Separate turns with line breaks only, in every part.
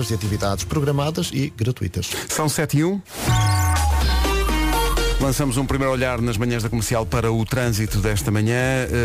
de atividades programadas e gratuitas.
São 7 e 1. Lançamos um primeiro olhar nas manhãs da comercial para o trânsito desta manhã.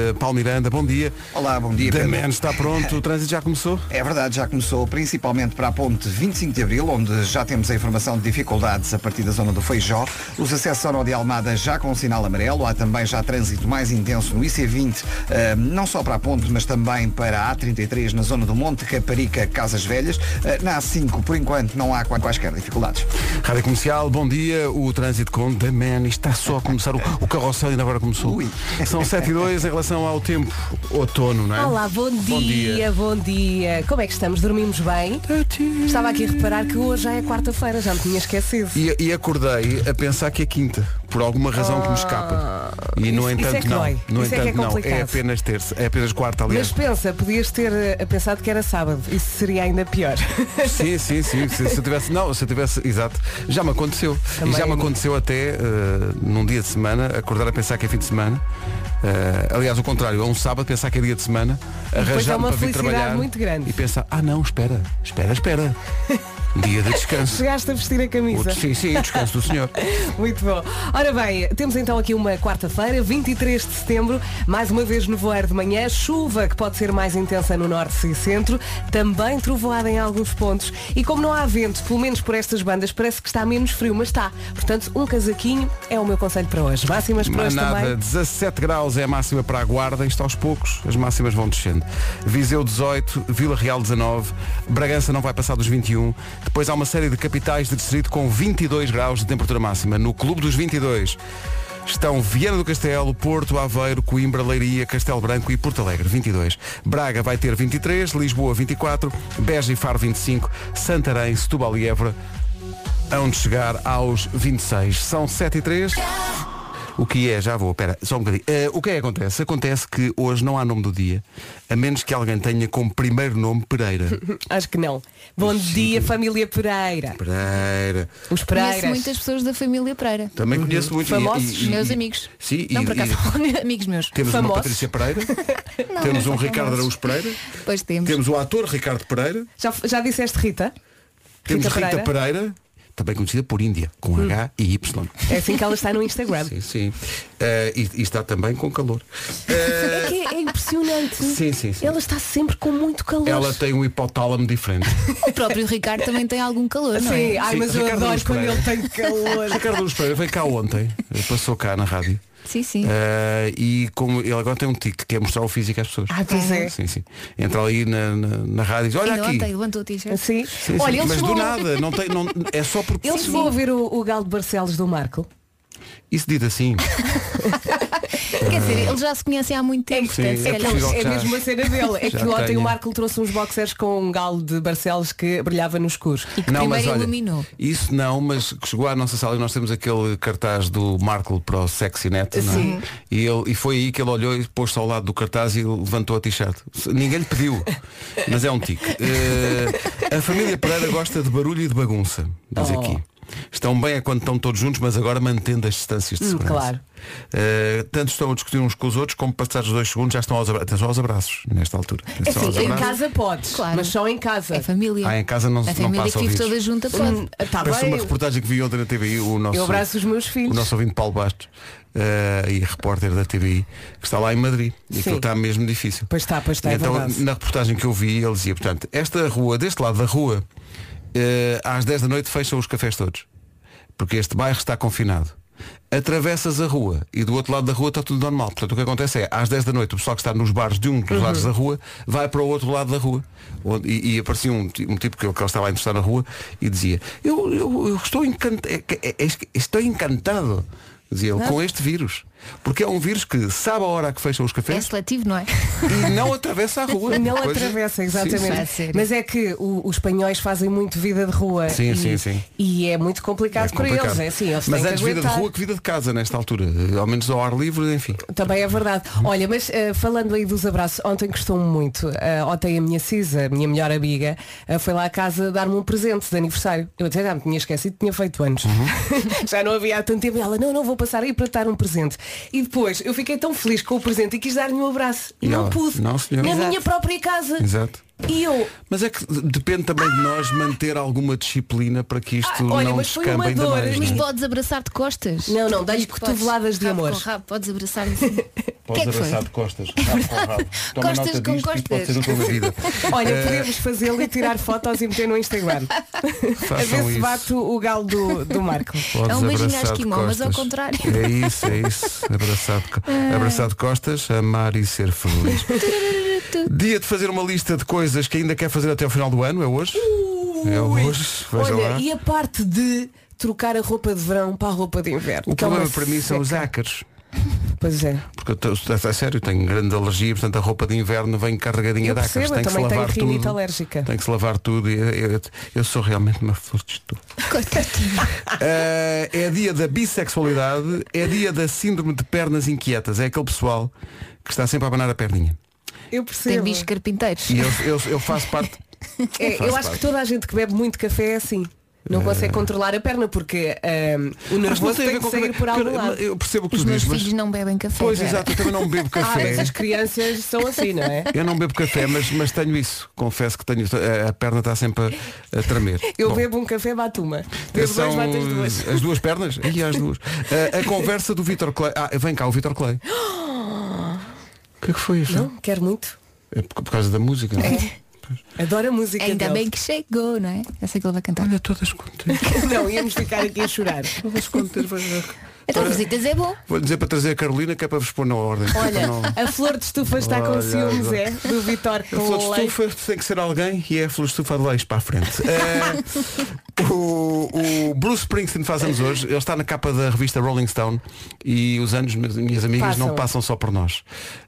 Uh, Paulo Miranda, bom dia.
Olá, bom dia.
The
Pedro.
Man está pronto, o trânsito já começou?
É verdade, já começou principalmente para a ponte 25 de Abril, onde já temos a informação de dificuldades a partir da zona do Feijó. Os acessos ao Nó de Almada já com sinal amarelo. Há também já trânsito mais intenso no IC20, eh, não só para a ponte, mas também para a A33 na zona do Monte Caparica, Casas Velhas. Eh, na A5, por enquanto, não há quaisquer dificuldades.
Rádio Comercial, bom dia. O trânsito com The Man está só a começar. O, o carrossel ainda agora começou.
Ui.
São 7 e 2 em relação ao tempo outono, não é?
Olá, bom dia, bom dia, Como é que estamos? Dormimos bem? Estava aqui a reparar que hoje já é quarta-feira, já me tinha esquecido.
E, e acordei a pensar que é quinta, por alguma razão que me escapa. E no
Ah, Isso- isso
entanto
é que
não.
dói.
No
Isso é
entanto
que é
não. É
complicado.
apenas terça, é apenas quarta, aliás.
Mas pensa, podias ter eh, pensado que era sábado. Isso seria ainda pior.
Sim, sim, sim. Se, se eu tivesse. Não, se eu tivesse. Exato. Já me aconteceu.
Também
e já me
a mim.
aconteceu até eh, num dia de semana, acordar a pensar que é fim de semana. Eh, aliás, o contrário, é um sábado pensar que é dia de semana,
depois há
arranjar-me
uma
para vir
felicidade
trabalhar
muito grande.
e pensar, ah não, espera, espera, espera. dia de descanso.
Chegaste a vestir a camisa.
O- sim, sim, o descanso do senhor.
Muito bom. Ora bem, temos então aqui uma quarta-feira, 23 de setembro, mais uma vez nevoeiro de manhã, chuva que pode ser mais intensa no norte e centro, também trovoada em alguns pontos. E como não há vento, pelo menos por estas bandas, parece que está menos frio, mas está. Portanto, um casaquinho é o meu conselho para hoje. Máximas para hoje
Manada,
também.
17 graus é a máxima para a Guarda, isto aos poucos, as máximas vão descendo. Viseu 18, Vila Real 19, Bragança não vai passar dos 21, depois há uma série de capitais de distrito com 22 graus de temperatura máxima. No Clube dos 22 estão Viana do Castelo, Porto, Aveiro, Coimbra, Leiria, Castelo Branco e Porto Alegre, 22. Braga vai ter 23, Lisboa 24, Beja e Faro 25, Santarém, Setúbal e Évora, onde chegar aos 26. São 7 e 3. O que é, já vou, espera, só um bocadinho. Eh, o que é que acontece? Acontece que hoje não há nome do dia, a menos que alguém tenha como primeiro nome Pereira.
Acho que não. Bom dia, família Pereira.
Pereira.
Os
Conheço
Pereiras.
muitas pessoas da família Pereira.
Também conheço muito.
Famosos?
Meus amigos.
Sim, e-
não, por
e-
acaso, amigos meus.
Temos uma
Famosos?
Patrícia Pereira,
Não, não
temos um
são
Ricardo
famosos.
Araújo Pereira,
Pois temos.
temos o ator Ricardo Pereira,
Já, já disseste Rita?
temos
Rita
Rita Pereira,
Pereira.
também conhecida por Índia, com
Hum.
H e Y.
É assim que ela está no Instagram.
Sim, sim. Eh, e, e está também com calor. Eh,
É que é, é impressionante.
Sim, sim, sim.
é
Ela está sempre com muito calor.
ela tem um hipotálamo diferente.
O próprio Ricardo também tem algum calor, não
Sim,
é?
ai,
Sim,
mas eu
Ricardo
adoro
Luz
quando
Pereira.
ele tem calor.
Ricardo Luz Pereira veio cá ontem, eh, passou cá na rádio.
Sim, sim.
Eh, e como ele agora tem um tique que é mostrar o físico às pessoas.
Ah, pois é.
Sim, sim. Entra ali na, na, na rádio e diz, olha
Ainda
aqui.
ontem levantou o t-shirt.
Sim.
Sim, sim.
Olha, ele
Mas
chegou,
do nada, não tem, não, é só porque
ele
Sim,
chegou a
sim.
ver o, o Galo de Barcelos do Marco.
isso dito assim.
Quer dizer, eles já se conhecem há muito tempo,
Sim,
portanto, se
é
calhar.
possível.
É
Já-
mesmo a cena dele. É
já
que ontem
tenho.
o Marco lhe trouxe uns boxers com um galo de Barcelos que brilhava no escuro.
não,
primeiro
mas olha,
iluminou.
isso não, mas que chegou à nossa sala e nós temos aquele cartaz do Marco para o Sexy Net, não é?
Sim.
E, ele, e foi aí que ele olhou e pôs-se ao lado do cartaz e levantou a t-shirt. Ninguém lhe pediu, mas é um tique. Eh, a família Pereira gosta de barulho e de bagunça, diz
Oh.
aqui. Estão bem é quando estão todos juntos, mas agora mantendo as distâncias de
Hum,
segurança.
claro.
Eh, tanto estão a discutir uns com os outros, como passados dois segundos já estão aos abraços. Atenção aos abraços, nesta altura.
É
Atenção aos
assim, em
abraços.
casa podes,
Claro.
mas só em casa.
É família.
Ah, em casa não,
a
não
família
passa
que vive
ouvidos.
toda junta pode. Ah,
Hum, tá
Parece
bem.
uma reportagem que vi ontem na TVI, o nosso,
Eu abraço os meus filhos.
o nosso ouvinte Paulo Bastos eh, e repórter da TVI, que está lá em Madrid. E
Sim.
aquilo está mesmo difícil.
Pois está, pois está,
E
é
então,
verdade.
na reportagem que eu vi, ele dizia, portanto, esta rua, deste lado da rua, eh, às 10 da noite fecham os cafés todos. Porque este bairro está confinado. Atravessas a rua e do outro lado da rua está tudo normal. Portanto, o que acontece é, às 10 da noite, o pessoal que está nos bares de um dos lados
Uhum.
da rua vai para o outro lado da rua. Onde- e, e aparecia um, ti- um tipo que ele que ele estava a encostar na rua e dizia, eu, eu- eu estou, encanta- é que- é- é que estou encantado, dizia
Uhum.
ele, com este vírus. Porque é um vírus que sabe a hora que fecham os
É
cafés
seletivo, não é?
e não atravessa a rua.
Não
Coisa-
atravessa,
Sim, sim.
exatamente.
A sério.
Mas é que o- os espanhóis fazem muito vida de rua.
Sim,
e,
sim, sim.
E é muito complicado,
É complicado.
para eles. É assim, eles
mas
têm
antes
que
vida de
aguentar.
rua que vida de casa nesta altura. Eh, Ao menos ao ar livre, enfim.
Também é verdade. Olha, mas eh, falando aí dos abraços, ontem custou-me muito. Eh, ontem a minha Cisa, a minha melhor amiga, eh, foi lá à casa dar-me um presente de aniversário. Eu até já me tinha esquecido, tinha feito anos.
Uhum.
já não havia há tanto tempo. E Ela, não, não, vou passar aí para te dar um presente. E depois eu fiquei tão feliz com o presente e quis dar-lhe um abraço. E
E
não
ela,
pude.
"Não, senhora."
Na
Exato.
minha própria casa.
Exato.
E eu,
Mas é que depende também de nós manter alguma disciplina para que isto
Ah, olha,
não
mas foi uma
descambe ainda
dor.
mais.
Mas
não é?
podes abraçar de costas?
Não, não, dá-lhe
Diz que podes.
cotoveladas de
Rabo
amor.
com rabo, podes abraçar de O que é que foi?
de costas. rabo com rabo. Toma
Costas
nota
com
disto, isto
costas.
Pode ser o teu da vida. É.
olha, podemos fazê-lo e tirar fotos e meter no Instagram. A ver
Façam
se
isso.
bate o galo do, do Marco.
Podes
É um beijinho
abraçar
à
de
esquimó, mas ao
costas.
contrário.
É isso, é isso. Abraçar de, co-
É.
abraçar de costas, amar e ser feliz. Dia de fazer uma lista de coisas que ainda quer fazer até o final do ano, é hoje? é hoje, veja
Olha,
lá.
e a parte de trocar a roupa de verão para a roupa de inverno.
O
Que é uma
problema para mim são os
seca.
ácaros.
Pois é.
Porque eu tô, é sério, tenho grande alergia, portanto a roupa de inverno vem carregadinha
Eu
de ácaros.
percebo,
Tem
eu
que se
também tenho
lavar
rinite
tudo.
alérgica.
Tem que se lavar tudo. e Eu, eu- eu sou realmente uma flor de estudo. Eh, é dia da bissexualidade, é dia da síndrome de pernas inquietas. É aquele pessoal que está sempre a abanar a perninha.
Eu
Tem
percebo.
bichos carpinteiros.
E é eu, eu, eu faço parte.
É,
Faz
eu acho que
parte. Eh.
toda a gente que bebe muito café é assim. Não consegue controlar a perna porque ahm,
Mas
o
não
nervoso
tem a
tem
ver
que
com
sair por algum
Eu-
lado.
Eu percebo o que
Os
tu
meus
dizes, mas.
filhos não bebem café.
Pois,
Vera.
exato, eu também não bebo
Ah, mas
café.
as crianças são assim, não é?
Eu não bebo café, mas, mas tenho isso. Confesso que tenho. A, a perna está sempre a, a tremer.
Eu
Bom. um
bebo um café, bato uma. Bebo
São
dois, bato as duas.
as duas pernas? E as duas. Eh, A, a conversa do Vitor Clay. Ah, vem cá, o Vitor Clay. O que é que foi isto?
Não, quero muito.
É por, por causa da música, não é?
Adoro a música
Ainda
dele.
bem que chegou, não é? Eu sei que ele vai cantar.
Olha, todas contentes.
Não, íamos ficar aqui a chorar.
Todas contentes. vai-
Então visitas é bom.
Vou dizer para trazer a Carolina que é para vos pôr na ordem.
Olha,
Para não-
a flor de estufa está com
Olha,
ciúmes,
agora.
é? Do Vitor
A flor de
Colei.
estufa tem que ser alguém e é a flor de estufa de leis para a frente. Eh, o, o Bruce Springsteen faz anos hoje, ele está na capa da revista Rolling Stone e os anos, minhas minhas amigas, não
Passam.
passam só por nós.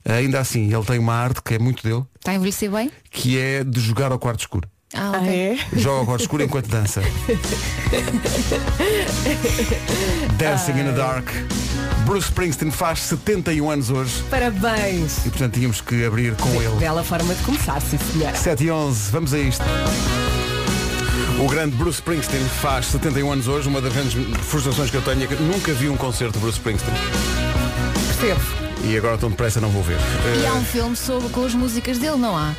Ainda assim, ele tem uma arte que é muito dele,
Está a envelhecer bem?
que é de jogar ao quarto escuro.
Ah,
Ah,
ok.
é?
Joga ao quarto escuro enquanto dança. Dancing in the Dark. Bruce Springsteen faz 71 anos hoje
Parabéns.
e portanto tínhamos que abrir com ele.
Bela forma de começar, sim senhora.
7 e 11, vamos a isto. O grande Bruce Springsteen faz 71 anos hoje. Uma das grandes frustrações que eu tenho é que nunca vi um concerto de Bruce Springsteen.
Percebo.
E agora tão depressa não vou ver.
E há
Eh,
um filme sobre, com as músicas dele, não há?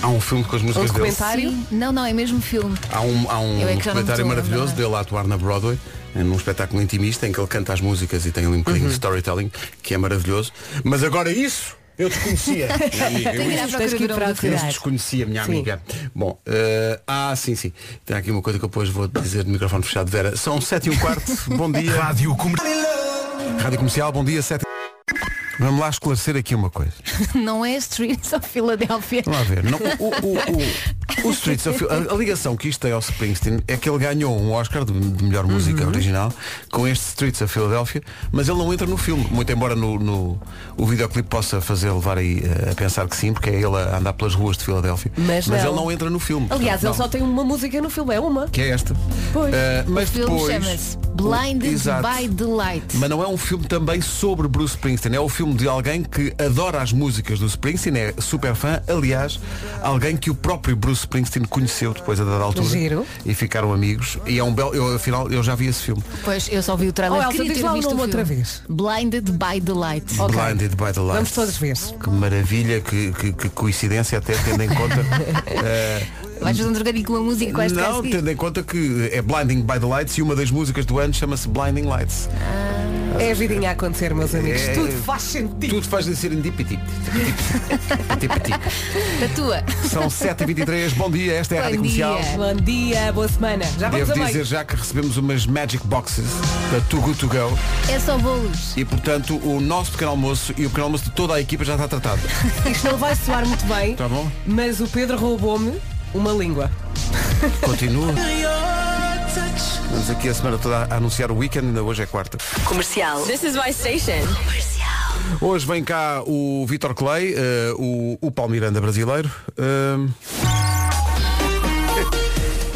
há um filme com as músicas
Um
dele.
documentário?
Sim. Não, não, é mesmo filme.
Há um, há um
Eu é que já não me
documentário
estou a
maravilhoso
lembrar.
dele a atuar na Broadway, num espetáculo intimista em que ele canta as músicas e tem ali um bocadinho
Uhum.
de storytelling, que é maravilhoso. Mas agora isso eu desconhecia. minha amiga. Eu
Tem que ir
isso-
à procura
tens que ir
do nome do
procurar.
Esse
filme.
desconhecia, minha
Sim.
amiga. Bom, eh, ah, sim, sim. Tem aqui uma coisa que eu depois vou dizer de microfone fechado, Vera. São 7 e um quarto, bom dia. Rádio Comercial. Rádio Comercial, bom dia, 7 Vamos lá esclarecer aqui uma coisa.
Não é Streets of Philadelphia.
Vamos lá ver. Não, o, o, o, o Streets of Philadelphia- a, a ligação que isto tem ao Springsteen é que ele ganhou um Oscar de, de melhor música original com este Streets of Philadelphia, mas ele não entra no filme, muito embora no, no- o videoclipe possa fazer levar aí eh, a pensar que sim, porque é ele a andar pelas ruas de Filadélfia.
Mas não.
ele não entra no filme.
Aliás, ele
portanto,
só tem uma música no filme, é uma.
não. que é esta.
Pois.
Eh, mas
O filme
depois-
chama-se Blinded
Exato.
by the Light.
Mas não é um filme também sobre Bruce Springsteen, é o filme de alguém que adora as músicas do Springsteen, é super fã, aliás, alguém que o próprio Bruce Springsteen conheceu depois a dada altura
Giro.
e ficaram amigos. E é um belo, eu, afinal eu já vi esse filme.
Pois, eu só vi o trailer.
Oh, Elsa,
Queria
diz
ter
lá o
visto
nome outra
filme.
vez.
Blinded by the Light.
Hum.
Ok.
Blinded by the Light.
Vamos todos ver.
Que maravilha, que, que- que coincidência até tendo em conta. eh,
Vais fazer um trocadilho com a música com esta a
não,
seguir.
tendo em conta que é Blinding by the Lights e uma das músicas do ano chama-se Blinding Lights.
É a vidinha a acontecer, meus amigos.
É-
Tudo faz sentido.
Tudo faz de ser indipiti.
Tatua.
São 7h23, bom dia, esta é a Rádio
Bom dia.
Comercial.
Bom dia, boa semana. Já vamos
Devo
a meio.
dizer já que recebemos umas Magic Boxes da Too Good To Go
É só bolos.
e portanto o nosso pequeno almoço e o pequeno almoço de toda a equipa já está tratado.
Isto não vai soar muito bem,
Está bom?
mas o Pedro roubou-me uma língua.
Continua. Estamos aqui a semana toda a anunciar o weekend, ainda hoje é quarta.
Comercial. This is my station.
Hoje vem cá o Vitor Clay, eh, o, o Palmiranda brasileiro. eh,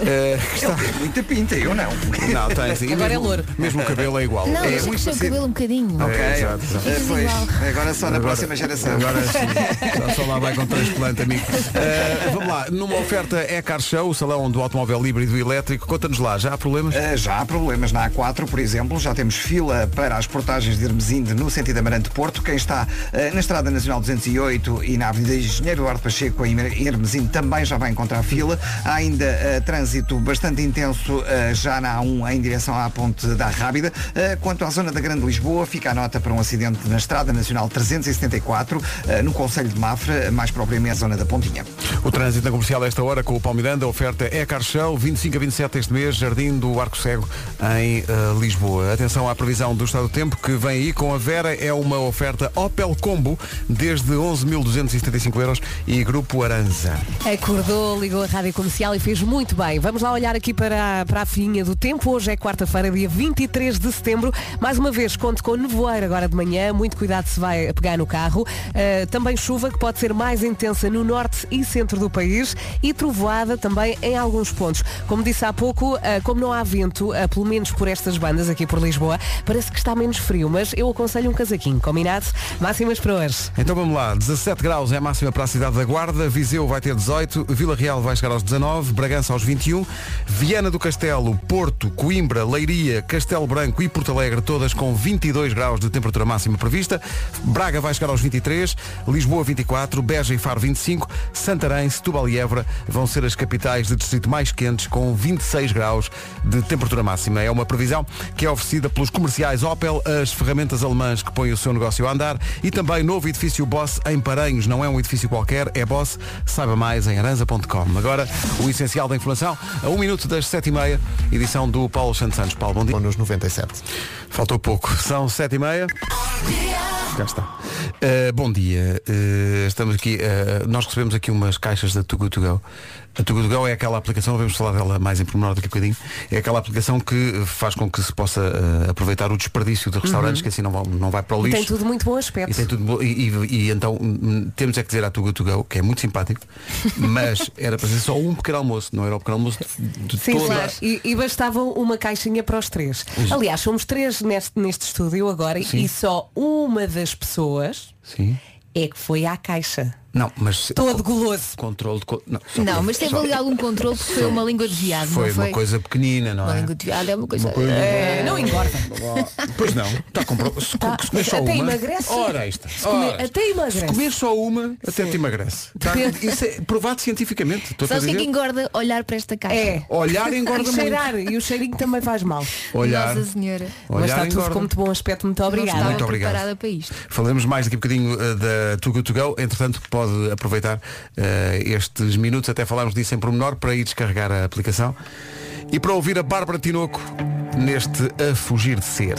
eh, que
Ele
está...
tem É muita pinta, eu não.
Não, tens. e
Agora é
mesmo-
louro.
Mesmo o cabelo é igual.
Não,
É
deixa
muito
crescer o
parecido.
cabelo um bocadinho.
Ok,
exato, É, exato.
Eh, pois,
Igual.
agora só na
Agora-
próxima geração.
Agora sim. já só lá vai com transplante, amigo. Eh, vamos lá, numa oferta é Car Show, o salão do automóvel híbrido e elétrico. Conta-nos lá, já há problemas?
Eh, Já há problemas na A4, por exemplo, já temos fila para as portagens de Hermesinde no sentido Amarante Porto. Quem está eh, na Estrada Nacional 208 e na Avenida Engenheiro Eduardo Pacheco em Hermesinde também já vai encontrar fila. Há ainda eh, trânsito bastante intenso eh, já na A1 em direção à Ponte da Rábida. Eh, Quanto à zona da Grande Lisboa, fica a nota para um acidente na Estrada Nacional 374 eh, no Conselho de Mafra, mais propriamente a zona da Pontinha.
O trânsito na comercial a esta hora com o Paulo Miranda, a oferta é Carchão, 25 a 27 este mês, Jardim do Arco Cego, em eh, Lisboa. Atenção à previsão do estado do tempo que vem aí com a Vera, é uma oferta Opel Combo, desde 11.275 euros e Grupo Aranza.
Acordou, ligou a rádio comercial e fez muito bem. Vamos lá olhar aqui para, a- para a filhinha do tempo. Hoje é quarta-feira, dia 23 de setembro. Mais uma vez, conto com nevoeiro agora de manhã. Muito cuidado se vai pegar no carro. Ah, também chuva que pode ser mais intensa no norte e centro do país e trovoada também em alguns pontos. Como disse há pouco, ah, como não há vento, ah, pelo menos por estas bandas aqui por Lisboa, parece que está menos frio, mas eu aconselho um casaquinho, combinado? Máximas para hoje.
Então vamos lá, 17 graus é a máxima para a cidade da Guarda, Viseu vai ter 18, Vila Real vai chegar aos 19, Bragança aos 21, Viana do Castelo, Porto, Coimbra, Leiria, Castelo Branco e Porto Alegre, todas com 22 graus de temperatura máxima prevista, Braga vai chegar aos 23, Lisboa 24, Beja e Faro 25, Santarém, Setúbal e Évora vão ser as capitais de distrito mais quentes com 26 graus de temperatura máxima. É uma previsão que é oferecida pelos comerciais Opel, as ferramentas alemãs que põem o seu negócio a andar e também novo edifício Boss em Paranhos. Não é um edifício qualquer, é Boss. Saiba mais em aranza.com. Agora, o essencial da informação, a um minuto das sete e meia, edição do Paulo Santos Santos. Paulo, bom dia.
Ou nos 97.
Faltou pouco. São sete e meia. Cá está. Uh, bom dia. Uh, estamos aqui. uh, nós recebemos aqui umas caixas da Tugu To Go. A Tugu To Go é aquela aplicação, vamos falar dela mais em pormenor daqui a bocadinho, é aquela aplicação que faz com que se possa uh, aproveitar o desperdício de restaurantes, que assim não vai, não vai para o lixo.
Uhum. Tem tudo muito bom
E,
aspecto.
tem tudo bo- e- e- e então hum, temos é que dizer à Tuga To Go, que é muito simpático, mas era para ser só um pequeno almoço, não era o pequeno almoço de, de
Sim,
toda-
claro. E, e bastava uma caixinha para os três. Aliás, somos três neste, neste estúdio agora
Sim.
e só uma das pessoas
Sim.
é que foi à caixa.
Não, mas se-
Todo goloso.
Controle de. co- Não, só-
Não, mas teve
só-
ali algum controle porque foi uma língua de viado,
Foi
não
uma
foi?
coisa pequenina, não
Uma
é?
língua de viado é Tá, uma coisa.
Eh, não engorda.
Pois não, está com pro- se com- se comer só
Até
uma.
emagrece.
Ora, isto.
Se comer- até emagrece.
Se comer só uma, até te emagrece. Tá?
Depende.
Isso é provado cientificamente. Estou a
Sabes o que é
dizer.
que engorda olhar para esta caixa?
É.
Olhar engorda
E
muito.
cheirar. E o cheirinho também faz mal.
Olhar.
Nossa Senhora.
Mas
Olhar
está tudo
engorda.
com muito bom aspecto. Muito obrigada.
Não
Muito
estava
obrigado.
preparada para isto.
Falamos mais daqui a bocadinho eh, da Too Good To Go. Entretanto, pode aproveitar eh, estes minutos, até falarmos disso em pormenor, para ir descarregar a aplicação. E para ouvir a Bárbara Tinoco neste A Fugir de Ser.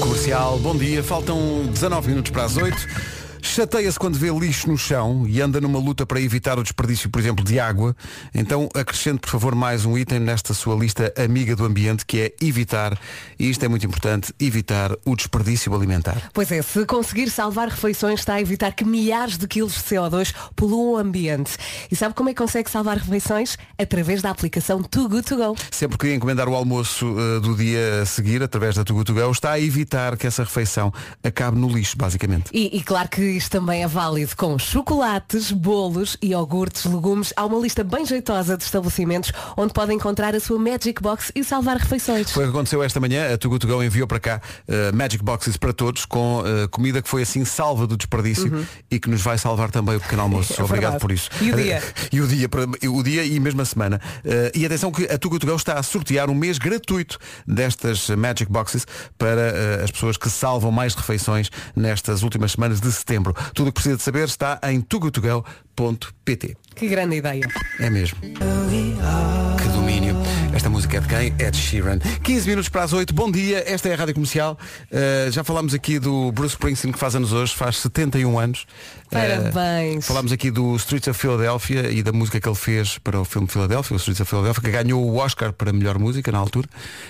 Comercial, bom dia. Faltam 19 minutos para as 8. Chateia-se quando vê lixo no chão e anda numa luta para evitar o desperdício, por exemplo, de água. Então acrescente, por favor, mais um item nesta sua lista amiga do ambiente, que é evitar, e isto é muito importante, evitar o desperdício alimentar.
Pois é, se conseguir salvar refeições está a evitar que milhares de quilos de CO2 poluam o ambiente. E sabe como é que consegue salvar refeições? Através da aplicação Too Good To Go.
Sempre que encomendar o almoço eh, do dia a seguir, através da Tugu Tugel, está a evitar que essa refeição acabe no lixo, basicamente.
E, e claro que isto também é válido com chocolates, bolos, iogurtes, legumes. Há uma lista bem jeitosa de estabelecimentos onde pode encontrar a sua Magic Box e salvar refeições.
Foi o que aconteceu esta manhã, a Tugu Tugel enviou para cá eh, Magic Boxes para todos, com eh, comida que foi assim salva do desperdício e que nos vai salvar também o pequeno almoço.
Uhum. É
Obrigado
verdade.
por isso.
E o dia?
E o dia, para- e o dia e mesmo a semana. Eh, e atenção que a Tugu Tugel está a sortear um mês gratuito destas Magic Boxes para eh, as pessoas que salvam mais refeições nestas últimas semanas de setembro. Tudo o que precisa de saber está em tugutugel.pt.
Que grande ideia.
É mesmo. Que domínio. Esta música é de quem? É de Sheeran. 15 minutos para as 8. Bom dia. Esta é a Rádio Comercial. Eh, já falámos aqui do Bruce Springsteen que faz anos hoje. Faz 71 anos. Eh,
Parabéns.
Falámos aqui do Streets of Philadelphia e da música que ele fez para o filme Philadelphia, o Streets of Philadelphia, que ganhou o Oscar para melhor música na altura.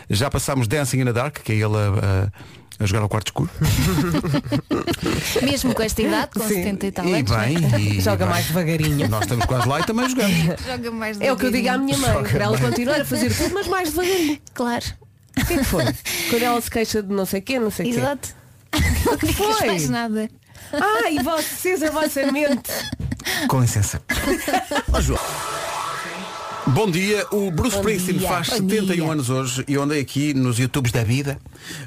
Já passámos Dancing in the Dark, que é ele a, a jogar ao quarto escuro.
Mesmo com esta idade, com
Sim.
70 e tal
e
anos, não é?
bem, e
Joga
bem.
mais devagarinho.
Nós estamos quase lá e também jogamos.
joga mais
É o que eu digo à
devagarinho.
minha mãe, para ela continuar a fazer tudo, mas mais devagarinho.
Claro.
O que é que foi? Quando ela se queixa de não sei quê,
É
não sei o quê.
Exato.
O que
Não
foi?
faz nada.
Ah, e vocês, a vossa mente.
Com licença. Ó, João. Bom dia, o Bruce
Bom
Springsteen
dia.
faz
Bom
71
dia.
anos hoje e eu andei aqui nos YouTubes da vida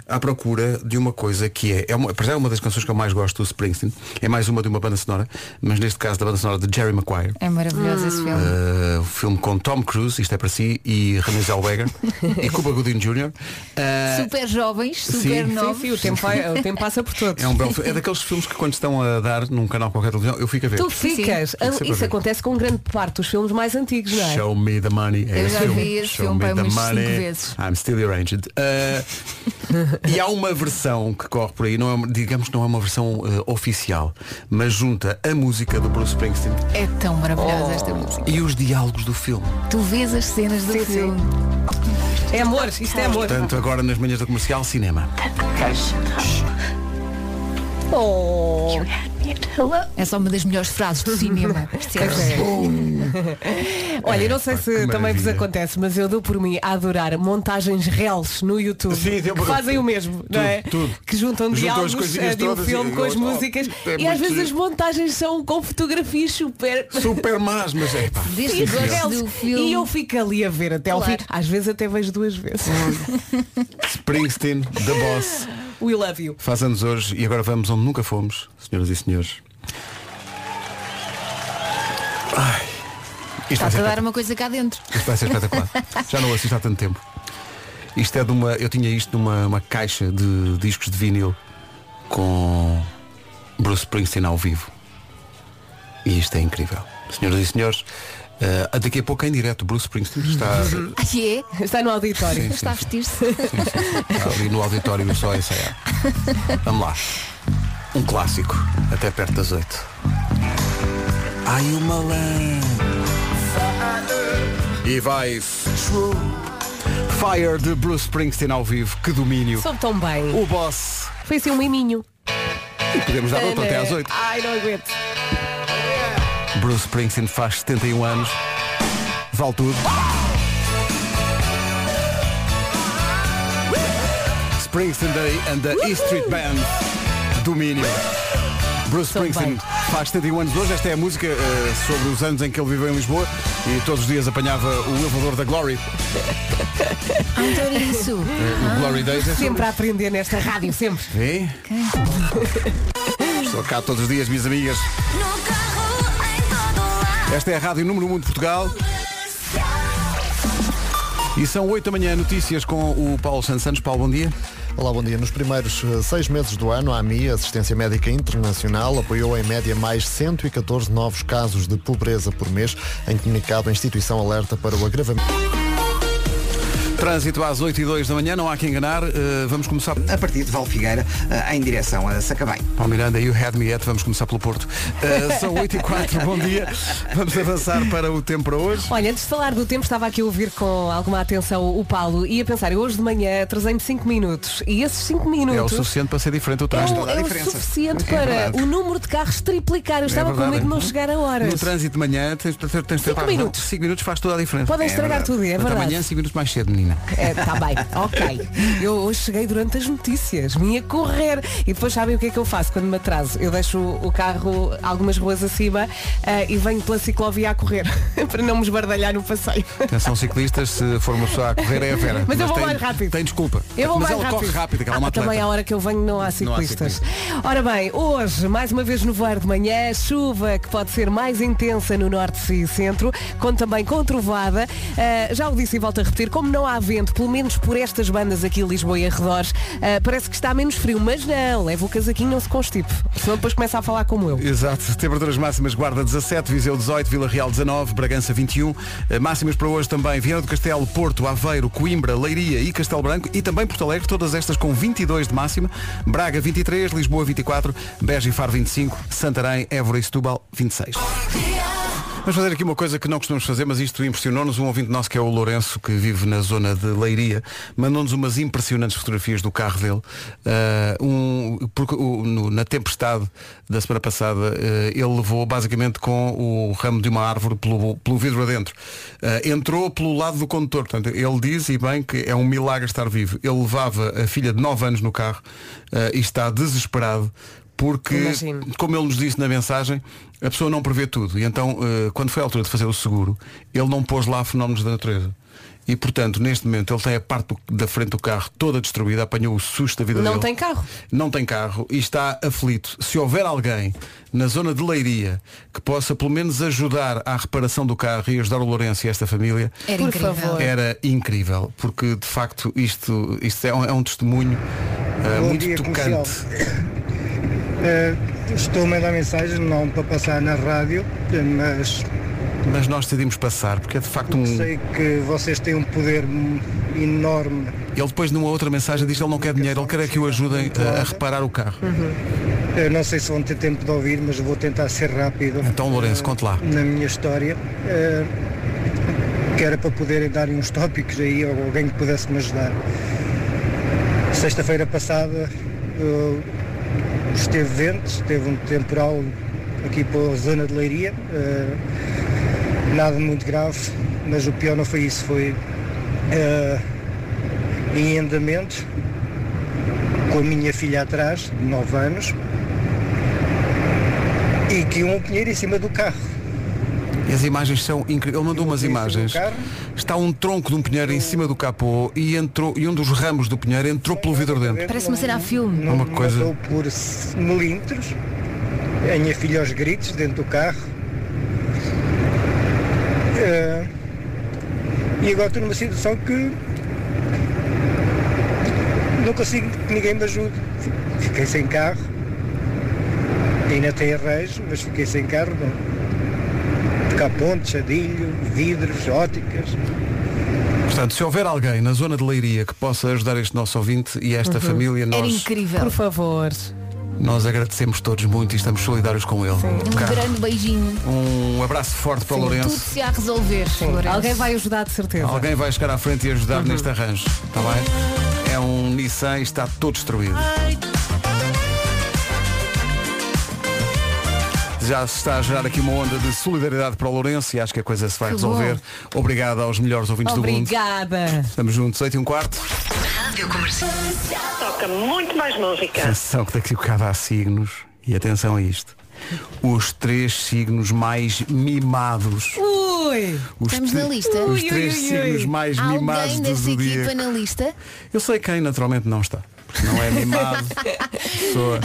à procura de uma coisa que é, é uma, por exemplo, é uma das canções que eu mais gosto do Springsteen, é mais uma de uma banda sonora, mas neste caso da banda sonora de Jerry Maguire.
É maravilhoso esse filme.
Uh, o filme com Tom Cruise, isto é para si, e René Zellweger e Cuba Gooding Jr. Uh,
Super jovens,
sim.
super
Sim,
Sim,
novos.
sim, o tempo, vai- o tempo passa por todos.
é um belo filme. É daqueles filmes que quando estão a dar num canal qualquer de televisão, eu fico a ver.
Tu ficas.
Tem que ser para
Isso
ver.
acontece com grande parte dos filmes mais antigos, não é?
Show me the money. É
Eu
esse
já
filme.
vi esse
Show
filme,
me
pai,
the
umas
money.
cinco vezes.
I'm still arranged. e há uma versão que corre por aí, não é, uma- digamos que não é uma versão eh, oficial, mas junta a música do Bruce Springsteen
É tão maravilhosa
Oh.
esta música.
e os diálogos do filme.
Tu vês as cenas do
Sim, sim.
filme.
É amor, isto é amor.
Portanto, agora nas manhãs da comercial, cinema.
É só uma das melhores frases do cinema.
Pois é. Olha, eu não sei
É, pá,
se
que
também vos
maravilha.
acontece, mas eu dou por mim a adorar montagens reels no YouTube
Sim, sim,
que fazem o mesmo, não é?
tudo.
Que juntam
Juntam as
diálogos
coisinhas
eh, de um
todas e-
filme com as
oh, oh,
músicas
é
e às
muito
vezes
giro.
as montagens são com fotografias super
Super más, mas é pá.
Desde que
reels.
gosto do filme.
e eu fico ali a ver até ao
Claro.
fim. Às vezes até vejo duas vezes.
Hum. Springsteen, The Boss,
We love you.
faz anos hoje e agora vamos onde nunca fomos, senhoras e senhores. Ai, isto vai
Está-te
ser
a dar uma coisa cá dentro.
Isto vai ser espetacular. Já não assisto há tanto tempo. Isto é de uma. Eu tinha isto numa uma caixa de discos de vinil com Bruce Springsteen ao vivo. E isto é incrível. Senhoras e senhores, eh, daqui a pouco em direto Bruce Springsteen está,
Ah, é?
Está no auditório.
Está a vestir-se.
está ali no auditório do Só S.A. Vamos lá. Um clássico, até perto das 8. Ai uma lã. E vai Fire de Bruce Springsteen ao vivo, que domínio.
Soube tão bem.
O boss.
Foi assim um miminho.
E podemos dar outro até
Né?
às 8.
Ai, não aguento.
Bruce Springsteen faz 71 anos. Vale tudo. Springsteen Day and the E Street Band. Domínio. Bruce
Também.
Springsteen faz 71 anos hoje. Esta é a música eh, sobre os anos em que ele viveu em Lisboa e todos os dias apanhava o elevador da Glory.
Ah, então era isso.
O Glory Days é sobre
Sempre a aprender nesta rádio, sempre.
Vê? Estou cá todos os dias, minhas amigas. Esta é a Rádio Número 1 de Portugal. E são 8 da manhã, notícias com o Paulo Santos Santos. Paulo, bom dia.
Olá, bom dia. Nos primeiros eh, seis meses do ano, a AMI, Assistência Médica Internacional, apoiou em média mais 114 novos casos de pobreza por mês. Em comunicado, a instituição alerta para o agravamento.
Trânsito às 8 e 2 da manhã, não há que enganar. Eh, vamos começar.
A partir de Valfigueira, eh, em direção a Sacavém.
Paulo Miranda, you had me at, vamos começar pelo Porto. Eh, são 8 e 4, bom dia. Vamos avançar para o tempo para hoje.
Olha, antes de falar do tempo, estava aqui a ouvir com alguma atenção o Paulo e a pensar, eu hoje de manhã atrasei-me 5 minutos e esses 5
É o
minutos
suficiente para ser diferente o
é
trânsito.
o- é o
diferença.
suficiente
É
para
verdade.
o número de carros triplicar. Eu estava com
verdade,
medo de não
é.
chegar a horas.
No trânsito de manhã tens, tens, tens tens-
Cinco minutos.
Cinco minutos faz toda a diferença.
Podem
É
estragar
verdade.
tudo, é
Mas amanhã
verdade.
5 minutos mais cedo, menina.
É, tá bem, ok. Eu hoje cheguei durante as notícias, vim a correr. E depois sabem o que é que eu faço quando me atraso? Eu deixo o carro algumas ruas acima ah, e venho pela ciclovia a correr, para não me esbardalhar no passeio.
Atenção ciclistas, se for uma pessoa a correr é a Vera.
Mas eu vou
tem,
mais rápido.
Tem desculpa.
Eu vou
Mas
mais
ela
rápido.
corre rápido, que ela é
Ah,
uma
mas também à
atleta.
hora que eu venho não há ciclistas. Ora bem, hoje, mais uma vez no voar de manhã, chuva que pode ser mais intensa no norte e centro, com também com trovoada. Ah, já o disse e volto a repetir, como não há vento, pelo menos por estas bandas aqui em Lisboa e arredores, ah, parece que está menos frio, mas não, leva o casaquinho, não se constipe. Senão depois começa a falar como eu.
Exato, temperaturas máximas Guarda 17, Viseu 18, Vila Real 19, Bragança 21. Eh, Máximas para hoje também Viana do Castelo, Porto, Aveiro, Coimbra, Leiria e Castelo Branco e também Porto Alegre, todas estas com 22 de máxima. Braga 23, Lisboa 24, Beja e Faro 25, Santarém, Évora e Setúbal 26. Vamos fazer aqui uma coisa que não costumamos fazer, mas isto impressionou-nos. Um ouvinte nosso que é o Lourenço, que vive na zona de Leiria, mandou-nos umas impressionantes fotografias do carro dele. Ah, um- porque o- no- na tempestade da semana passada, eh, ele levou basicamente com o ramo de uma árvore pelo, pelo vidro adentro. Ah, entrou pelo lado do condutor. Portanto, ele diz, e bem, que é um milagre estar vivo. Ele levava a filha de 9 anos no carro ah, e está desesperado porque
Imagino.
como ele nos disse na mensagem, a pessoa não prevê tudo. E então, eh, quando foi a altura de fazer o seguro, ele não pôs lá fenómenos da natureza. E, portanto, neste momento, ele tem a parte do- da frente do carro toda destruída, apanhou o susto da vida
Não
dele.
tem carro.
Não tem carro e está aflito. Se houver alguém na zona de Leiria que possa, pelo menos, ajudar à reparação do carro e ajudar o Lourenço e esta família,
Era
Por
incrível.
favor.
era incrível. Porque, de facto, isto, isto é, um, é um testemunho eh,
Bom
muito
dia, comercial.
tocante.
Eh, estou a mandar mensagem, não para passar na rádio, eh, mas
Mas nós decidimos passar, porque é de facto um.
sei que vocês têm um poder enorme.
Ele depois numa outra mensagem diz que ele não quer dinheiro, ele quer é que o ajudem a, a reparar o carro.
Eu Eh, não sei se vão ter tempo de ouvir, mas vou tentar ser rápido.
Então, Lourenço,
eh,
conte lá.
Na minha história, eh, que era para poderem dar uns tópicos aí, ou alguém que pudesse me ajudar. Sexta-feira passada eu- esteve vento, teve um temporal aqui pela zona de Leiria, eh, nada muito grave, mas o pior não foi isso, foi eh, em andamento, com a minha filha atrás, de 9 anos, e que um pinheiro em cima do carro.
E as imagens são incríveis. Ele mandou umas
Em cima do
imagens.
carro.
Está um tronco de um pinheiro em cima do capô e, entrou, e um dos ramos do pinheiro entrou pelo vidro dentro.
Parece uma cena a filme.
Não
Uma
me
coisa-
matou por milímetros. É A minha filha aos gritos dentro do carro. Eh, e agora estou numa situação que não consigo que ninguém me ajude. Fiquei sem carro. Ainda tenho arranjo, mas fiquei sem carro. Não. Porque há pontes, adilho, vidros, óticas.
Portanto, se houver alguém na zona de Leiria que possa ajudar este nosso ouvinte e esta família,
Era
nós,
incrível.
Por favor.
nós agradecemos todos muito e estamos solidários com ele.
Um
Carro.
grande beijinho.
Um abraço forte para o
Tudo
Lourenço.
se há a resolver. Lourenço.
Alguém vai ajudar de certeza.
Alguém vai chegar à frente e ajudar neste arranjo. Está bem? É um Nissan e está todo destruído. Já se está a gerar aqui uma onda de solidariedade para o Lourenço e acho que a coisa se vai
Que
resolver. Obrigado aos melhores ouvintes do mundo.
Obrigada.
Estamos juntos, 8 e um quarto.
Toca muito mais música.
Atenção que daqui a bocado há signos. E atenção a isto. Os três signos mais mimados.
Ui.
Os
Estamos na
tre-
lista?
Os
Ui,
ui,
três
ui,
signos
ui.
mais
Há
mimados
Alguém
do
dessa equipa
zodíaco.
na lista?
Eu sei quem naturalmente não está. Não é mimado. pessoa.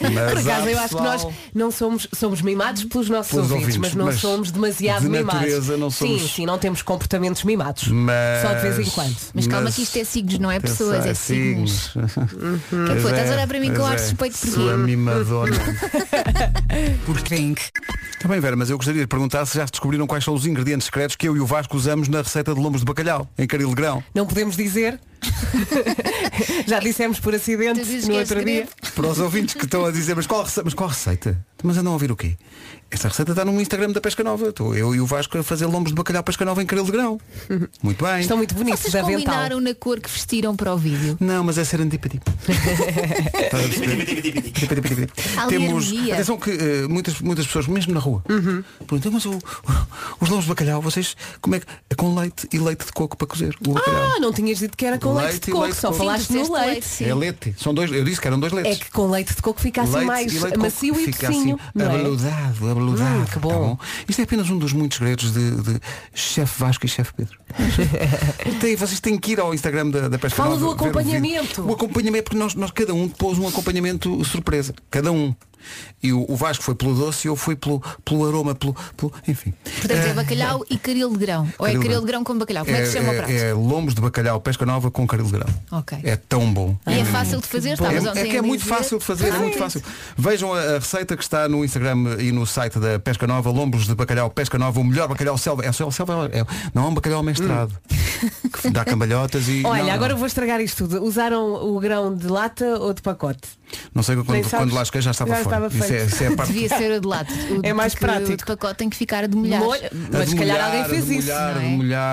Mas
Por acaso,
há
eu acho que nós
pessoal-
não somos, somos mimados pelos nossos
Pelos
ouvintes,
ouvintes,
mas não
mas
somos demasiado
de
mimados.
natureza não
Sim,
somos-
sim, não temos comportamentos mimados.
Mas-
Só de vez em quando.
Mas calma
Mas-
que isto é signos, não é
Pensar,
pessoas, é signos.
Pois
foi? Estás a
é,
olhar para mim com
pois
ar
é.
suspeito porquê?
Sua mimadona. Está bem, Vera, mas eu gostaria de perguntar se já descobriram quais são os ingredientes secretos que eu e o Vasco usamos na receita de lombos de bacalhau, em Caril de Grão.
Não podemos dizer. Já dissemos por acidente
Tu dizes
no
que é
outro dia.
segredo.
Para os ouvintes que estão a dizer, mas qual, rece- mas qual receita? Mas andam a ouvir o quê? Essa receita está no Instagram da Pesca Nova. Estou eu e o Vasco a fazer lombos de bacalhau Pesca Nova em Caril de Grão. Muito bem.
Estão muito bonitos
Vocês
de é avental.
combinaram na cor que vestiram para o vídeo.
Não, mas é ser antipati. Estás a perceber? Antipati-pati-pati.
Ali
Temos.
harmonia.
Atenção que eh, muitas, muitas pessoas, mesmo na rua,
Uhum.
perguntam, mas o- os lombos de bacalhau, vocês, como é que. É com leite e leite de coco para cozer. O bacalhau.
Ah, não tinhas dito que era com leite,
Leite
de
e
coco,
leite de
só
coco.
falaste
Sim,
no
disseste
leite.
É leite. São dois, eu disse que eram dois
É
leites.
que com leite de coco fica assim
Leite
mais
e leite de
macio
coco,
e
fica
fofinho.
assim,
não é?
abaludado, abaludado.
Hum, que
tá
bom.
Isto é apenas um dos muitos segredos de, de chefe Vasco e chefe Pedro. Tem- vocês têm que ir ao Instagram da, da Pesca
Fala
Nova,
do
ver o vídeo.
acompanhamento.
O, acompanhamento, porque nós, nós cada um pôs um acompanhamento surpresa. Cada um. E o, o Vasco foi pelo doce e eu fui pelo, pelo aroma, pelo, pelo- Enfim.
Portanto, é bacalhau e caril de grão. Ou
Caril
é
de
caril
grão.
de grão com bacalhau. Como é que se chama o prato?
é lombos de bacalhau, pesca nova com caril de grão.
Ok.
É tão bom.
E é fácil de fazer, estavas
É,
ontem
é que
a
é muito
dizer.
fácil de fazer, é muito fácil. Vejam a, a receita que está no Instagram e no site da Pesca Nova,
Hum.
lombos de bacalhau Pesca Nova, o melhor bacalhau selva. É só selva, é, não é um bacalhau é mestrado. Que dá cambalhotas e.
Olha,
não, não.
agora vou estragar isto tudo. Usaram o grão de lata ou de pacote?
Não sei
Nem
quando,
sabes.
quando lá cheguei já estava
Já
fora.
estava
Isso é,
feito.
isso é a parte.
Devia ser o de lado. O
É mais
porque O
prático.
de pacote tem que ficar a demolhar.
Molho- Mas se calhar alguém fez isso.
Mulher,
não é?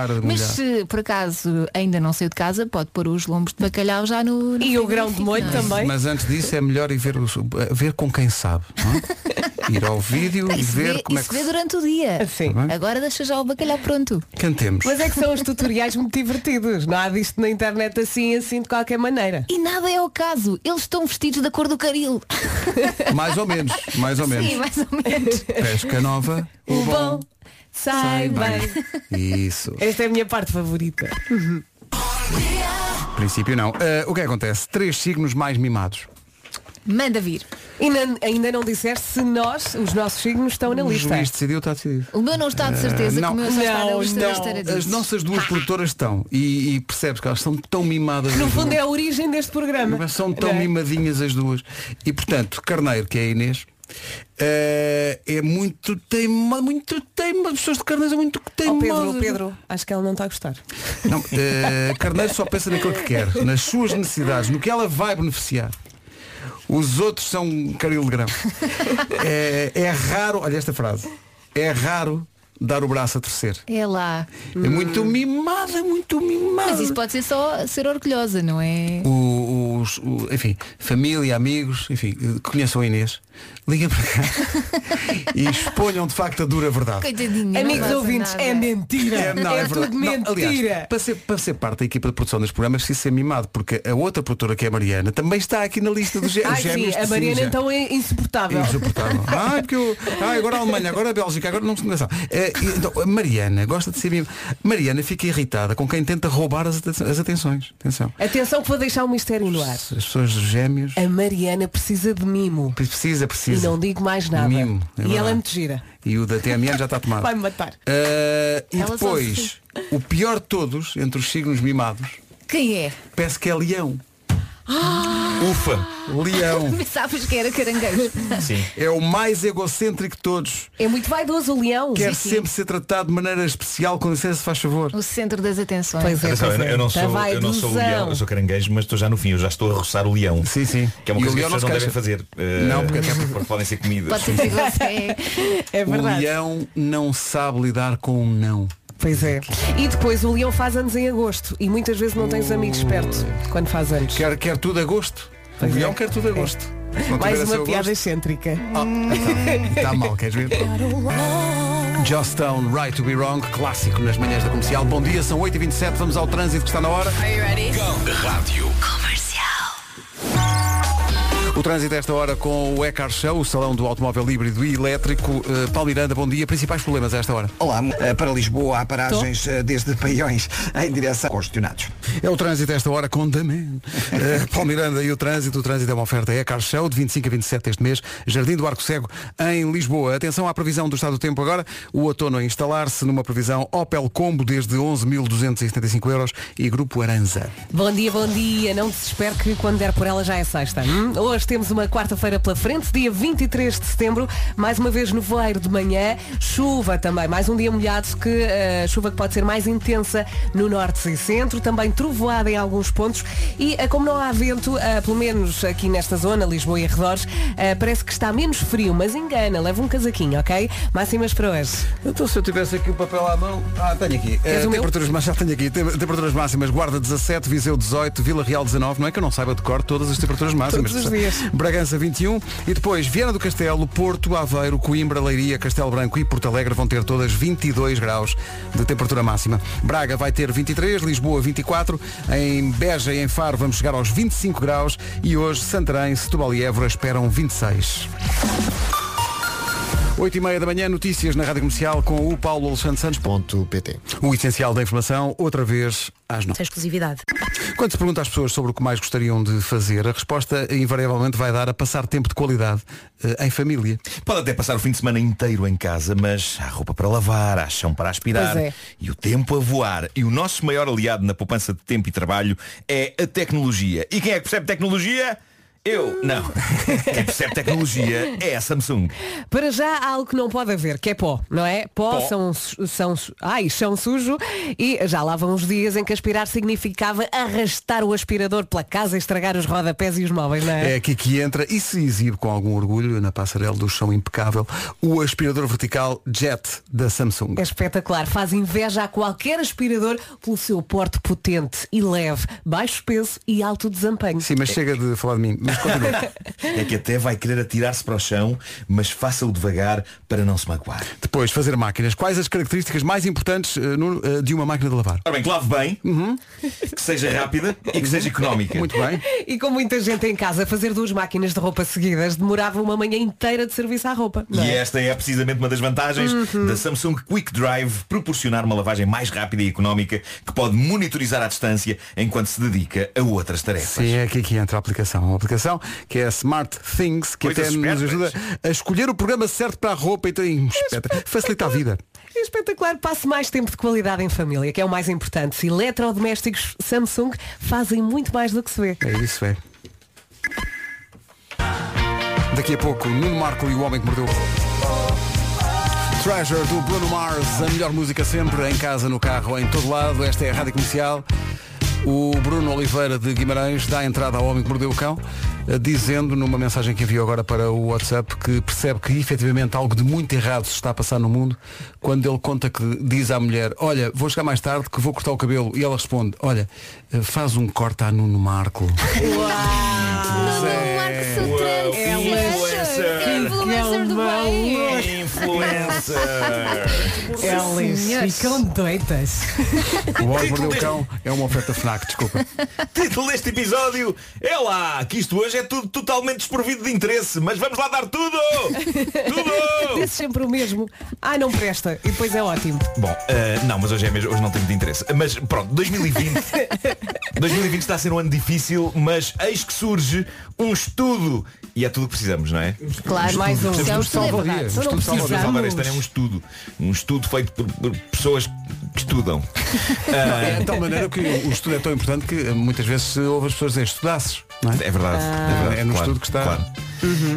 mulher,
Mas se por acaso ainda não saiu de casa, pode pôr os lombos de bacalhau já no. no
E o
frigorífico,
grão de molho
não é?
também.
Mas antes disso é melhor ir ver, os- ver com quem sabe. não é? Ir ao vídeo e
Isso
ver
vê,
como é
isso
que.
vê
se-
durante o dia.
Assim.
Tá bem?
Agora deixa já o bacalhau pronto.
Cantemos.
Mas é que são os tutoriais muito divertidos. Não há disto na internet assim, assim, de qualquer maneira.
E nada é o caso. Eles estão vestidos da cor do caril.
é.
Mais ou menos, mais ou menos.
Sim, mais ou menos.
Pesca nova,
O bom sai bem.
Isso.
Esta é a minha parte favorita.
Princípio não. Eh, o que é que acontece? Três signos mais mimados.
Manda vir.
E nan- ainda não disseste se nós, os nossos signos, estão na
o
lista.
juiz decidiu, está decidido.
O meu não está de certeza,
não.
que o meu só está na
Não,
lista
não.
das taradices.
As nossas duas produtoras estão e, e percebes que elas são tão mimadas.
No
as
fundo
duas.
é a origem deste programa.
Mas São tão
Não é?
mimadinhas as duas. E portanto, Carneiro, que é a Inês, eh, é muito teima, muito teima. As pessoas de Carneiro são muito
Oh,
teimosas.
Pedro, Pedro, acho que ela não está a gostar.
Não, eh, Carneiro só pensa naquilo que quer, nas suas necessidades, no que ela vai beneficiar. Os outros são um caril de grão. É, é raro, olha esta frase, é raro dar o braço a torcer.
É lá.
É
Hum.
muito mimada, muito mimada.
Mas isso pode ser só ser orgulhosa, não é?
O- os, o- enfim, família, amigos, enfim, conheçam a Inês, liguem para cá e exponham de facto a dura verdade.
Coitadinha. não
Amigos
passa
ouvintes,
nada.
é mentira.
É, não, é verdade.
tudo
Não,
mentira.
aliás, para, ser, para ser parte da equipa de produção deste programa é preciso ser mimado, porque a outra produtora que é a Mariana também está aqui na lista dos gé-
Ai,
gêmeos.
sim, a
de
Mariana
Sinja.
então é insuportável.
Insuportável. Ai, porque eu, ai, agora a Alemanha, agora a Bélgica, agora não se enganação. Eh, e, então, a Mariana gosta de ser mimada. Mariana fica irritada com quem tenta roubar as, aten- as atenções. Atenção.
Atenção que vou deixar um mistério no ar.
As pessoas dos gêmeos.
A Mariana precisa de mimo.
Precisa,
É. E
precisa.
não digo mais nada.
Mimo, é
e
verdade.
ela é muito gira.
E o da TMN já está
Ah.
tomado.
Vai-me matar.
Eh, e
Ela só
depois,
assim.
o pior de todos, entre os signos mimados,
Quem é?
parece que é leão.
Ufa!
Leão.
Pensavas que era caranguejo.
Sim.
É o mais egocêntrico de todos.
É muito vaidoso o leão.
Quer
sim.
sempre ser tratado de maneira especial, com licença, se faz favor.
É
O centro das atenções.
Pois é,
Atenção,
pois
eu,
é.
eu não
Tá
sou, eu não sou o
vaidosão.
leão, eu sou caranguejo, mas estou já no fim, eu já estou a roçar o leão.
Sim, sim.
Que é uma
E o
coisa que
leão
as
não
pessoas
se
não devem
queixa.
fazer.
Não, porque
porque,
até
porque podem ser comidas.
Pode ser perigoso. É.
É
O
verdade.
leão não sabe lidar com um não.
Pois é. E depois o leão faz anos em agosto e muitas vezes não tens amigos perto quando faz anos.
Quer, quer tudo a gosto. O
Pois é.
leão quer tudo a gosto. Se não
Mais
tiver a
uma
seu
piada
gosto-
excêntrica.
Ah, Está mal, queres ver? Just Town, Right to be Wrong, clássico nas manhãs da comercial. Bom dia, são 8h27, vamos ao trânsito que está na hora.
Are you ready?
O trânsito a esta hora com o Ecar Show, o salão do automóvel híbrido e elétrico. Uh, Paulo Miranda, bom dia. Principais problemas a esta hora?
Olá, eh, para Lisboa há paragens eh, desde Paiões em direção aos questionados.
É o trânsito a esta hora com The Man. Uh, Paulo Miranda e o trânsito. O trânsito é uma oferta Ecar Show de 25 a 27 este mês. Jardim do Arco Cego em Lisboa. Atenção à previsão do estado do tempo agora. O outono a instalar-se numa previsão Opel Combo desde 11.275 euros e Grupo Aranza.
Bom dia, bom dia. Não desespere que quando der por ela já é sexta. Hum? Hoje temos uma quarta-feira pela frente, dia 23 de setembro. Mais uma vez nevoeiro de manhã. Chuva também. Mais um dia molhado que eh, chuva que pode ser mais intensa no norte e centro. Também trovoada em alguns pontos. E eh, como não há vento, eh, pelo menos aqui nesta zona, Lisboa e arredores, eh, parece que está menos frio, mas engana. Leva um casaquinho, ok? Máximas para hoje.
Então se eu tivesse aqui o papel à mão. Ah, tenho aqui.
Queres
Eh,
o meu?
temperaturas máximas, já tenho aqui. Tem- Temperaturas máximas, Guarda 17, Viseu 18, Vila Real 19, não é que eu não saiba de cor todas as temperaturas máximas.
Todos os dias.
Bragança 21 e depois Viana do Castelo, Porto, Aveiro, Coimbra, Leiria, Castelo Branco e Porto Alegre vão ter todas 22 graus de temperatura máxima. Braga vai ter 23, Lisboa 24, em Beja e em Faro vamos chegar aos 25 graus e hoje Santarém, Setúbal e Évora esperam 26. 8 e meia da manhã, notícias na Rádio Comercial com o Paulo Alexandre Santos.
Ponto PT.
O essencial da informação, outra vez às nove.
exclusividade.
Quando se pergunta às pessoas sobre o que mais gostariam de fazer, a resposta invariavelmente vai dar a passar tempo de qualidade eh, em família.
Pode até passar o fim de semana inteiro em casa, mas há roupa para lavar, há chão para aspirar
Pois é.
e o tempo a voar. E o nosso maior aliado na poupança de tempo e trabalho é a tecnologia. E quem é que percebe tecnologia?
Eu, não. Quem percebe tecnologia é a Samsung.
Para já há algo que não pode haver, que é pó, não é? Pó,
Pó.
São, su- são, su- ai, chão sujo e já lá vão os dias em que aspirar significava arrastar o aspirador pela casa e estragar os rodapés e os móveis, não é?
É aqui que entra e se exibe com algum orgulho na passarela do chão impecável o aspirador vertical Jet da Samsung.
É espetacular, faz inveja a qualquer aspirador pelo seu porte potente e leve, baixo peso e alto desempenho.
Sim, mas chega de falar de mim. Mas continua.
É que até vai querer atirar-se para o chão, mas faça-o devagar para não se magoar.
Depois, fazer máquinas. Quais as características mais importantes eh, Nuno, eh, de uma máquina de lavar?
Ora bem, que lave bem, que seja rápida e que seja económica.
Muito bem.
E com muita gente em casa, fazer duas máquinas de roupa seguidas demorava uma manhã inteira de serviço à roupa. não
E
é?
esta é precisamente uma das vantagens
Uhum.
da Samsung Quick Drive proporcionar uma lavagem mais rápida e económica que pode monitorizar à distância enquanto se dedica a outras tarefas.
Sim, é aqui que entra a aplicação. Uma aplicação que é a Smart Things, que
Coisas
até nos
espertas.
ajuda a escolher o programa certo para a roupa e tem facilita a vida.
É Espetacular, passe mais tempo de qualidade em família, que é o mais importante. Se Eletrodomésticos Samsung fazem muito mais do que se vê.
É isso, é. Daqui a pouco, Nuno Marco e o Homem que Mordeu. o Cão. Treasure do Bruno Mars, a melhor música sempre, em casa, no carro, em todo lado. Esta é a Rádio Comercial. O Bruno Oliveira de Guimarães dá entrada ao Homem que Mordeu o Cão, eh, dizendo numa mensagem que enviou agora para o WhatsApp que percebe que efetivamente algo de muito errado se está a passar no mundo quando ele conta que diz à mulher, olha, vou chegar mais tarde que vou cortar o cabelo. E ela responde, olha, eh, faz um corte a Nuno Marco.
é
Influencer do bem.
Influencer!
Elas ficam doidas.
O Homem que Mordeu o Cão é uma oferta FNAC, desculpa.
Título deste episódio é lá, que isto hoje é tudo totalmente desprovido de interesse, mas vamos lá dar tudo! tudo!
Diz sempre o mesmo. Ai, não presta. E depois é ótimo.
Bom, eh, não, mas hoje é mesmo, hoje não tem muito interesse. Mas pronto, 2020. 2020 está a ser um ano difícil, mas eis que surge um estudo. E é tudo o que precisamos, não é?
Claro, mais um.
Precisamos
Se é
de
o
um
estudo, é
salva-vidas.
verdade.
Não
Estudo Salvador
precisamos.
Salvador, este ano é um estudo. Um estudo feito por, por pessoas que estudam.
É de tal maneira que o estudo é tão importante que eh, muitas vezes se ouve as pessoas dizer estudasses, não é?
É verdade. é, verdade,
É no estudo que está.
Claro.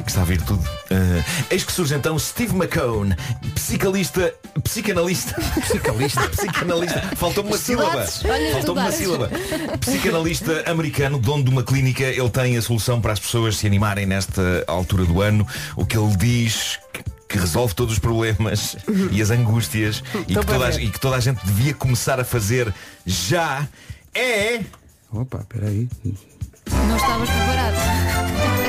Que está a vir tudo. Ah, eis que surge então Steve McCone, psicalista, psicanalista. Psicanalista? psicanalista. Faltou-me uma sílaba.
Estudados. Olha,
Faltou-me uma
estudados.
sílaba. Psicanalista americano, dono de uma clínica, ele tem a solução para as pessoas se animarem nesta altura do ano. O que ele diz que- que resolve todos os problemas e as angústias e
Tô
que,
para
toda a,
ver.
e que toda a gente devia começar a fazer já é
Opa, peraí.
Não estavas preparado.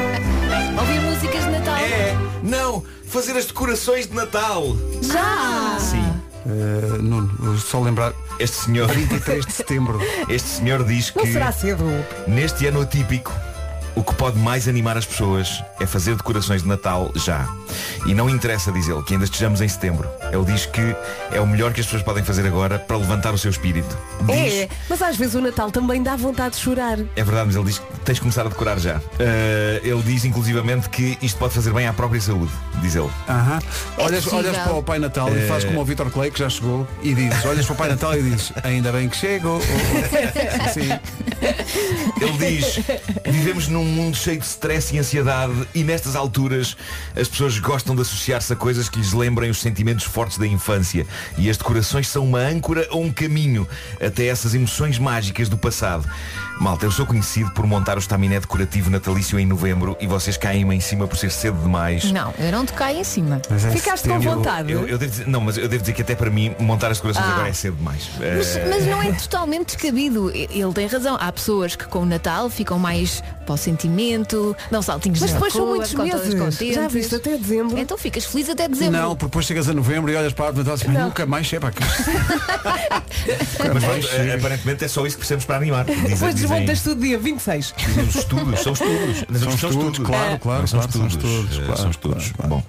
Ouvir músicas de Natal.
É, não, fazer as decorações de Natal.
Já!
Sim.
Eh, Nuno, vou só lembrar,
Este senhor,
23 de setembro.
este senhor diz um que
Não será assim. cedo.
neste ano atípico, o que pode mais animar as pessoas é fazer decorações de Natal já. E não interessa, diz ele, que ainda estejamos em setembro. Ele diz que é o melhor que as pessoas podem fazer agora para levantar o seu espírito. Diz,
É, mas às vezes o Natal também dá vontade de chorar.
É verdade, mas ele diz que tens de começar a decorar já. Eh, ele diz inclusivamente que isto pode fazer bem à própria saúde, diz ele.
Aham.
É
olhas,
possível.
olhas para o Pai Natal e fazes como o Vitor Clay, que já chegou, e dizes, olhas para o Pai Natal e dizes, ainda bem que chegou. Sim.
Ele diz, vivemos num mundo cheio de stress e ansiedade e nestas alturas as pessoas gostam de associar-se a coisas que lhes lembrem os sentimentos fortes da infância e as decorações são uma âncora ou um caminho até essas emoções mágicas do passado. Malta, eu sou conhecido por montar o estaminé decorativo natalício em novembro e vocês caem-me em cima por ser cedo demais.
Não, eu não te caí em cima.
Mas
é
em
Ficaste com
setembro-
vontade.
Eu, eu devo dizer, não, mas eu devo dizer que até para mim montar as decorações
Ah.
agora é cedo demais.
Mas,
Eh,
mas não é totalmente descabido. E- Ele tem razão. Há pessoas que com o Natal ficam mais para o sentimento, dão saltinhos
Mas
na
depois são
rua,
muitos
ficam todas
meses. Já
contentes.
viste até dezembro.
Então ficas feliz até dezembro.
Não, porque depois chegas a novembro e olhas para o Natal e dizes, nunca mais chega aqui.
mas pronto, eh, aparentemente é só isso que precisamos para animar. Dizem-
Depois
dizem-
desmontas tudo dia 26.
Dizem os estudos, são é estudos.
São estudos, claro,
Ah,
claro,
são
claro, são
estudos.
estudos,
eh,
claro,
são estudos.
claro,
Bom.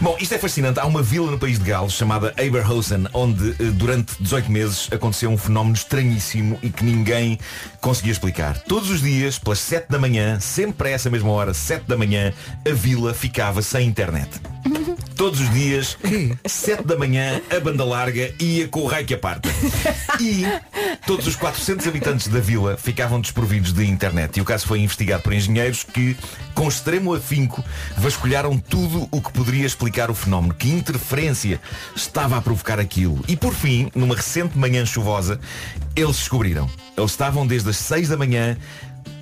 Bom, isto é fascinante. Há uma vila no país de Gales chamada Aberhausen, onde eh, durante 18 meses aconteceu um fenómeno estranhíssimo e que ninguém conseguia explicar. Todos os dias, pelas 7 da manhã, sempre a essa mesma hora, 7 da manhã, a vila ficava sem internet. todos os dias, 7 da manhã, a banda larga ia com o raio que aparta. E todos os 400 habitantes da vila ficavam desprovidos de internet. E o caso foi investigado por engenheiros que, com extremo afinco, vasculharam tudo o que poderia explicar o fenómeno. Que interferência estava a provocar aquilo. E por fim, numa recente manhã chuvosa, eles descobriram. Eles estavam desde as 6 da manhã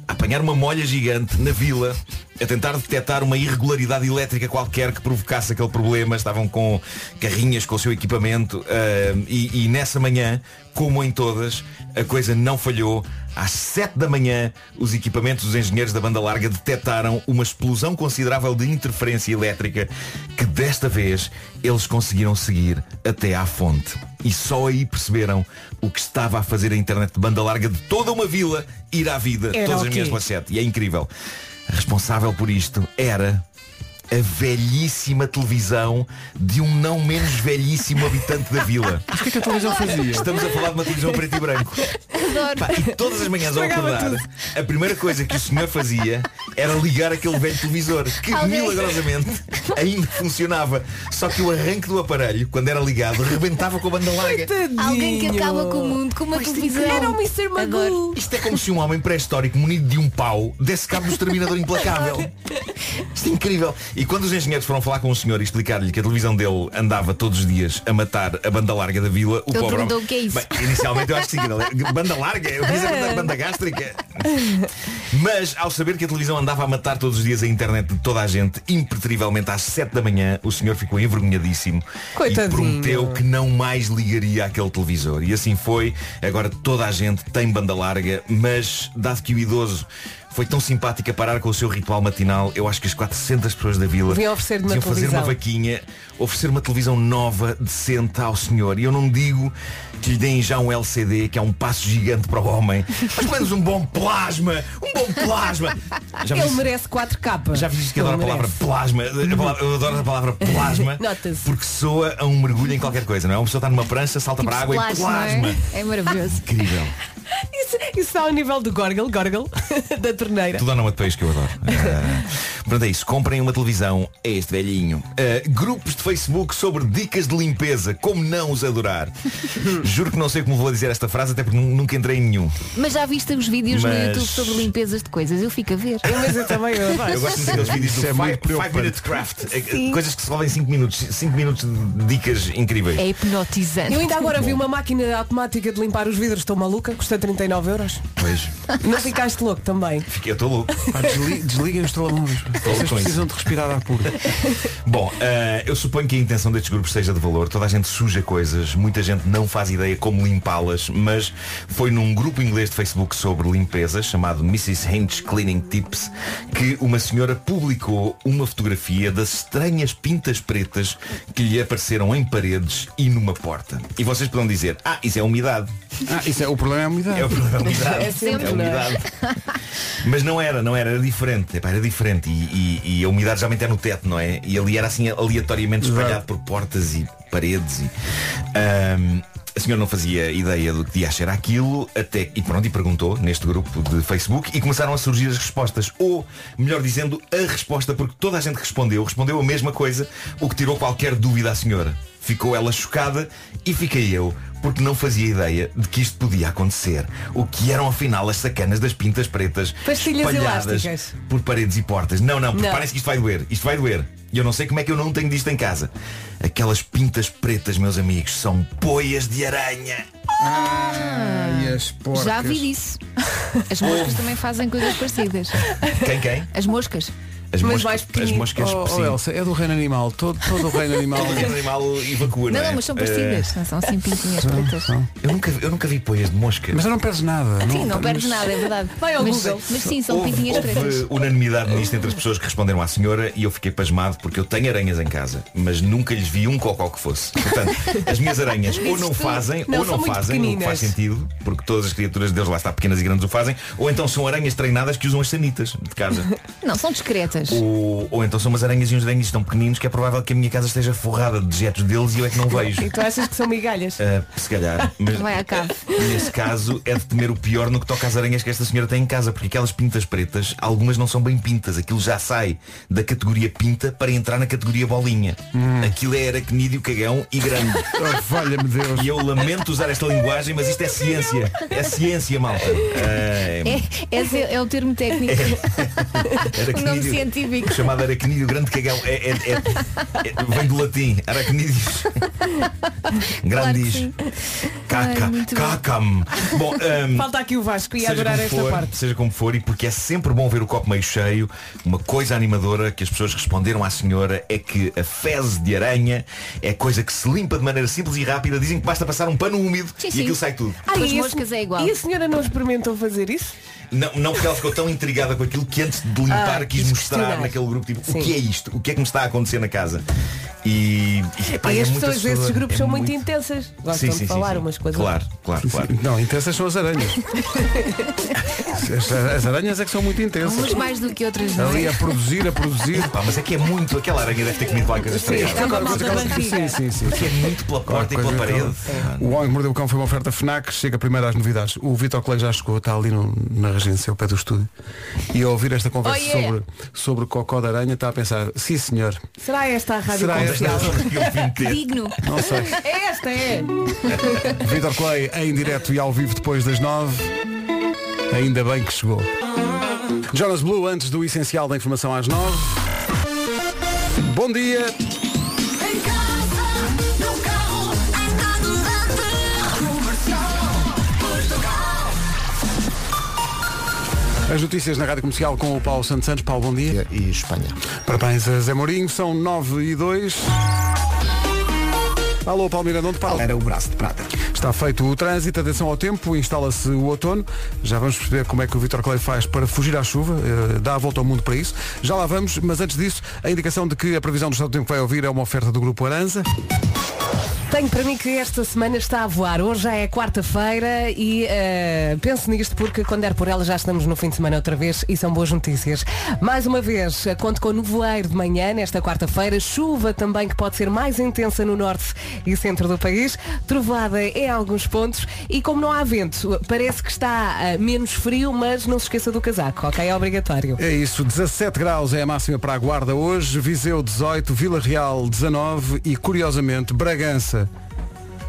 a apanhar uma molha gigante na vila, a tentar detectar uma irregularidade elétrica qualquer que provocasse aquele problema. Estavam com carrinhas, com o seu equipamento ah, e, e nessa manhã, como em todas, a coisa não falhou. Às 7 da manhã, os equipamentos dos engenheiros da banda larga detectaram uma explosão considerável de interferência elétrica que desta vez eles conseguiram seguir até à fonte. E só aí perceberam o que estava a fazer a internet de banda larga de toda uma vila ir à vida
Era
todas
o
as
quê?
minhas Lacete. E é incrível. A responsável por isto era a velhíssima televisão de um não menos velhíssimo habitante da vila.
Mas o que é que a televisão fazia?
Estamos a falar de uma televisão preto e branco.
Adoro.
Pá, e todas as manhãs ao
Estragava
acordar, a primeira coisa que o senhor fazia era ligar aquele velho televisor, que
Alguém.
milagrosamente ainda funcionava. Só que o arranque do aparelho, quando era ligado, rebentava com a banda larga.
Alguém que acaba com o mundo com uma televisão.
tipo, Era o Mr.
Adoro.
Magoo.
Isto é como se um homem pré-histórico munido de um pau desse cabo do exterminador implacável. Isto é incrível. E quando os engenheiros foram falar com o senhor e explicar-lhe que a televisão dele andava todos os dias a matar a banda larga da vila, o
Ele
pobre
perguntou
homem-
o que é isso. Ah.
Bem, inicialmente eu acho que sim, ele- é banda larga, eu quis banda, banda gástrica. Mas ao saber que a televisão andava a matar todos os dias a internet de toda a gente, impertrivelmente às 7 da manhã, o senhor ficou envergonhadíssimo
Coitadinho.
e prometeu que não mais ligaria àquele televisor. E assim foi. Agora toda a gente tem banda larga, mas dado que o idoso foi tão simpático a parar com o seu ritual matinal, eu acho que as 400 pessoas da vila
Deviam oferecer-lhe uma
deviam fazer uma
televisão.
vaquinha, oferecer uma televisão nova, decente ao senhor. E eu não digo que lhe deem já um LCD, que é um passo gigante para o homem, mas pelo menos um bom plasma, um bom plasma. Já
Ele
viste-
merece 4K.
já vos disse que adoro a
Ele
palavra
merece.
plasma. A palavra- Eu adoro a palavra plasma.
Nota-se.
porque soa a um mergulho em qualquer coisa, não é? Uma pessoa está numa prancha, salta para a água
Splash,
e
não
plasma.
Tipo É? é maravilhoso.
Incrível.
Isso, isso está ao nível do gorgle, gorgle, da torneira.
Tudo ao nome de país que eu adoro. Uh, pronto, é isso. Comprem uma televisão a este velhinho. Uh, grupos de Facebook sobre dicas de limpeza. Como não os adorar? Juro que não sei como vou dizer esta frase, até porque nu- nunca entrei em nenhum.
Mas já viste os vídeos no
Mas-
YouTube sobre limpezas de coisas? Eu fico a ver.
É, Mas eu também eu adoro.
Eu gosto muito daqueles vídeos do
Isso é muito
5
preocupante.
Minute Craft. Eh, Coisas que se falam em 5 minutos. 5 minutos de dicas incríveis.
É hipnotizante.
Eu ainda agora vi uma máquina automática de limpar os vidros, estou maluca, custa 39 euros.
Pois,
Não ficaste louco também.
fiquei, eu estou louco.
Pá, desli- Desliguem os telemóveis. Vocês
com isso.
precisam de respirar ar puro.
Bom, eh, eu suponho que a intenção destes grupos seja de valor. Toda a gente suja coisas, muita gente não faz ideia como limpá-las, mas foi num grupo inglês de Facebook sobre limpeza, chamado Mrs. Hinch Cleaning Tips, que uma senhora publicou uma fotografia das estranhas pintas pretas que lhe apareceram em paredes e numa porta. E vocês poderão dizer, ah, isso é umidade.
Ah, isso é, o problema é a umidade.
É o problema da umidade.
É sempre,
a
não é?
umidade. Mas não era, não era, era diferente. Epá, era diferente. E, e- e a umidade geralmente é no teto, não é? E ali era assim aleatoriamente espalhado por portas e paredes e. Ahm, a senhora não fazia ideia do que ia achar aquilo até e pronto e perguntou neste grupo de Facebook e começaram a surgir as respostas ou melhor dizendo a resposta porque toda a gente que respondeu respondeu a mesma coisa o que tirou qualquer dúvida à senhora ficou ela chocada e fiquei eu porque não fazia ideia de que isto podia acontecer o que eram afinal as sacanas das pintas pretas
Pastilhas
espalhadas
elásticas.
por paredes e portas. Não, não,
Não.
preparem-se que isto vai doer. Isto vai doer. E eu não sei como é que eu não tenho disto em casa. Aquelas pintas pretas, meus amigos, são poias de aranha.
Ah, e as porcas.
Já vi disso. As moscas também fazem coisas parecidas.
Quem, quem?
As moscas.
As,
Mas
mosca-
mais
as
pequenino.
moscas.
Oh,
sim.
oh, Elsa, é do reino animal. Todo, todo o reino animal.
Todo aquele animal evacua,
Não,
não, é?
não, mas são
Eh,
parecidas. Não são assim pintinhas pretas.
eu, nunca, eu nunca vi poias de mosca.
Mas eu não perdes nada.
Sim, não perdes nada, é verdade.
Vai ao
mas,
Google.
Mas sim, são
houve,
pintinhas
houve
pretas.
unanimidade nisto entre as pessoas que responderam à senhora e eu fiquei pasmado porque eu tenho aranhas em casa, mas nunca lhes vi um cocó que fosse. Portanto, as minhas aranhas ou não fazem,
Não,
ou
são
não
muito
fazem, o que
pequeninas.
faz sentido, porque todas as criaturas de Deus lá está, pequenas e grandes, o fazem, ou então são aranhas treinadas que usam as sanitas de casa.
Não, são discretas. lagartixas.
Ou, ou então são umas aranhas e uns aranhas tão pequeninos que é provável que a minha casa esteja forrada de dejetos deles e eu é que não vejo.
E tu achas que são migalhas?
Ah, se calhar. Mas
Vai à cave.
nesse caso é de temer o pior no que toca às aranhas que esta senhora tem em casa, porque aquelas pintas pretas, algumas não são bem pintas. Aquilo já sai da categoria pinta para entrar na categoria bolinha. Aquilo é aracnídeo, cagão e grande.
Oh, Valha-me Deus.
E eu lamento usar esta linguagem, mas isto é ciência. É ciência, malta. Ah,
É, esse é o termo técnico.
É
Aracnídeo.
Nome científico.
Chamado aracnídeo grande cagão. É, é- é- é- vem do latim. Aracnídeos. Grandes.
sim. Ai,
Caca.
muito bom.
Cacam. Bom, hum, ahm,
Falta aqui o Vasco e adorar
como
esta
for,
parte.
Seja como for, e porque é sempre bom ver o copo meio cheio, uma coisa animadora que as pessoas responderam à senhora é que a fezes de aranha é coisa que se limpa de maneira simples e rápida. Dizem que basta passar um pano úmido
Sim,
e
sim.
aquilo sai tudo.
Com as
Ah, e a-
moscas é igual.
E a senhora não experimentou fazer isso?
Não, não porque ela ficou tão intrigada com aquilo que antes de limpar
Ah,
quis
quis
mostrar
questionar.
naquele grupo tipo,
Sim.
o que é isto? O que é que me está a acontecer na casa? E, e, epá,
e
é
as
muito
pessoas desses
assustador,
grupos
é
são muito,
muito-
intensas. Gostam
Sim,
de
sim, sim,
falar
sim.
umas coisas.
Claro, claro, claro.
Não, intensas são as aranhas. As, as aranhas é que são muito intensas.
Umas mais do que outras não.
Ali
é?
a produzir, a produzir.
Pá, mas é que é muito, aquela aranha deve ter comido lá coisas estranhas.
É uma malta
Sim,
barriga.
sim, sim.
Porque é muito pela porta e pela
Coisa
parede.
É.
toda. O Homem que Mordeu o Cão foi uma oferta FNAC, chega primeiro às novidades. O Vitor Clay já chegou, está ali no- na regência, ao pé do estúdio. E a ouvir esta conversa
Oh, yeah.
sobre, sobre o cocó da aranha, está a pensar, sim senhor,
Será esta a rádio
Será
comercial?
Digno.
não sei.
Esta é.
Vitor Clay em direto e ao vivo depois das nove. Ainda bem que chegou. Jonas Blue, antes do essencial da informação às nove. Bom dia! As notícias na Rádio Comercial com o Paulo Santos Santos. Paulo, bom dia.
E Espanha.
Parabéns a Zé Mourinho, são 9 e 2. Alô, Paulo Miranda, onde Paulo?
Era o braço de prata.
Está feito o trânsito, atenção ao tempo, instala-se o outono. Já vamos perceber como é que o Vitor Clay faz para fugir à chuva, eh, dá a volta ao mundo para isso. Já lá vamos, mas antes disso, a indicação de que a previsão do estado do tempo que vai ouvir é uma oferta do Grupo Aranza.
Tenho para mim que esta semana está a voar. Hoje já é quarta-feira e eh, penso nisto porque quando der por ela já estamos no fim de semana outra vez e são boas notícias. Mais uma vez, eh, conto com nevoeiro de manhã nesta quarta-feira, chuva também que pode ser mais intensa no norte e centro do país, trovoada em alguns pontos e como não há vento, parece que está eh, menos frio, mas não se esqueça do casaco, ok? É obrigatório.
É isso, 17 graus é a máxima para a Guarda hoje, Viseu 18, Vila Real 19 e, curiosamente, Bragança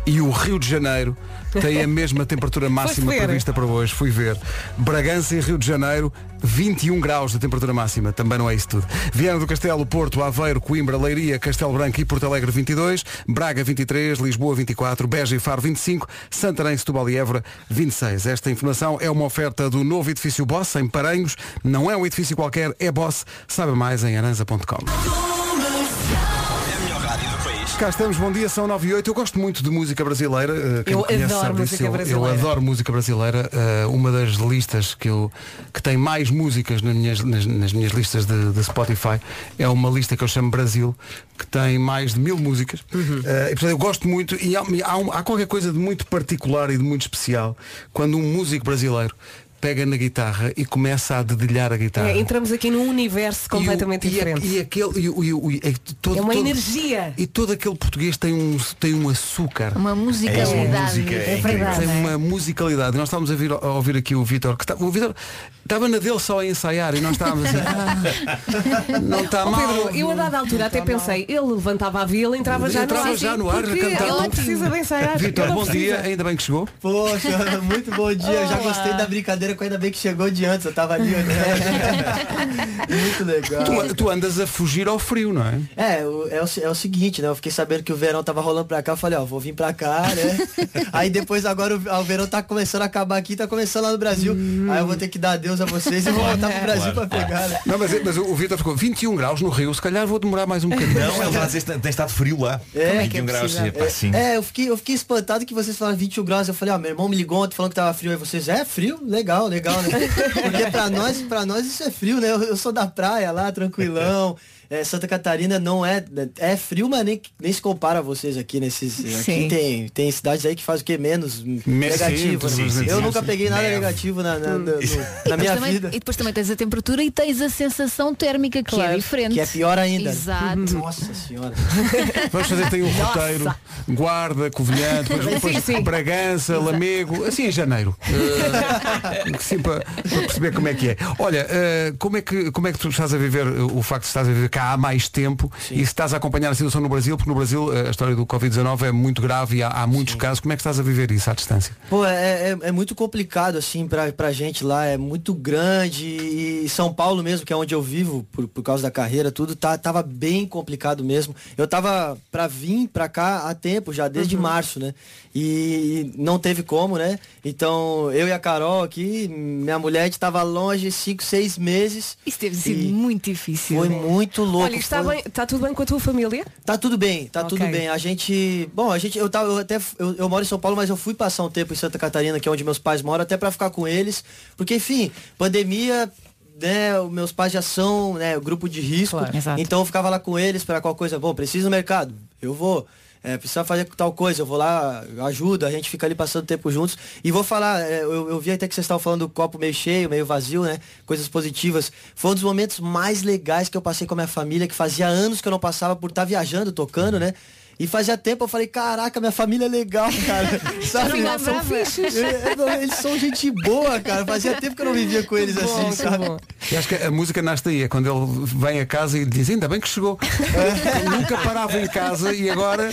e o Rio de Janeiro têm a mesma temperatura máxima
Foste ver?
prevista para hoje, fui ver. Bragança e Rio de Janeiro, 21 graus de temperatura máxima, também não é isso tudo. Viana do Castelo, Porto, Aveiro, Coimbra, Leiria, Castelo Branco e Porto Alegre 22, Braga 23, Lisboa 24, Beja e Faro 25, Santarém, Setúbal e Évora 26. Esta informação é uma oferta do novo edifício Boss em Paranhos, não é um edifício qualquer, é Boss, saiba mais em aranza.com. Cá estamos, bom dia, são 9 e 8. Eu gosto muito de música brasileira. eh, quem
Eu
me conhece
adoro
sabe disso,
música
eu- Eu
brasileira.
adoro música brasileira. Eh, uma das listas que, eu, que tem mais músicas nas minhas, nas, nas minhas listas de, de Spotify é uma lista que eu chamo Brasil, que tem mais de mil músicas.
Uhum.
Eh, e, portanto, eu gosto muito e há, há um- há qualquer coisa de muito particular e de muito especial quando um músico brasileiro pega na guitarra e começa a dedilhar a guitarra.
É, entramos aqui num universo
E o-
completamente
e a-
diferente.
E, aquele, e, o- e o- e é todo-
É uma
todo-
energia.
E todo aquele português tem um, tem um açúcar.
Uma
É isso,
musicalidade.
uma música, é incrível.
verdade.
Tem
não um. é?
uma musicalidade. Nós estávamos a, vir- a ouvir aqui o Vitor. que está- O Vitor estava na dele só a ensaiar e nós estávamos assim. "Ah, não está
Ó,
mal.
Pedro, eu a dada altura até pensei, ele levantava a vila, entrava já
Entrava
no ar.
já no ar,
porque
cantando.
Ele não precisa de ensaiar.
Vitor,
Ele não
bom
precisa.
dia, ainda bem que chegou.
Poxa, muito bom dia. Já gostei da brincadeira, que ainda bem que chegou de antes. Eu tava ali olhando. muito legal.
Ah.
Tu, tu andas a fugir ao frio, não é?
É, o- é o, se- é o seguinte, né? Eu fiquei sabendo que o verão tava rolando pra cá. Eu falei, ó, vou vir pra cá, né? Aí depois agora o, o verão tá começando a acabar aqui, tá começando lá no Brasil. Aí eu vou ter que dar adeus a vocês e vou voltar pro Brasil
Claro,
pra pegar, né?
Não, mas, mas o o Vitor ficou 21 graus no Rio, se calhar vou demorar mais um bocadinho.
Não, ele vai dizer que tem estado frio lá.
tá- É,
Tem
que
um
é
grau,
possível.
sim, pá, sim.
É, eu fiquei, eu fiquei espantado que vocês falaram 21 graus. Eu falei, ó, meu irmão me ligou ontem falando que tava frio. Aí vocês, é frio? Legal, legal, né? Porque pra nós, pra nós isso é frio, né? Eu, eu sou da praia lá, tranquilão. é, Santa Catarina não é. É frio, mas nem, nem se compara a vocês aqui nesses.
Sim.
Aqui tem, tem cidades aí que faz o que? Menos negativo.
sim,
né?
sim,
Eu
sim,
nunca
sim.
peguei nada
Neve.
negativo na, na- na- no-
E
na
depois
minha
também-
vida.
E depois também tens a temperatura e tens a sensação térmica que é
Claro.
diferente.
Que é pior ainda.
Exato.
Nossa senhora.
Vamos fazer tem um
Nossa.
roteiro, guarda, Covilhã, depois,
Sim,
depois
sim.
Bragança, Lamego, assim em janeiro. Eh, Sim, para, para perceber como é que é. Olha, eh, como, é que, como é que tu estás a viver eh, o facto de estás a viver cá há mais tempo e se estás a acompanhar a situação no Brasil, porque no Brasil eh, a história do Covid-19 é muito grave e há, há muitos casos, como é que estás a viver isso à distância?
Pô, é, é, é muito complicado, assim, pra, pra gente lá. É muito grande. E São Paulo mesmo, que é onde eu vivo, por, por causa da carreira, tudo, tá, tava bem complicado mesmo. Eu tava pra vir pra cá há tempo já, desde março, né? E, e não teve como, né? Então, eu e a Carol aqui, minha mulher, a gente tava longe cinco, seis meses.
Isso deve ser
E
muito difícil.
Foi muito louco.
Olha, está,
foi-
bem- está tudo bem com a tua família?
Tá tudo bem, tá
Ok.
tudo bem. A gente, bom, a gente eu tava eu até eu, eu moro em São Paulo, mas eu fui passar um tempo em Santa Catarina, que é onde meus pais moram, até pra ficar com eles, porque enfim, pandemia né, os meus pais já são, né, grupo de risco.
Claro. Exato.
Então eu ficava lá com eles para qualquer coisa, bom, precisa no mercado, eu vou. É, precisa fazer tal coisa, eu vou lá, ajuda, a gente fica ali passando tempo juntos. E vou falar, é, eu, eu vi até que vocês estavam falando do copo meio cheio, meio vazio, né? Coisas positivas. Foi um dos momentos mais legais que eu passei com a minha família, que fazia anos que eu não passava por estar viajando, tocando, né? E fazia tempo eu falei, caraca, minha família é legal, cara. Sabe?
é
Não lembrava.
Eu- eu- Eles são gente boa, cara. Fazia tempo que eu não vivia com eles assim,
Bom, que
sabe?
bom.
E acho que a música nasce daí, é quando ele vem a casa e diz, ainda bem que chegou. Eu Nunca parava em casa e agora.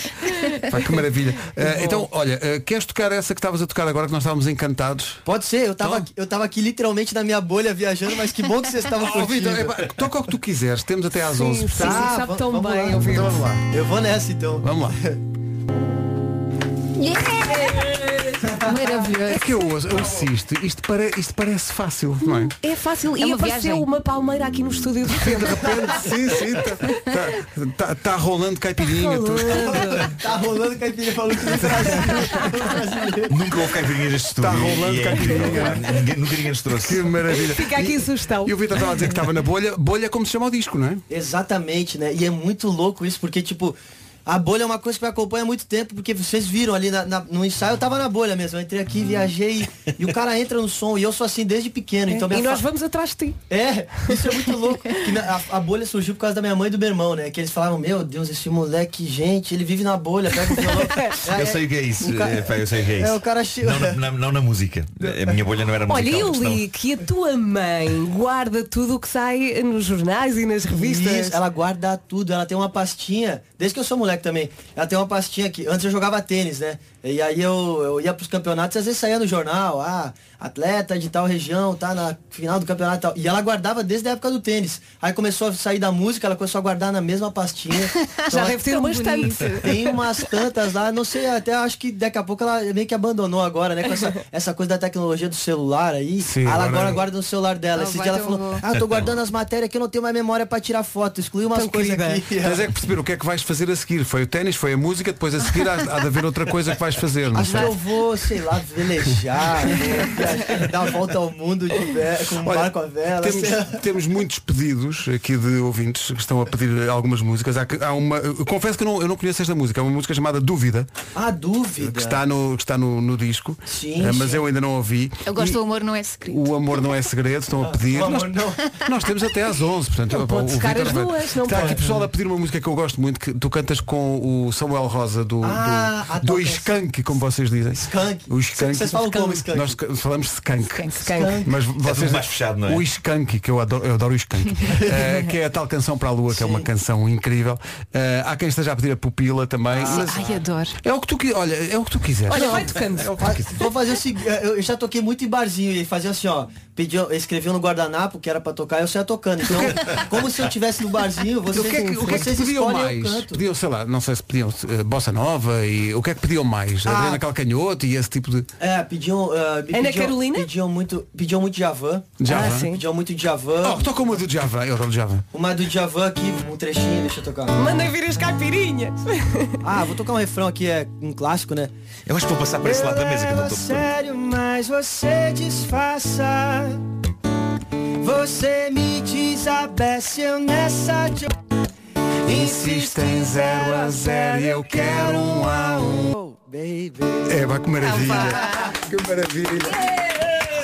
Pá, que maravilha. Eh, então, olha, eh, queres tocar essa que estavas a tocar agora que nós estávamos encantados?
Pode ser, eu tava,
Então?
aqui, eu tava aqui literalmente na minha bolha viajando, mas que bom que vocês estavam
Oh,
curtindo.
Vitor, é pá, toca o que tu quiseres, temos até às
Sim,
11.
sim,
portanto,
Tá,
sabe
va-
tão
vamos
bem
lá.
ouvir.
Vamos lá.
Eu vou nessa então.
Vamos lá. É
Maravilhoso.
É que eu ouço- eu assisto, isto, pare- isto parece fácil, não é?
É fácil.
É
e
uma
apareceu
viagem.
uma palmeira aqui no estúdio de repente.
Sim, sim, está tá, tá rolando caipirinha. tudo.
Tá rolando que a filha falou que não é trazia.
Nunca houve caipirinhas neste
Está
estúdio.
tá rolando
e é
caipirinha.
incrível. Ninguém- Nunca ninguém nos
Que
trouxe.
maravilha.
Fica aqui a sugestão.
E o Vitor estava a dizer que estava na bolha. Bolha é como se chama o disco, não é?
Exatamente, né? E é muito louco isso, porque tipo. A bolha é uma coisa que me acompanha há muito tempo, porque vocês viram ali na- na- no ensaio, eu tava na bolha mesmo. Eu entrei aqui, viajei, e, e o cara entra no som, e eu sou assim desde pequeno. Então minha
É. e nós
fa-
vamos atrás de ti.
É, isso é muito louco. Que minha- a, a bolha surgiu por causa da minha mãe e do meu irmão, né? Que eles falavam, meu Deus, esse moleque, gente, ele vive na bolha, pega o violão. É,
Eu sei o que é isso.
um ca-
é, pá, eu sei o que é
é,
isso.
o cara che-
Não na, na- não na música. A minha bolha não era
Olha,
musical.
eu
mas não.
li que a tua mãe guarda tudo o que sai nos jornais e nas revistas.
Isso, ela guarda tudo, ela tem uma pastinha, desde que eu sou moleque também, ela tem uma pastinha que antes eu jogava tênis, né? E aí eu, eu ia pros campeonatos e às vezes saía no jornal, ah, atleta de tal região, tá na final do campeonato e tal. E ela guardava desde a época do tênis. Aí começou a sair da música, ela começou a guardar na mesma pastinha. Então,
Já deve ter
tão
umas
bonito.
tantas.
tem umas tantas lá, não sei, até acho que daqui a pouco ela meio que abandonou agora, né? Com essa, essa coisa da tecnologia do celular aí.
Sim,
ela
agora- é-
agora guarda no celular dela.
Ah,
Esse
vai
dia ela
ter um
falou,
gol.
ah, eu tô guardando as matérias que eu não tenho mais memória pra tirar foto. Excluí umas
Tão
coisas
querida.
aqui.
Mas é que perceber o que é que vais fazer a seguir. Foi o ténis, foi a música, depois a seguir há, há de haver outra coisa que vais fazer. Não
Acho que
sei.
eu vou, sei lá, velejar, né? dar uma volta ao mundo de ve- com um
Olha,
barco a vela.
Temos,
sei lá.
temos muitos pedidos aqui de ouvintes que estão a pedir algumas músicas. Há, que- há uma, eu confesso que eu não, eu não conheço esta música, é uma música chamada Dúvida,
A Ah, dúvida.
que está no, que está no, no disco,
Sim,
eh, mas
sim.
eu ainda não a ouvi.
Eu gosto
E
do amor, não é segredo.
O amor não é segredo, estão a pedir.
Ah, O amor
nós,
não.
nós temos até às 11, portanto,
Não
opa,
pode
o
tocar
Vítor
as
vai-
duas, não
Está aqui
pode.
pessoal a pedir uma música que eu gosto muito, que tu cantas com o Samuel Rosa do,
Ah, ah,
do, do
tá,
Skunk, como vocês dizem.
Skunk.
O Skunk.
Vocês falam como Skunk?
Nós ca- falamos Skunk.
Skunk.
Mas vocês
tudo mais fechado, não é?
O Skunk, que eu adoro, eu adoro o Skunk, eh, que é a tal canção para a lua, que é uma canção incrível. Eh, há quem esteja a pedir a pupila também. mas
Ai, adoro.
é o que tu qui- olha, é o que tu quiseres.
Ah, Olha, vai tocando.
Ah, Vou fazer o seguinte, eu eu já toquei muito em barzinho e fazia assim, ó, pedia, eu escrevia no guardanapo que era pra tocar, eu saía tocando. Então, como se eu tivesse no barzinho,
O
vocês,
que é que, o que é que
vocês
pediam
escolhem eu
mais?
canto.
Pediam, sei lá, não sei se pediam eh, bossa nova e o que é que pediam mais?
Ah.
Adriana Calcanhoto e esse tipo de.
É, pediam, ah, me
Ana
pediam-
Carolina?
Pediam muito, pediam muito Javan.
Djavan?
Ah, sim.
Pediam muito Javan.
Oh, toca uma do Java, eu adoro Java.
Uma do Javan aqui, um trechinho, deixa eu tocar.
Mandem vir as caipirinhas.
Ah, vou tocar um refrão aqui, é um clássico, né?
Eu acho que vou passar para esse lado da mesa que eu não
levo a
estou.
É sério, mas você disfarça. Você me desabece eu nessa de...
Insistem 0 a 0 e eu quero um a
Oh,
um. É, vai que maravilha. Que maravilha.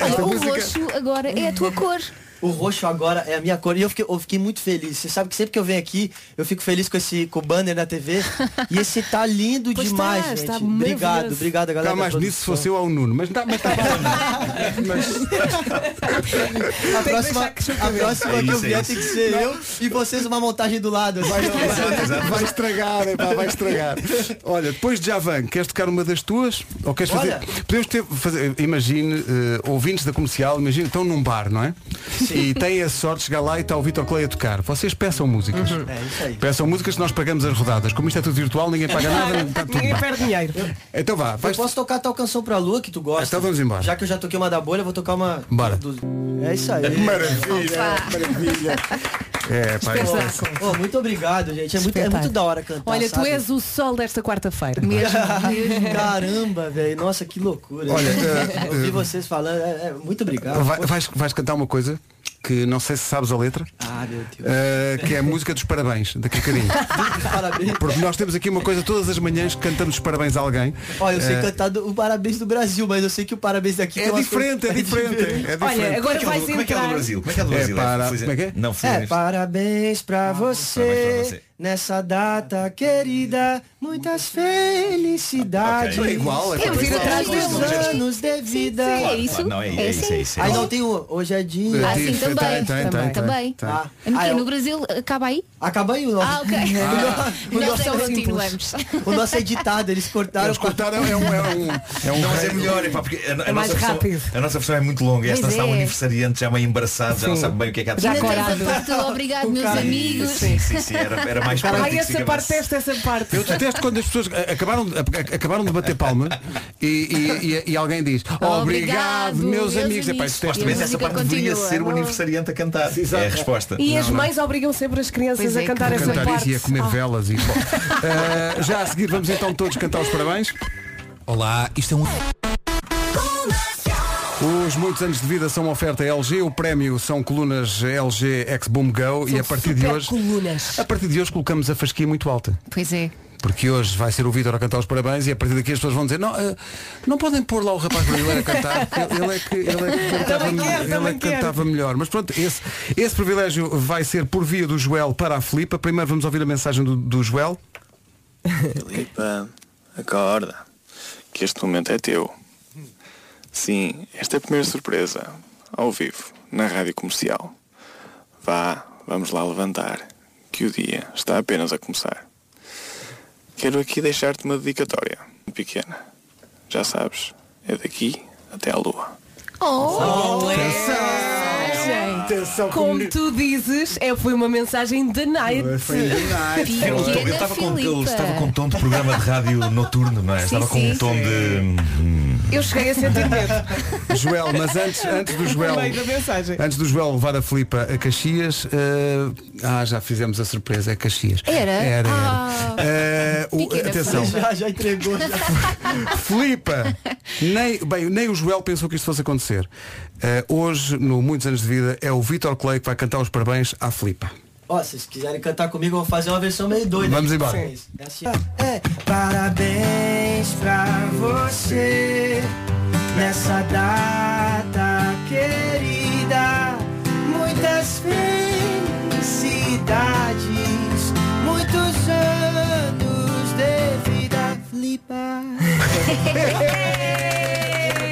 Olha,
Esta
o
música-
roxo agora é a tua cor.
O roxo agora é a minha cor. E eu fiquei, eu fiquei muito feliz. Você sabe que sempre que eu venho aqui, eu fico feliz com esse com o banner na TV. E esse tá lindo
Pois
demais,
tá,
gente.
tá
obrigado,
maravilhoso.
obrigado, galera.
Tá
da
mais nisso se
produção.
fosse eu ao Nuno, mas tá, mas tá bom.
A próxima, a próxima
É
que
isso,
eu
é
vier
isso.
tem que ser eu e vocês uma montagem do lado. assim.
Vai estragar, epá, vai estragar. Olha, depois de Javan, queres tocar uma das tuas? Ou queres fazer?
Olha.
Podemos ter, fazer, imagine, eh, ouvintes da comercial, imagina, estão num bar, não é? E têm a sorte de chegar lá e está o Vitor Clay a tocar. Vocês peçam músicas.
É isso aí.
Peçam músicas, nós pagamos as rodadas. Como isto é tudo virtual, ninguém paga nada. Está tudo
Ninguém
bem.
perde dinheiro.
Então vá,
Eu
vais
posso tocar tal canção pra lua que tu gosta.
Então vamos embora.
Já que eu já toquei uma da bolha, eu vou tocar uma.
Bora.
do- É isso aí.
Maravilha, maravilha. É, pá, isto é-
Espetáculo.
Ô, muito obrigado, gente. É muito, é muito
Espetáculo.
da hora cantar.
Olha, tu
sabe?
és o sol desta quarta-feira.
é
Mesmo.
Caramba, velho. Nossa, que loucura.
Olha, eh,
Ouvir
eh,
vocês falando. é- é, muito obrigado.
Vai- vais, vais cantar uma coisa que não sei se sabes a letra.
Ah, meu Deus.
eh, que é a música dos parabéns, daqui a bocadinho.
Parabéns.
Porque nós temos aqui uma coisa todas as manhãs que cantamos os parabéns a alguém.
Olha, eu sei
Eh,
cantar do- o parabéns do Brasil, mas eu sei que o parabéns daqui tem
é
umas
diferente, é
coisas-
diferente, é diferente.
Olha, agora
Como é que é o do-
vais
como é que é o do
entrar.
Brasil? Como é que é o do
É
Brasil?
para-
Fui-
como é que é?
Não fui.
É, parabéns
parabéns pra
pra você
você.
nessa data querida, muitas felicidades.
Ok. É
igual, é
Eu
parabéns.
viro atrás dos
Meus
dois.
anos de vida.
Sim, sim,
Claro,
é isso?
claro, Não, é, é,
É
isso,
sim.
é isso. é
Aí
isso.
não tem o hoje é dia.
Ah, sim,
Tem, tem, tem, tem,
também. Também.
tem,
também.
tem.
Ah,
No
ah,
quê?
eu-
No Brasil acaba aí?
Acaba aí o nosso.
Ah, assim. ok.
o
Nós
nosso é
não
simples.
continuamos.
O nosso é editado, eles cortaram.
Eles cortaram, é um. É um, é um
Não, mas é
rei-
melhor, epá, porque a, a
mais
nossa
rápido.
versão, a nossa versão é muito longa, e esta
Pois
está
é.
um aniversariante já meio embaraçado, já não sabe bem o que é que há de
Já
ser.
Ainda
corado.
tens a parte do obrigado, meus
cara-
amigos.
Sim, sim, sim, era, era mais prático
Ai,
que
essa
se
parte,
acabasse.
esta, essa parte.
Eu detesto quando as pessoas a- acabaram, de- a- a- acabaram de bater palma e, e- e- e alguém diz Obrigado,
Obrigado,
meus
meus
amigos. Epá,
amigos.
isto é-
Supostamente
E a
essa
música
parte deveria
continua. é?
ser o aniversariante a cantar. É a resposta.
E as mães obrigam sempre as crianças
Pois é,
a cantar
que
essa
cantar isso
parte.
e a comer
Ah.
velas e bom.
Ah.
Eh, já a seguir vamos então todos cantar os parabéns. Olá, isto é um. Os muitos anos de vida são uma oferta LG, o prémio são colunas LG X Boom Go e a partir de
super
hoje.
colunas.
A partir de hoje colocamos a fasquia muito alta.
Pois é.
Porque hoje vai ser o Vítor a cantar os parabéns e a partir daqui as pessoas vão dizer, não, eh, não podem pôr lá o rapaz brasileiro a cantar, porque ele é que, ele é que cantava,
Também quero,
ele é que
também quero.
cantava melhor. Mas pronto, esse, esse privilégio vai ser por via do Joel para a Filipa. Primeiro vamos ouvir a mensagem do, do Joel.
Filipa, acorda, que este momento é teu. Sim, esta é a primeira surpresa, ao vivo, na rádio comercial. Vá, vamos lá levantar, que o dia está apenas a começar. Quero aqui deixar-te uma dedicatória, pequena. Já sabes, é daqui até à lua.
Oh,
Atenção,
Como tu dizes, é, foi uma mensagem de night.
Eu
pequena
eu estava com, ele
Filipa.
estava com um tom de programa de rádio noturno, não é? estava com
sim.
um tom de.
Eu cheguei a sentir medo.
Joel, mas antes, antes do Joel.
No meio da mensagem.
Antes do Joel levar a Filipa a Caxias, eh, ah, já fizemos a surpresa, é Caxias.
Era?
Era, era.
Ah.
Eh, o-
Pequena
Então.
atenção,
Já, já entregou. já.
Filipa, nem, bem, nem o Joel pensou que isto fosse acontecer. Eh, hoje, no Muitos Anos de Vida, é o Vítor Clay que vai cantar os parabéns à Filipa.
Ó, se vocês quiserem cantar comigo, eu vou fazer uma versão meio doida.
Vamos embora.
É assim. É, parabéns pra você nessa data querida. Muitas felicidades, muitos anos de vida. Flipa.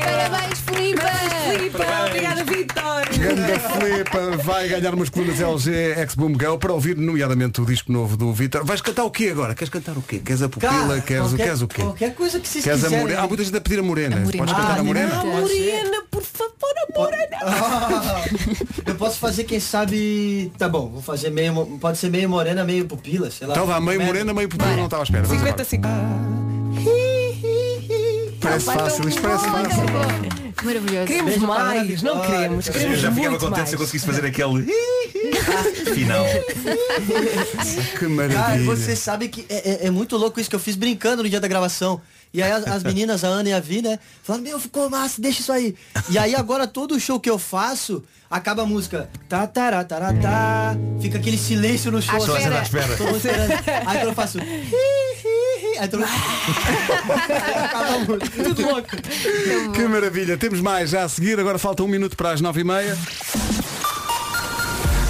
Parabéns, Filipe!
Filipa, obrigada, Vitor.
Grande Filipa vai ganhar umas colunas LG X-Boom Girl para ouvir, nomeadamente, o disco novo do Vítor. Vais cantar o quê agora? Queres cantar o quê? Queres a pupila?
Cara,
queres, o,
qualquer-
queres o quê?
Qualquer coisa que vocês
Queres a
quiserem.
morena? Há muita gente a pedir a morena.
A morena.
Podes cantar
Ah,
a morena?
não. Pode ser.
Morena, por favor, a Morena.
Ah,
Eu posso fazer, quem sabe. Tá bom, vou fazer meio. mo- Pode ser meio morena, meio pupila, sei lá. é?
Então vá, meio
Merda.
morena, meio pupila, não estava à espera. Vamos embora.
55.
Parece fácil, isto parece fácil.
Maravilhoso.
Queremos
Beijo para a Ana
mais, não
Vitória.
queremos,
Eu
queremos
já ficava
muito
contente se eu
mais.
conseguisse fazer aquele final.
Que
Cara,
maravilha.
você sabe que é, é- é muito louco isso que eu fiz brincando no dia da gravação. E aí as, as meninas, a Ana e a Vi, né? Falaram, meu, ficou massa, deixa isso aí. E aí agora todo show que eu faço, acaba a música. Tá, tará, tará, tá. Fica aquele silêncio no show.
À
assim,
espera.
né?
À espera.
Todo mundo esperando. Aí quando eu faço. "Hi, hi, hi", Aí todo mundo- acaba a música. Tudo louco. é um
Que maravilha. Temos mais já a seguir. Agora falta um minuto para as nove e meia.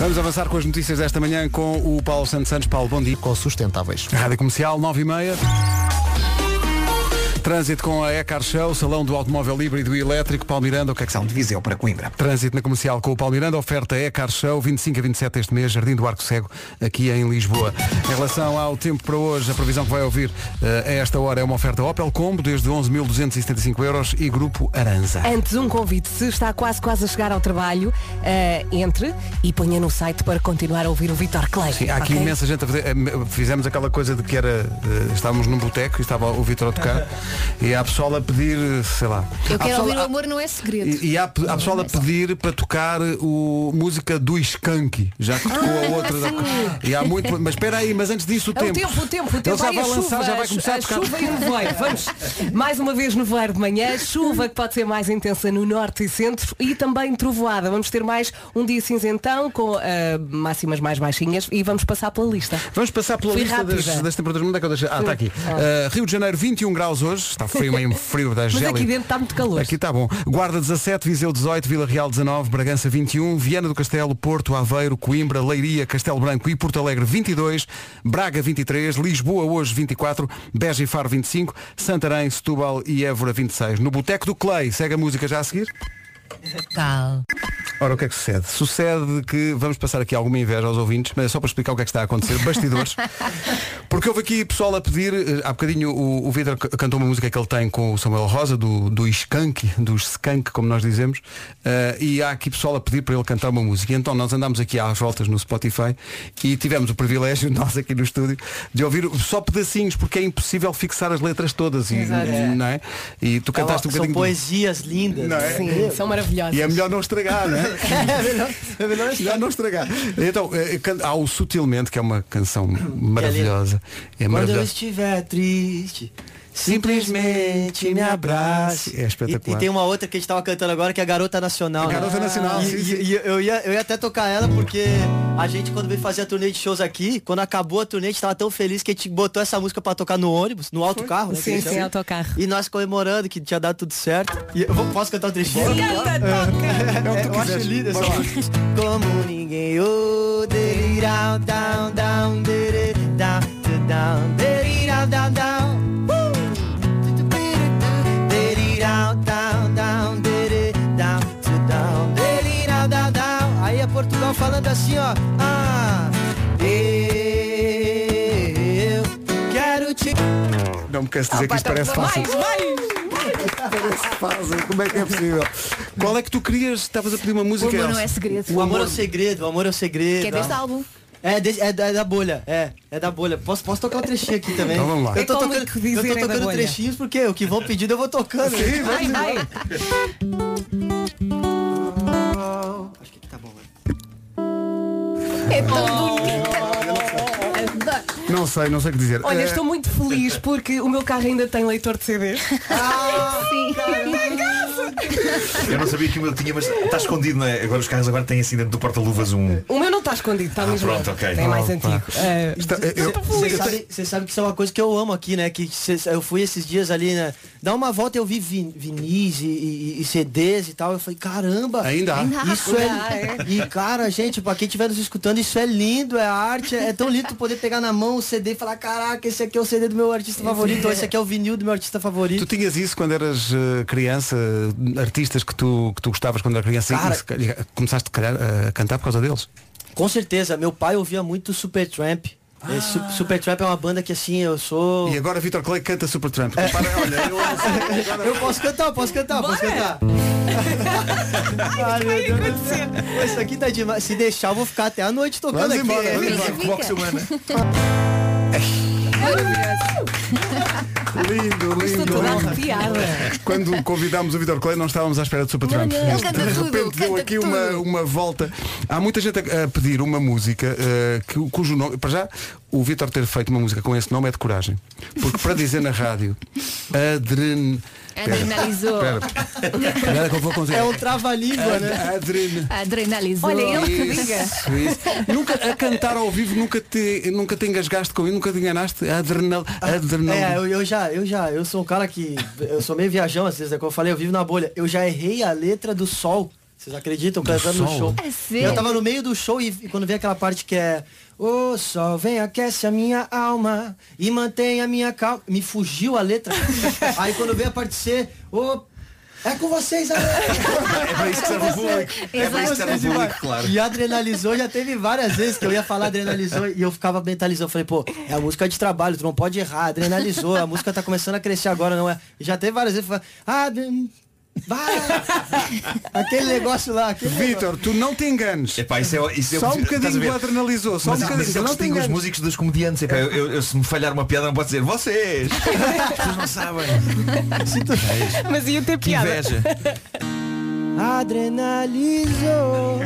Vamos avançar com as notícias desta manhã com o Paulo Santos Santos. Paulo, bom dia.
Com sustentáveis.
Rádio Comercial, nove e meia. Trânsito com a Ecar Show, Salão do Automóvel Híbrido e Elétrico. Paulo Miranda, o que é que são?
De Viseu para Coimbra.
Trânsito na comercial com o Paulo Miranda, oferta é Car Show, 25 a 27 este mês, Jardim do Arco Cego, aqui em Lisboa. Em relação ao tempo para hoje, a previsão que vai ouvir eh, a esta hora é uma oferta Opel Combo, desde 11.275 euros e Grupo Aranza.
Antes, um convite. Se está quase, quase a chegar ao trabalho, eh, entre e ponha no site para continuar a ouvir o Vitor Clay.
Sim, há aqui
ok?
imensa gente a fazer. eh, Fizemos aquela coisa de que era. eh, estávamos num boteco e estava o Vitor a tocar e há pessoal a pedir, eh, sei lá.
Eu
há
quero
pessoal-
ouvir o amor não é segredo.
E, e há, pe- há
é
pessoal a pedir para tocar uh, o música do Skank, já que tocou a outra. da-
Ah, sim.
E há muito, mas espera aí, mas antes disso o
É
tempo.
o tempo, o tempo, o tempo.
Ele já
Ai,
vai
a
lançar,
chuva,
já vai começar a tocar.
chuva e o nevoeiro. Vamos mais uma vez no voar de manhã. Chuva que pode ser mais intensa no norte e centro e também trovoada. Vamos ter mais um dia cinzentão com eh, máximas mais baixinhas e vamos passar pela lista.
Vamos passar pela
Fui
lista das,
rápida.
das temperaturas. Onde é que eu deixei? Ah,
Fui.
está aqui.
Ah.
Ah, Rio de Janeiro, 21 graus hoje. Está frio, meio frio da
Mas
gel.
aqui dentro está muito calor.
Aqui está bom. Guarda 17, Viseu 18, Vila Real 19, Bragança 21, Viana do Castelo, Porto, Aveiro, Coimbra, Leiria, Castelo Branco e Porto Alegre 22, Braga 23, Lisboa hoje 24, Beja e Faro 25, Santarém, Setúbal e Évora 26. No Boteco do Clay, segue a música já a seguir.
Cal.
Ora, o que é que sucede? Sucede que vamos passar aqui alguma inveja aos ouvintes, mas é só para explicar o que é que está a acontecer. Bastidores. Porque houve aqui pessoal a pedir, eh, há bocadinho o, o Vitor c- cantou uma música que ele tem com o Samuel Rosa, do, do Skank, dos Skank, como nós dizemos, eh, e há aqui pessoal a pedir para ele cantar uma música. E então nós andámos aqui às voltas no Spotify e tivemos o privilégio, nós aqui no estúdio, de ouvir só pedacinhos, porque é impossível fixar as letras todas. E,
Exato.
não é? e tu cantaste um
São
bocadinho. do-
poesias lindas.
Não é?
Sim, são maravilhosos.
E é melhor não estragar, não é?
É melhor, é melhor
Já não estragar. Então, eh, can- há o Sutilmente, que é uma canção maravilhosa. É
Quando eu
maravilhosa.
estiver triste, simplesmente me abrace.
É espetacular.
E, e tem uma outra que a gente tava cantando agora que é a Garota Nacional. né?
Garota Nacional,
E,
sim, sim.
e- e eu, ia, eu ia até tocar ela porque a gente quando veio fazer a turnê de shows aqui, quando acabou a turnê, a gente tava tão feliz que a gente botou essa música pra tocar no ônibus, no autocarro. Né, que
Sim,
eles
sim,
chamam.
autocarro.
E nós comemorando que tinha dado tudo certo. E eu vou- posso cantar um trechinho?
Canta,
Ah,
toca!
É, eu acho
quiseres.
lindo essa
Bora lá.
música. Como ninguém oh, derirau, down, down, dere, down, to down, derirau, down, down. Uh! Derirau, down, down, dere, down, to down, derirau, down, down. Aí é Portugal falando assim, ó. Ah, eu quero te.
Não me canso de dizer que isto parece fácil. Parece fácil. Como é que é possível? Qual é que tu querias? Estavas a pedir uma
O
música.
amor não é
Elsa?
segredo.
O amor é o segredo, o amor é o segredo.
Que é deste
Ah.
álbum.
É, desse- é da, é da bolha, é. É da bolha. Posso, posso tocar um trechinho aqui também?
Então vamos lá.
Eu tô
É como
tocando,
dizer
eu tô
é da
tocando
bolha.
trechinhos porque o que vão pedindo eu vou tocando.
Sim, vamos
Ai, ai.
Acho que aqui tá bom, né?
É tão bonita. Adoro.
Não sei, não sei o que dizer.
Olha,
Eh,
estou muito feliz porque o meu carro ainda tem leitor de CD.
Ah,
Sim.
Eu não sabia que o meu tinha, mas está escondido, não é? Agora os carros agora têm assim dentro do porta-luvas um.
O meu não está escondido, está mesmo.
pronto, ok.
Tem mais
Opa.
antigo. Eh,
está- eh, eu-
Você sabe, cê sabe que isso é uma coisa que eu amo aqui, né? Que cê- eu fui esses dias ali, né? Dar uma volta eu vi vin, vinis e, e- e CDs e tal. Eu falei, caramba!
Ainda há.
Isso é. E cara, gente, pra quem estiver nos escutando, isso é lindo, é arte, é tão lindo tu poder pegar na mão o CD e falar, caraca, esse aqui é o CD do meu artista favorito, ou esse aqui é o vinil do meu artista
Tu
favorito.
tinhas isso quando eras eh, criança, artistas que tu, que tu gostavas quando era criança e-
Cara.
e se calhar- começaste calhar, a cantar por causa deles?
Com certeza, meu pai ouvia muito Supertramp. É, Su- Supertramp é uma banda que assim, eu sou.
E agora Vitor Clay canta Supertramp. Compara- olha, eu-
Eu posso cantar, eu posso cantar, eu posso
Bora!
cantar. Ai,
Ah,
meu Deus do céu. Isso aqui tá demais. Se deixar, eu vou ficar até a noite tocando É
Vamos
aqui.
embora, vamos
embora.
Coloque-se humana.
Lindo,
Estou
lindo.
toda
lindo.
arrepiada.
Quando convidámos o Vitor Clay, não estávamos à espera de Supertramp.
Não, não. Ele
Mas
canta
de
tudo,
repente deu
canta
aqui uma,
tudo.
uma volta. Há muita gente a, a pedir uma música eh, que, cujo nome, para já, o Vitor ter feito uma música com esse nome é de coragem. Porque para dizer na rádio, adren... Espera,
Adrenalizou.
espera. Espera que eu vou conseguir.
É um trava-língua, né?
Adren...
Adrenalizou.
Isso, isso. Nunca, a cantar ao vivo nunca te, nunca te engasgaste com isso, nunca te enganaste. Adrenal, adrenal.
É, eu, eu já, eu já, eu sou um cara que. Eu sou meio viajão, às vezes, é como eu falei, eu vivo na bolha. Eu já errei a letra do sol. Vocês acreditam? Cantando no
Sol?
show.
É sério?
eu tava no meio do show e, e quando vem aquela parte que é. Ô sol, vem, aquece a minha alma e mantém a minha calma. Me fugiu a letra. Aí quando vem a parte C, ô. é com vocês aí!
É para isso que serve o público. É para isso que serve o público, claro.
E adrenalizou, já teve várias vezes que eu ia falar adrenalizou e eu ficava mentalizando. Eu Falei, pô, é a música de trabalho, tu não pode errar, adrenalizou, a música tá começando a crescer agora, não é? E já teve várias vezes, eu falei, ah, bem, vai! aquele negócio lá, aquele
Vitor, tu não te enganes.
Epá, isso é, isso é
Só um
estás a
bocadinho
ver?
do adrenalizou, só um
Mas-
bocadinho.
mas isso é o que
Não
se
tem
distingue os
ganhos.
músicos dos comediantes. Epá, eu, eu- eu, se me falhar uma piada não posso dizer vocês. As pessoas não sabem.
Mas ia ter
Que
piada.
inveja.
Adrenalizou.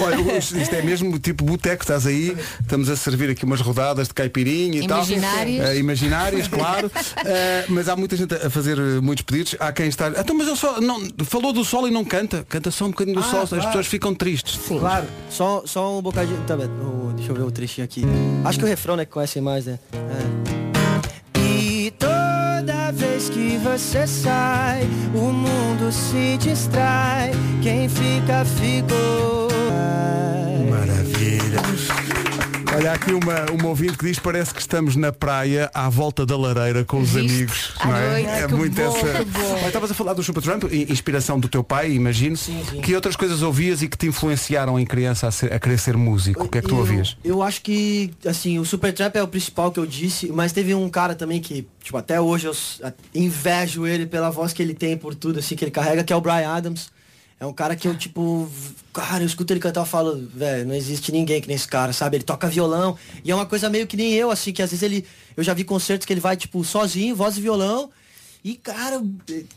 Olha, isto isto é mesmo tipo boteco, estás aí, estamos a servir aqui umas rodadas de caipirinha e tal.
Imaginárias.
Eh, imaginárias, claro. Eh, mas há muita gente a fazer eh, muitos pedidos. Há quem está. Então, mas eu só. Não, falou do sol e não canta. Canta só um bocadinho do
Ah,
sol, as
claro.
pessoas ficam tristes.
Claro, só, só um bocadinho. Tá, bem, o- deixa eu ver o trechinho aqui. Acho que o refrão né, que conhecem mais, né? É. E toda vez que você sai, o mundo se distrai. Quem fica, ficou.
Maravilha. Olha há aqui uma, uma ouvinte que diz parece que estamos na praia à volta da lareira com os
Viste?
amigos.
À
não é?
noite.
é
Que
muito
bom,
essa.
que bom.
Olha, Estavas a falar do Chupa Trump, i- inspiração do teu pai, imagino.
sim.
Que outras coisas ouvias e que te influenciaram em criança a, ser- a querer ser músico? O que é que tu
eu,
ouvias?
Eu acho que, assim, o Supertramp é o principal que eu disse, mas teve um cara também que, tipo, até hoje eu s- a- invejo ele pela voz que ele tem, por tudo, assim, que ele carrega, que é o Brian Adams. É um cara que eu, tipo, v- cara, eu escuto ele cantar e falo, velho, não existe ninguém que nem esse cara, sabe? Ele toca violão, e é uma coisa meio que nem eu, assim, que às vezes ele, eu já vi concertos que ele vai, tipo, sozinho, voz e violão, e, cara,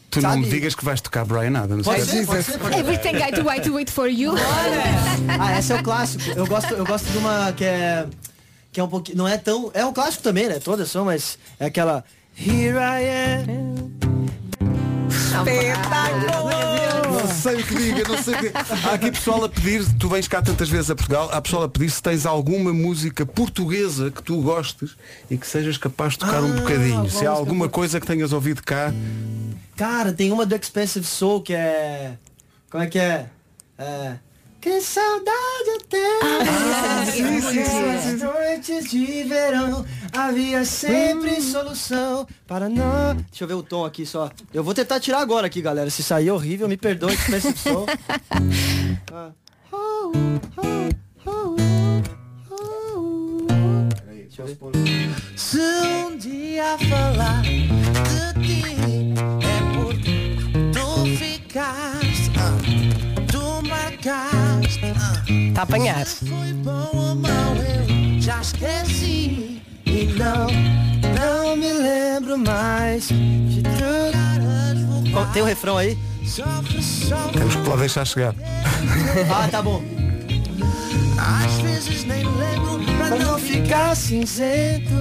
Tu não
sabe?
me digas é. que vais tocar Brian Adams.
Pode
Quer
ser,
dizer-
pode ser, pode ser.
Everything I do, I do it for you.
Ah, esse é o clássico. Eu gosto, eu gosto de uma que é que é um pouquinho, não é tão, é um clássico também, né? Todas são, mas é aquela Here I am.
Não sei o que diga, não sei o que diga. Há aqui pessoal a pedir, tu vens cá tantas vezes a Portugal, há pessoal a pedir se tens alguma música portuguesa que tu gostes e que sejas capaz de tocar
Ah,
um bocadinho. Se há
música
alguma coisa que tenhas ouvido cá.
Cara, tem uma do Expensive Soul que é como é que é? É que saudade eu tenho
Ah,
Ah,
sim, sim, sim,
Nas noites de verão Havia
Hum.
sempre solução Para não... Deixa eu ver o tom aqui só Eu vou tentar tirar agora aqui, galera Se sair é horrível, me perdoe Expensive Soul
Se um dia falar de ti é porque tu ficaste, ah, tu marcaste.
Está
Tá
a apanhar.
Foi bom ou mau, eu já esqueci.
E não, não me lembro mais de tudo. Qual- Tem o refrão aí?
Sofre, sofre,
Temos que lá deixar chegar.
ah, tá bom.
às vezes nem lembro pra
Pra não
não
ficar cinzento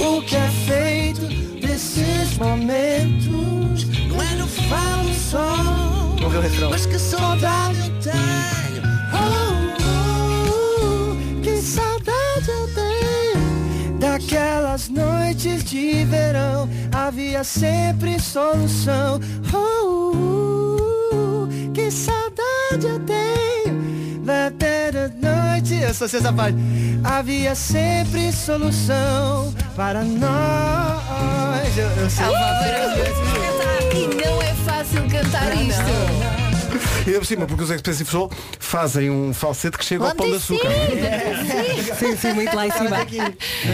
O que é feito desses momentos
Não é no falo só
Vamos ver o refrão.
Mas que saudade eu tenho
Oh, oh, oh, que saudade eu tenho Daquelas noites de verão Havia sempre solução Oh, oh, oh, que saudade eu tenho Daquela noite Eu só sei essa parte Havia sempre solução Para nós Eu, eu sei
Salva maravilhoso. E não é fácil cantar isto.
E ainda por cima, porque os Expensive Soul fazem um falsete que chega ao pão de açúcar.
Sim, sim, muito lá em cima.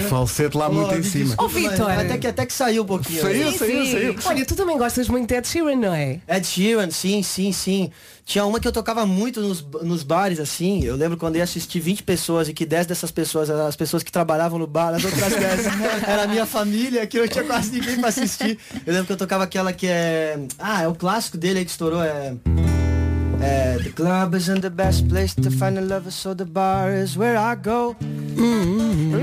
Um falsete lá muito em cima.
Ó, Vitor.
Até que, até que saiu um pouquinho.
Saiu, saiu, saiu.
Olha, tu também gostas muito de Ed Sheeran, não é?
Ed Sheeran, sim, sim, sim. Tinha uma que eu tocava muito nos, nos bares, assim. Eu lembro quando eu ia assistir 20 pessoas e que 10 dessas pessoas eram as pessoas que trabalhavam no bar, as outras 10 era a minha família, que eu tinha quase ninguém pra assistir. Eu lembro que eu tocava aquela que é. Ah, é o clássico dele aí que estourou, é. É, the club isn't the best place to find a lover, so the bar is where I go.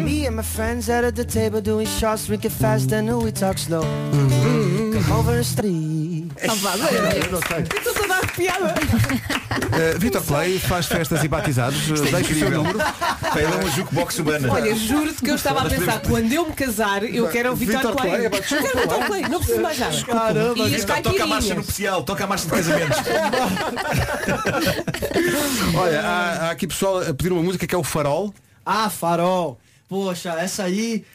Me and my friends out at the table doing shots, drinking fast, and we talk slow. Come over and street.
Eu é. Estou toda arrepiada.
Uh, Vitor Play faz festas e batizados. Uh,
Isto é
Deixa o
incrível.
número.
Pá, ele é uma jukebox humana.
Olha, juro-te que eu estava a
Nós
pensar,
podemos-
quando eu me casar, eu quero o Vitor
Vitor Clay,
Clay.
é pá,
Quero
desculpa
o Vitor Clay, não preciso mais nada.
Caramba,
E as
Toca- Toca a marcha
caipirinhas.
nupcial, toca a marcha de casamentos.
Olha, há, há aqui pessoal a pedir uma música que é o Farol.
Ah, farol. Poxa, essa aí.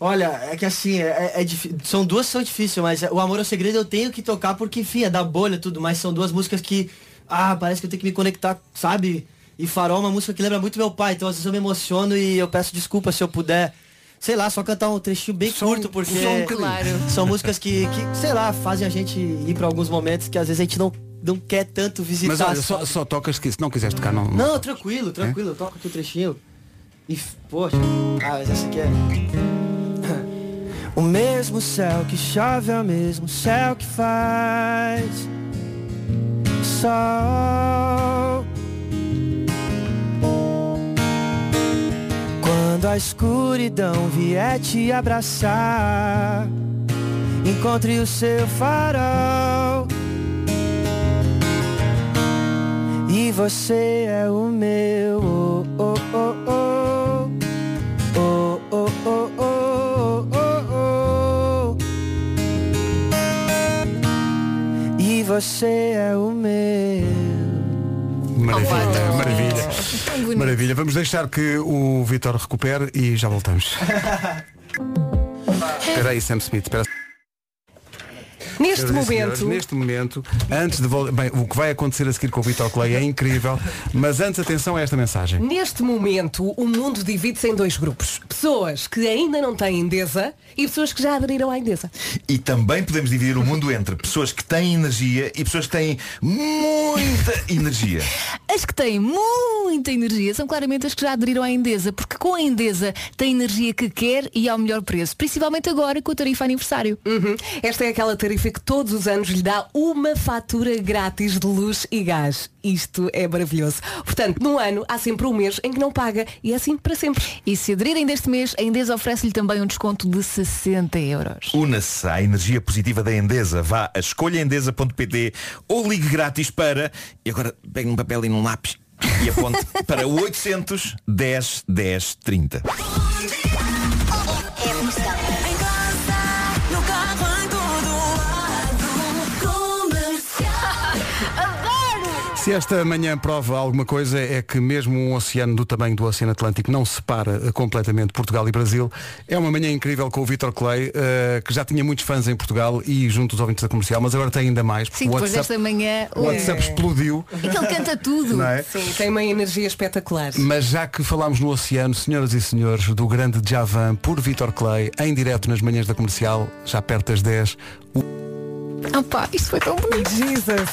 Olha, é que assim, é, é difí- são duas são difíceis, mas é, o Amor ao Segredo eu tenho que tocar porque, enfim, é da bolha e tudo, mas são duas músicas que, ah, parece que eu tenho que me conectar, sabe? E Farol é uma música que lembra muito meu pai, então às vezes eu me emociono e eu peço desculpa se eu puder, sei lá, só cantar um trechinho bem curto, porque
só um bocadinho.
Claro.
são músicas que, que, sei lá, fazem a gente ir pra alguns momentos que às vezes a gente não, não quer tanto visitar.
Mas olha, só,
sabe?
só tocas que se não quiseres tocar, não.
Não, É? tranquilo, tranquilo, eu toco aqui o trechinho. E, f- poxa, ah, mas essa aqui é. O mesmo céu que chove é o mesmo céu que faz sol. Quando a escuridão vier te abraçar, encontre o seu farol. E você é o meu. Oh, oh, oh, oh. Oh, oh, oh, oh, oh, oh. E você é o meu.
Maravilha,
Oh.
maravilha.
Tão bonito.
Maravilha. Vamos deixar que o Vitor recupere e já voltamos. Espera aí, Sam Smith. Espera.
Neste
Senhoras e senhores,
momento,
neste momento, antes de vol- Bem, o que vai acontecer a seguir com o Vitor Clay é incrível, mas antes atenção a esta mensagem.
Neste momento, o mundo divide-se em dois grupos. Pessoas que ainda não têm Endesa e pessoas que já aderiram à Endesa.
E também podemos dividir o mundo entre pessoas que têm energia e pessoas que têm muita energia.
As que têm muita energia são claramente as que já aderiram à Endesa, porque com a Endesa tem energia que quer e ao melhor preço, principalmente agora com a tarifa aniversário.
Uhum. Esta é aquela tarifa que todos os anos lhe dá uma fatura grátis de luz e gás. Isto é maravilhoso. Portanto, num ano há sempre um mês em que não paga e é assim para sempre.
E se aderirem deste mês, a Endesa oferece-lhe também um desconto de 60 euros.
Una-se à energia positiva da Endesa. Vá a escolhaendesa.pt ou ligue grátis para... E agora pegue um papel e um lápis e aponte para 800 10 10 30.
Se esta manhã prova alguma coisa é que mesmo um oceano do tamanho do Oceano Atlântico não separa eh, completamente Portugal e Brasil. É uma manhã incrível com o Vitor Clay, eh, que já tinha muitos fãs em Portugal e junto aos ouvintes da comercial, mas agora tem ainda mais. porque
Sim,
o
depois
WhatsApp,
desta É. manhã.
o WhatsApp explodiu.
E que ele canta tudo.
Não é?
Sim, tem uma energia espetacular.
Mas já que falámos no oceano, senhoras e senhores, do grande Javan por Vitor Clay, em direto nas manhãs da comercial, já perto das 10. O-
Ah pá, isto foi tão bonito.
Jesus!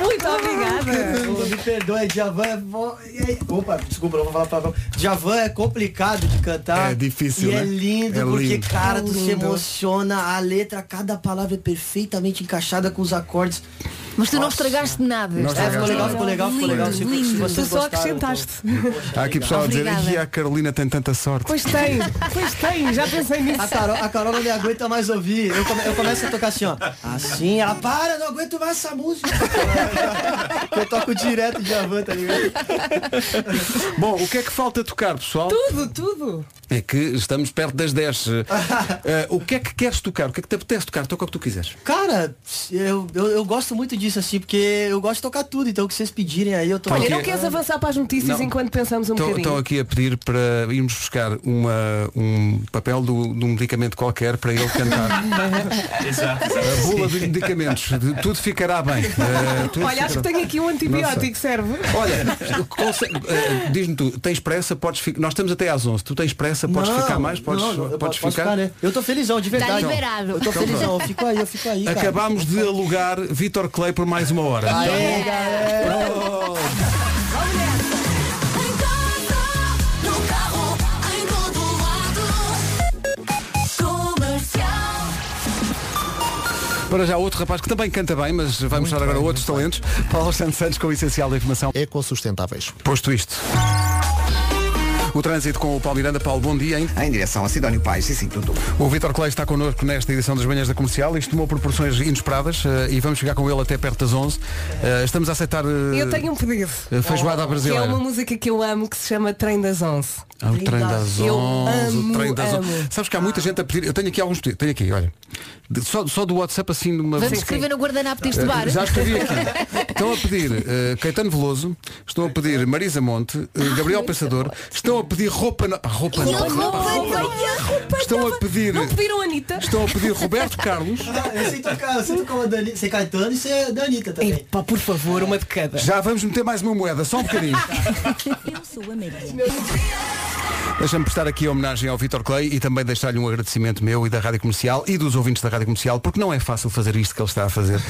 Muito obrigada!
Ô, É, Me perdoe, Djavan é... vo- e aí- Opa, desculpa, não vou falar palavrão. Djavan é complicado de cantar.
É difícil,
E é
né?
lindo,
É
porque,
lindo.
cara,
É
tu se
lindo.
emociona. A letra, cada palavra é perfeitamente encaixada com os acordes.
Mas tu não
Nossa.
estragaste nada.
Não
Ah, ficou
estragaste
legal, ficou legal, ficou legal. Se-
Lindo,
se
lindo.
vocês
Tu só
gostaram, então-
acrescentaste.
Poxa,
Há Tá aqui
legal.
pessoal a dizer,
Obrigada.
e a Carolina tem tanta sorte.
Pois tem, pois tem, já pensei nisso.
A Carol, a Carol não me aguenta mais ouvir. Eu, come- eu começo a tocar assim, ó. Assim, ela para, não aguento mais essa música. Eu toco direto de Avan, tá ligado?
Bom, o que é que falta tocar, pessoal?
Tudo, tudo.
É que estamos perto das 10. Eh, o que é que queres tocar? O que é que te apetece tocar? Toca o que tu quiseres.
Cara, eu, eu, eu gosto muito disso, assim, porque eu gosto de tocar tudo, então o que vocês pedirem aí eu tô
Olha, não queres avançar para as notícias
Não.
enquanto pensamos um bocadinho?
Estão aqui a pedir para irmos buscar uma, um papel do, de um medicamento qualquer para ele cantar.
Exato,
É,
a É bula dos medicamentos. De- Tudo ficará bem. Eh, tudo
Olha, acho que
ficará-
tenho aqui um
Não sei.
antibiótico, serve?
Olha, conse- eh, diz-me tu, tens pressa, podes ficar. Nós estamos até às 11. Tu tens pressa, podes
Não,
ficar mais? Podes,
não, eu posso-
podes
posso
ficar?
ficar, né? Eu estou felizão, de verdade.
liberado.
Eu tô
Então
felizão, eu
pronto.
fico aí, eu fico aí. cara.
Acabámos de alugar Vitor Clay por mais uma hora.
Aê, galera!
Para já outro rapaz que também canta bem, mas vai mostrar agora outros talentos. Paulo Santos Santos com o essencial da informação.
Ecossustentáveis.
Posto isto. O trânsito com o Paulo Miranda. Paulo, bom dia, hein?
Em direção a Sidónio Pais e 5 de outubro.
O Vitor Clay está connosco nesta edição das Manhãs da Comercial. Isto tomou proporções inesperadas eh, e vamos chegar com ele até perto das 11. Eh, estamos a aceitar eh,
Eu tenho um pedido.
eh, feijoada à
Que é
brasileira.
uma música que eu amo que se chama Trem das Onze.
Ah, o trem das
Eu
11, o
amo,
trem das
amo.
11. Sabes que há muita gente a pedir. Eu tenho aqui alguns pedidos. Tenho aqui, olha. De- só, só do WhatsApp assim numa.
Vamos escrever no guardanapo deste
Eh,
bar.
Já escrevi aqui. Estão a pedir eh, Caetano Veloso, estão a pedir Marisa Monte, eh, Gabriel Pensador, estão a pedir roupa nova. Roupa
E a
nova.
roupa
é
nova.
é
Estão a pedir.
Não pediram a Anitta?
Estão a pedir Roberto Carlos.
Ah, Eu sei tocar, eu sei tocar uma Dani, sei Caetano e sei da Anitta também.
Epá, por favor, uma de cada.
Já vamos meter mais uma moeda, só um bocadinho.
Eu sou a Maria.
Deixa-me prestar aqui a homenagem ao Vitor Clay e também deixar-lhe um agradecimento meu e da Rádio Comercial e dos ouvintes da Rádio Comercial, porque não é fácil fazer isto que ele está a fazer.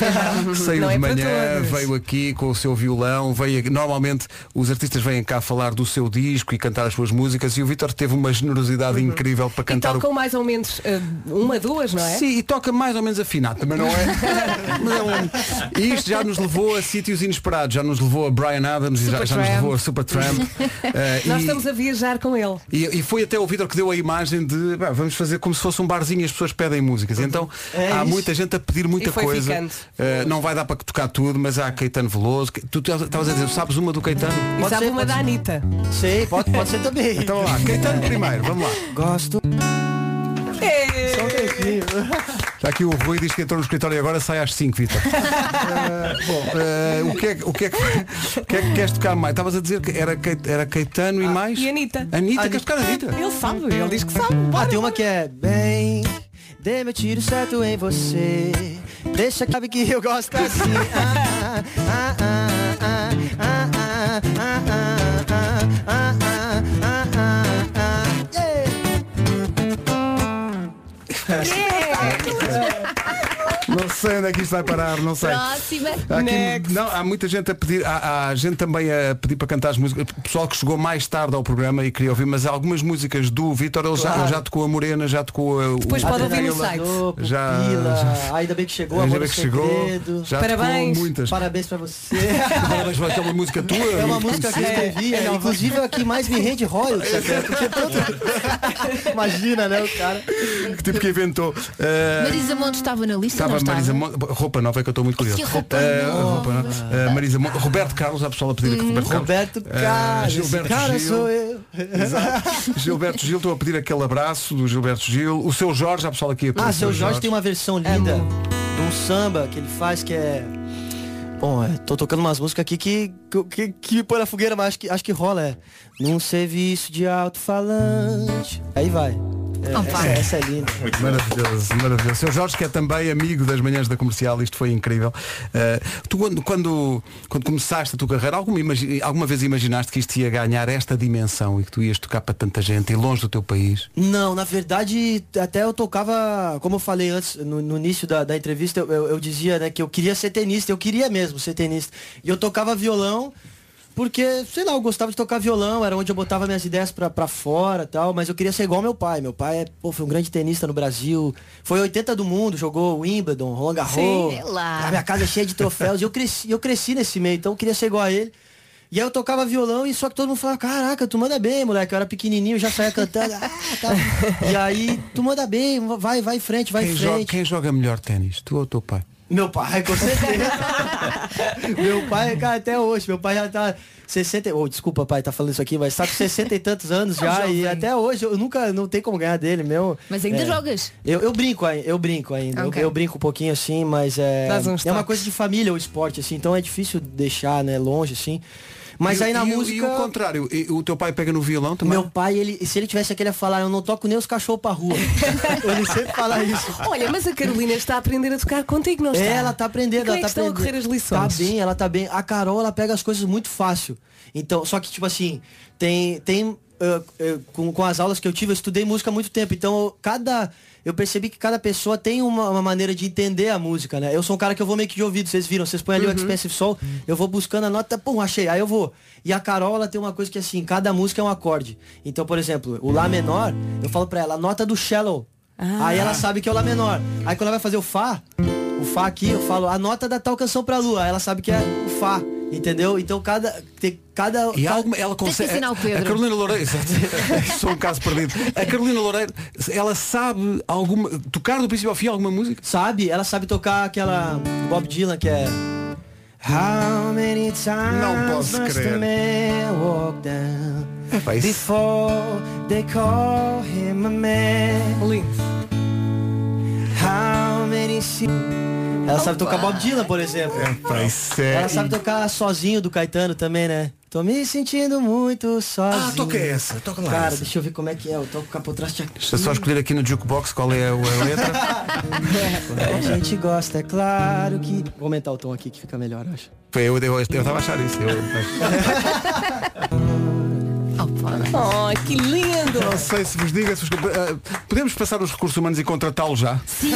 Saiu
Não
de
é para
manhã,
todos.
veio aqui com o seu violão, veio aqui- normalmente os artistas vêm cá falar do seu disco e cantar as suas músicas e o Vitor teve uma generosidade incrível para
Uhum. E
cantar o
tocam mais ou menos eh, uma, duas, não é?
Sim, e toca mais ou menos afinado, também não é? Mas é um- E isto já nos levou a sítios inesperados, já nos levou a Brian Adams e já, já nos
Supertramp.
levou a Supertramp. Eh,
Nós
e-
estamos a viajar com ele.
e, e foi até o Vitor que deu a imagem de "Bah, vamos fazer como se fosse um barzinho e as pessoas pedem músicas. Então
É
há
isso.
muita gente a pedir muita
E foi
coisa.
ficando.
Eh, não vai dar para tocar tudo, mas há Caetano Veloso. que- Tu estavas a dizer, sabes uma do Caetano?
E
Pode
sabe
ser,
uma
pode
da
ser.
Anitta.
Sei, pode, pode ser também.
Então vá lá, Caetano primeiro, vamos lá.
Gosto.
É.
Está aqui o Rui diz que entrou no escritório e agora sai às 5, Vitor. Eh, bom, eh, o, que é, que- o, que é que, o que é que queres tocar mais? Estavas a dizer que era, Cait- era Caetano
Ah,
e mais?
E Anitta.
Anitta, queres tocar Anitta?
Ele sabe, ele diz que sabe.
Ah, tem uma que é bem. Dê meu tiro certo em você. Deixa que sabe que eu gosto assim. Ah, ah, ah, ah, ah, ah, ah, ah, ah, ah, ah, ah, ah. Yeah.
Não sei onde é que isto vai parar, não sei.
Próxima.
Há, aqui-
Next.
não, há muita gente a pedir, há, há gente também a pedir para cantar as músicas. O pessoal que chegou mais tarde ao programa e queria ouvir, mas há algumas músicas do Vitor, ele já, já tocou a Morena, já tocou a,
Depois
o
pode ouvir no
Vanilla,
site.
Já-
Pupila,
já-
Ainda bem que chegou,
a
amor
Angela
do
que chegou,
segredo.
já
Parabéns.
tocou muitas.
Parabéns pra você.
Parabéns, vai ter uma música tua. né?
É uma música que eu escrevi, é, inclusive é a que mais me rende royalties, até, porque tanto... Imagina, né, o cara.
que tipo que inventou. Eh,
Marisa Monte estava na lista,
Estava
não estava?
Marisa Monte, roupa nova é que eu estou muito curioso.
Que roupa
Eh,
nova. Hum,
roupa nova. Eh, Marisa Monte, Roberto Carlos, há pessoal a pedir aqui Roberto Carlos.
Roberto
Eh,
Carlos,
Gilberto
cara
Gil.
sou eu.
Gilberto Gil, estou a pedir aquele abraço do Gilberto Gil. O seu Jorge, há pessoal aqui a pedir.
Ah,
o
seu Jorge tem uma versão linda de um samba que ele faz que é. Bom, é, tô tocando umas músicas aqui que, que, que, que põe na fogueira, mas acho que, acho que rola, é. Num serviço de alto-falante. Aí vai. É, essa, essa é linda.
Maravilhoso, maravilhoso. Seu Jorge, que é também amigo das manhãs da comercial, isto foi incrível. Eh, tu, quando, quando, quando começaste a tua carreira, alguma, imagi- alguma vez imaginaste que isto ia ganhar esta dimensão e que tu ias tocar para tanta gente e longe do teu país?
Não, na verdade, até eu tocava, como eu falei antes, no, no início da, da entrevista, eu, eu- eu dizia né, que eu queria ser tenista, eu queria mesmo ser tenista. E eu tocava violão, porque, sei lá, eu gostava de tocar violão, era onde eu botava minhas ideias pra, pra fora tal, mas eu queria ser igual meu pai. Meu pai é, pô, foi um grande tenista no Brasil, foi 80 do mundo, jogou Wimbledon, Roland Garros.
Sim, é lá.
A minha casa é cheia de troféus. e eu cresci, eu cresci nesse meio, então eu queria ser igual a ele. E aí eu tocava violão e só que todo mundo falava, caraca, tu manda bem, moleque. Eu era pequenininho, já saía cantando. "Ah, tá." E aí, tu manda bem, vai, vai em frente, vai em
Quem joga,
frente.
quem joga melhor ténis? Tu ou o teu pai?
Meu pai, com certeza. meu pai, é cara, até hoje. Meu pai já tá 60. Oh, desculpa, pai, tá falando isso aqui, mas tá com 60 e tantos anos já.
Jovem.
E até hoje eu nunca não tem como ganhar dele, meu. É.
Mas ainda jogas?
Eu, eu brinco, ai- eu brinco ainda. Eu-
Ok.
Eu, brinco um pouquinho assim, mas é.
Dás uns
É uma
toques.
coisa de família o esporte, assim, então é difícil deixar, né, longe, assim.
E
Mas
o-
aí na
e o-
música.
E o contrário, e o teu pai pega no violão também?
Meu pai, ele, se ele tivesse aquele a falar, eu não toco nem os cachorros pra rua. ele sempre fala isso.
Olha, mas a Carolina está a aprender a tocar contigo, não está?
É, ela tá aprendendo,
Como
ela
é que
tá
estão
aprendendo.
a correr as lições?
Tá bem, ela tá bem. A Carol, ela pega as coisas muito fácil. Então, só que, tipo assim, tem. tem ah, ah, com, com as aulas que eu tive, eu estudei música há muito tempo. Então, eu- cada. Eu percebi que cada pessoa tem uma, uma maneira de entender a música, né? Eu sou um cara que eu vou meio que de ouvido, vocês viram, vocês põem
Uhum.
ali o Expensive Soul, eu vou buscando a nota, pum, achei, aí eu vou. E a Carol, ela tem uma coisa que assim, cada música é um acorde. Então, por exemplo, o Lá menor, eu falo pra ela, a nota do shallow.
Ah.
Aí ela sabe que é o Lá menor. Aí quando ela vai fazer o Fá, o Fá aqui, eu falo, a nota da tal canção pra Lua. Aí ela sabe que é o Fá. Entendeu? Então cada. Tem, cada
E há alguma- ela
Tens que
consegue.
ensinar o
A
Pedro.
Carolina Loureiro, sou um caso perdido. A Carolina Loureiro, ela sabe alguma tocar do princípio ao fim alguma música?
Sabe? Ela sabe tocar aquela Bob Dylan que é. How many times
Não posso
must
crer.
a man walk down
Epá, isso-
before they call him a man? How many se- Ela sabe tocar Bob Dylan, por exemplo.
É,
Ela sabe tocar sozinho do Caetano também, né? Tô me sentindo muito sozinho.
Ah, toca essa, toca lá.
Cara,
essa.
deixa eu ver como é que é. Eu toco capotraste aqui.
Deixa só escolher aqui no jukebox qual é a a letra.
A gente gosta, é claro que. Vou aumentar o tom aqui que fica melhor, eu acho.
Foi, Eu eu- eu estava a achar isso. Eu,
Oh, que lindo!
não sei se vos diga, se vos- ah, podemos passar os recursos humanos e contratá-lo já?
Sim!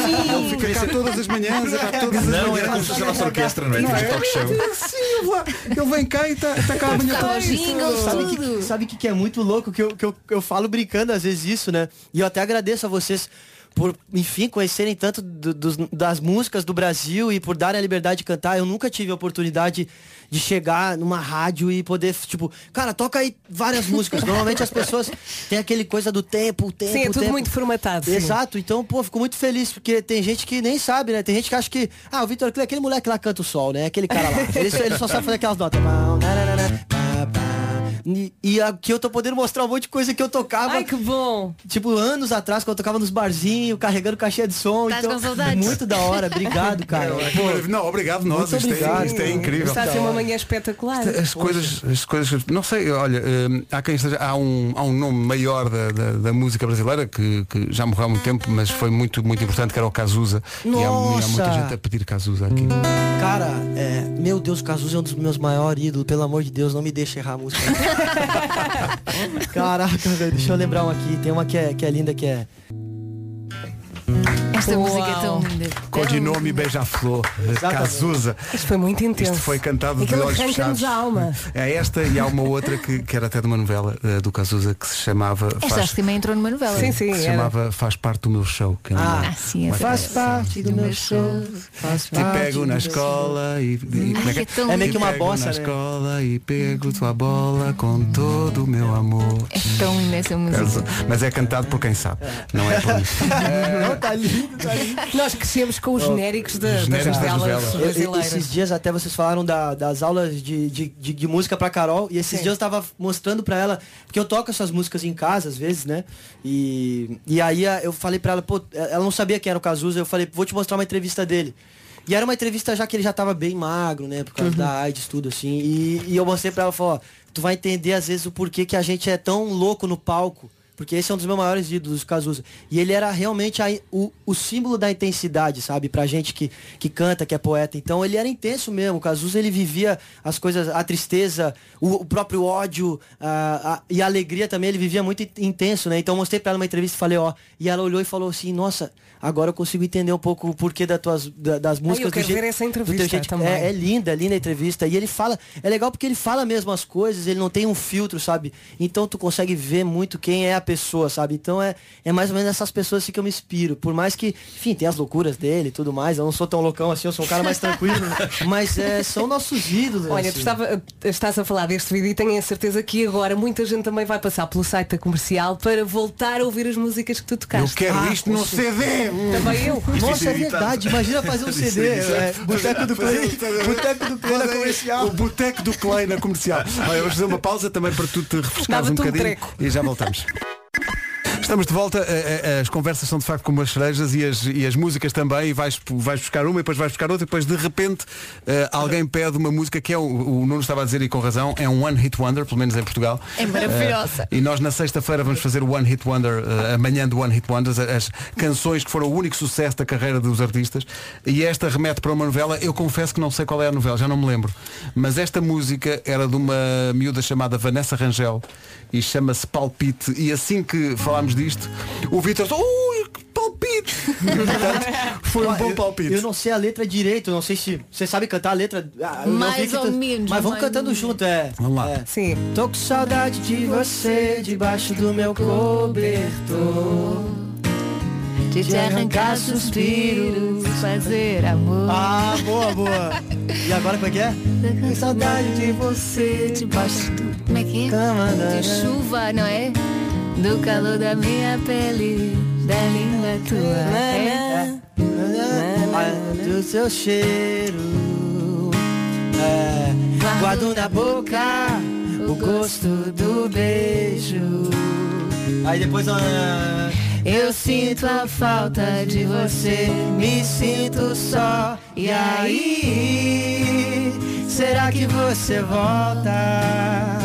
Fica cá todas as manhãs, é cá todas as
Não, era como
manhãs.
se fosse a nossa orquestra, não é? Temos um talk show.
Sim, Ah, eu vou lá. ele vem cá e está tá cá amanhã.
Tá os
é
jingles,
Sabe o
tudo.
que, sabe que, que é muito louco? Que eu, que, eu, eu falo brincando às vezes isso, né? E eu até agradeço a vocês por, enfim, conhecerem tanto do- dos- das músicas do Brasil e por darem a liberdade de cantar. Eu nunca tive a oportunidade de chegar numa rádio e poder, tipo, cara, toca aí várias músicas. Normalmente as pessoas têm aquele coisa do tempo, o tempo,
Sim, é
o
tudo
tempo.
muito formatado. sim.
Exato, então, pô, fico muito feliz, porque tem gente que nem sabe, né? Tem gente que acha que, ah, o Vitor Clay, aquele moleque lá canta o sol, né? Aquele cara lá. Ele, só- ele só sabe fazer aquelas notas. E, e aqui eu tô podendo mostrar um monte de coisa que eu tocava,
Ai, que bom!
tipo, anos atrás, quando eu tocava nos barzinhos, carregando caixinha de som.
Tás
Então,
com saudades?
muito da hora, obrigado, cara.
Pô, Não, é obrigado nós,
Muito
isto,
obrigado.
É, isto é incrível.
Está a ser uma manhã espetacular.
As coisas, as coisas, não sei, olha, hum, há quem esteja, há um, há um nome maior da, da, da música brasileira que, que já morreu há muito tempo, mas foi muito, muito importante, que era o Cazuza. E há, e há muita
Nossa!
gente a pedir Cazuza aqui.
Hum.
Cara, é, meu Deus, Cazuza é um dos meus maiores ídolos, pelo amor de Deus, não me deixa errar a música. Caraca, velho, deixa eu lembrar uma aqui. Tem uma que é, que é linda, que é...
Esta
Uau.
música é tão linda.
Codinome Beija-Flor, Cazuza.
Isto foi muito intenso.
Isto foi cantado de
Aquilo
olhos
arranca-nos
fechados.
a alma.
É esta e há uma outra que, que era até de uma novela eh, do Cazuza que se chamava
Esta acho que também entrou numa novela.
é Sim,
que se
era.
chamava Faz Parte do Meu Show. Que é uma-
Ah, sim,
uma-
essa
Faz parte do meu show. Faz
Te
parte
pego na
do meu
escola e, e como
Ah, Ai, é tão
É meio
Te
que uma
pego
bossa,
na
né?
escola e pego tua bola com todo o meu amor.
É tão linda essa música.
Mas é cantado por quem sabe, não é por mim.
show. Não, tá lindo, tá lindo.
Nós crescemos com os genéricos, da-
Oh, genéricos É,
das
das
novelas
novelas.
Eu- eu-
brasileiras.
Então, esses dias até vocês falaram da- das aulas de, de, de- de música pra Carol e esses
Sim.
dias eu tava mostrando pra ela, porque eu toco essas músicas em casa às vezes, né? E, e aí a- eu falei pra ela, pô, é, ela não sabia quem era o Cazuza, eu falei, vou te mostrar uma entrevista dele. E era uma entrevista já que ele já tava bem magro, né? Por causa da AIDS, tudo assim. E, e eu mostrei pra ela, falei, ó, tu vai entender às vezes o porquê que a gente é tão louco no palco. Porque esse é um dos meus maiores ídolos, o Cazuza. E ele era realmente a- o, o símbolo da intensidade, sabe? Pra gente que, que canta, que é poeta. Então ele era intenso mesmo. O Cazuza, ele vivia as coisas, a tristeza, o, o próprio ódio a- a- e a alegria também. Ele vivia muito in- intenso, né? Então eu mostrei pra ela uma entrevista e falei, ó. E ela olhou e falou assim, nossa, agora eu consigo entender um pouco o porquê das, tuas, da- das músicas.
quero
jeito-
ver essa
do teu
entrevista
jeito-
também.
É, é linda, é linda a entrevista. E ele fala, é legal porque ele fala mesmo as coisas, ele não tem um filtro, sabe? Então tu consegue ver muito quem é a pessoa, sabe? Então é, é mais ou menos essas pessoas assim que eu me inspiro. Por mais que, enfim, tem as loucuras dele e tudo mais. Eu não sou tão loucão assim, eu sou um cara mais tranquilo. mas é, são nossos ídolos.
Olha, tu
assim.
estava- estás a falar deste vídeo e tenho a certeza que agora muita gente também vai passar pelo site da comercial para voltar a ouvir as músicas que tu tocaste. Ah,
Eu quero
Ah,
isto no CD.
Também eu.
Isto
Nossa,
é
é
editado.
verdade. Imagina fazer um
Isso um é
CD. é,
editado.
Boteco do Play. Boteco do Play na
Fazer
comercial.
é O Boteco do Play na comercial. Olha, vamos fazer uma pausa também para tu te refrescares
Dava-te
um
um
bocadinho.
treco.
e já voltamos. Estamos de volta, a- a- as conversas são de facto como as cerejas e as, e as músicas também, e vais, vais buscar uma e depois vais buscar outra e depois de repente eh, alguém pede uma música que é, o, o Nuno estava a dizer e com razão, é um One Hit Wonder, pelo menos em Portugal.
É maravilhosa.
Eh, e nós na sexta-feira vamos fazer o One Hit Wonder, eh, amanhã do One Hit Wonders, a- as canções que foram o único sucesso da carreira dos artistas. E esta remete para uma novela, eu confesso que não sei qual é a novela, já não me lembro. Mas esta música era de uma miúda chamada Vanessa Rangel e chama-se Palpite. E assim que falámos disto, o Vitor Ui, que palpite! Foi um bom palpite.
Eu, não sei a letra direito, eu não sei se. Você sabe cantar a letra? Ah, eu não
Mais
vi que
ou
tu-
menos,
Mas vamos
mais
cantando
ou menos.
junto, é.
Vamos lá.
É.
Sim.
Tô com saudade de você debaixo do meu cobertor.
De te arrancar suspiros, fazer amor.
Ah, boa, boa. E agora como é que é?
Com saudade de você debaixo do... Como é que é? de chuva, não é? Do calor da minha pele, da língua tua. É.
Ah, Do seu cheiro. É. Guardo na boca o gosto do beijo. Aí depois ah,
Eu sinto a falta de você, me sinto só.
E aí, será que você volta?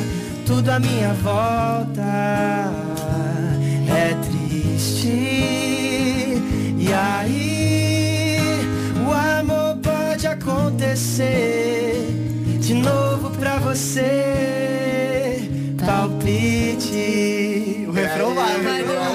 Tudo à minha volta é triste. E aí, o amor pode acontecer de novo pra você. Palpite. O refrão vai.
Vai, vai, vai.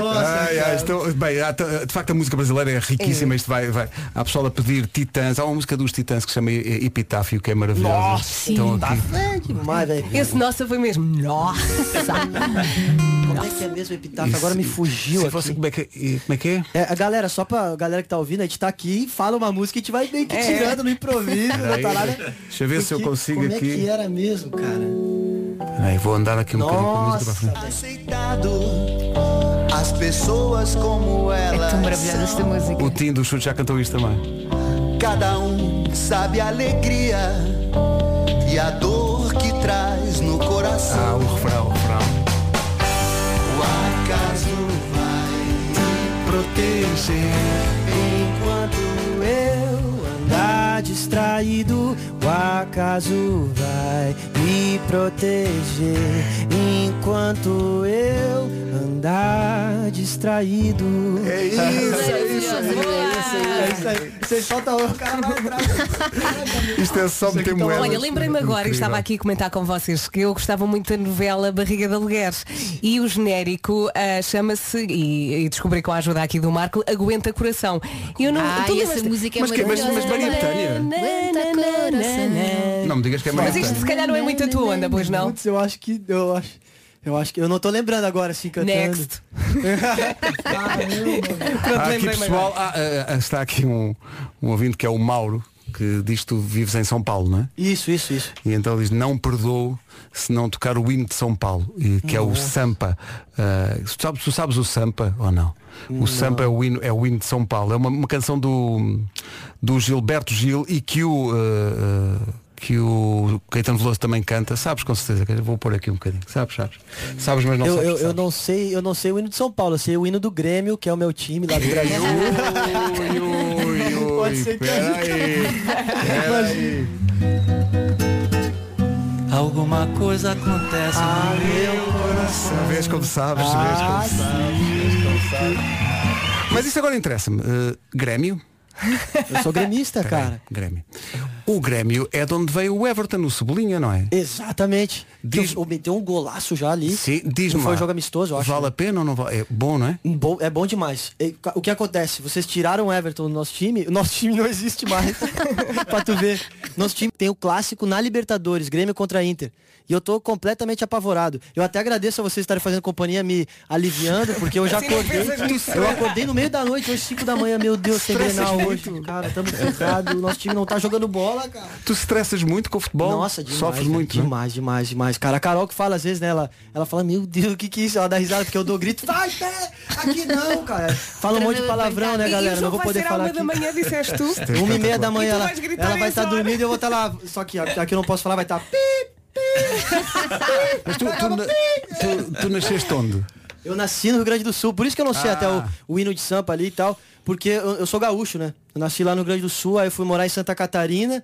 Ai, ai, estou- bem, há t- de facto a música brasileira é riquíssima, isto vai, vai. Há pessoal a pedir titãs, há uma música dos titãs que se chama E- Epitáfio, que é maravilhosa.
Nossa,
Estão
sim.
aqui.
É demais, velho.
Esse nossa foi mesmo. Nossa!
Como é que é mesmo o epitáfio?
Isso.
Agora me fugiu aqui.
Você, como, é que, e- como é que é?
É, a galera, só pra galera que tá ouvindo, a gente tá aqui, fala uma música e a gente vai meio que
É.
tirando no improviso, na
Peraí,
parada.
Deixa eu ver se eu
Porque
consigo
como é que
aqui.
era mesmo, cara?
Peraí, vou andar aqui um bocadinho com a música para frente.
Aceitado as pessoas como elas. são.
música.
O Tim do Chute já cantou isto também.
Cada um sabe a alegria e a dor que traz no coração.
Ah, o refrão, o refrão.
O acaso vai te proteger.
Enquanto eu andar distraído, o acaso vai me proteger. Enquanto eu andar distraído. É
isso,
é
isso, é isso,
é isso aí. Vocês soltam o cara vai
Isto é só meter moedas.
Olha, lembrei-me agora, e
Incrível.
estava aqui a comentar com vocês, que eu gostava muito da novela Barriga de Aluguer. E o genérico ah, chama-se, e, e descobri com a ajuda aqui do Marco, Aguenta Coração. E eu não.
Ah,
Ai,
tu
Ah, essa
lembras-
música é
Mas que- mas-
maravilhosa.
mas Maria Bethânia? Não me digas que é
Mas
Maria
isto se
Bethânia.
calhar não é muito a tua onda, pois não?
Putz, eu acho que. Eu acho. Eu acho que. Eu não tô lembrando agora assim cantando.
Next.
Há aqui pessoal, ah, ah, ah, está aqui um, um ouvinte que é o Mauro, que diz que tu vives em São Paulo, não é?
Isso, isso, isso.
E então diz, não perdoo se não tocar o hino de São Paulo, e que é o
Nossa.
Sampa. Ah, tu, sabes, tu sabes o Sampa ou não? O
Não.
Sampa é o, hino, é o hino de São Paulo. É uma, uma canção do, do Gilberto Gil e que o, ah, ah, que o Caetano Veloso também canta. Sabes com certeza, que eu vou pôr aqui um bocadinho. Sabes, sabes. Sabes, mas não
eu,
sabes.
eu, eu não sei, eu não sei o hino de São Paulo, eu sei o hino do Grêmio, que é o meu time lá do Brasil.
Pode ser que
Alguma coisa acontece ah,
Vês como sabes, vês
Ah,
como sabes. Mas isso agora interessa-me. Eh, Grêmio?
Eu sou gremista,
Peraí,
cara.
Grêmio. O Grêmio é de onde veio o Everton, o sublinha, não é?
Exatamente.
Diz-
Diz... Eu, meteu um golaço já ali.
Sim, diz-me
Não Foi
lá.
um jogo amistoso, eu acho.
Vale a pena ou não vale? É bom, não é?
Um bom- é bom demais. E ca- o que acontece? Vocês tiraram o Everton do nosso time, o nosso time não existe mais. pra tu ver. Nosso time tem o clássico na Libertadores, Grêmio contra Inter. E eu tô completamente apavorado. Eu até agradeço a vocês estarem fazendo companhia, me aliviando, porque eu já
Assim não
acordei.
pensa nisso.
Eu acordei no meio da noite, hoje 5 da manhã, meu Deus, sem
Estressa
Grenal
muito.
hoje. Cara, tamo focado, o nosso time não tá jogando bola, cara.
Tu estressas muito com o futebol?
Nossa, demais.
Sofres
né?
muito, né?
Demais, demais, demais. Cara, a Carol que fala às vezes, né? Ela, ela fala, meu Deus, o que que é isso? Ela dá risada porque eu dou grito. Vai, pé! Aqui não, cara. Fala um monte de palavrão, né,
E
galera?
o
Não
jogo
vou
vai
poder
ser à
falar
uma
aqui.
da manhã, disseste tu?
Uma e meia da
E
manhã
tu
ela,
vais gritar
ela vai
nessa
estar
hora.
dormindo e eu vou estar lá. Só que aqui, aqui eu não posso falar, vai estar.
Mas tu, tu, na- tu, tu nasceste onde?
Eu nasci no Rio Grande do Sul, por isso que eu não sei
Ah.
até o, o hino de Sampa ali e tal, porque eu, eu sou gaúcho, né? Eu nasci lá no Rio Grande do Sul, aí eu fui morar em Santa Catarina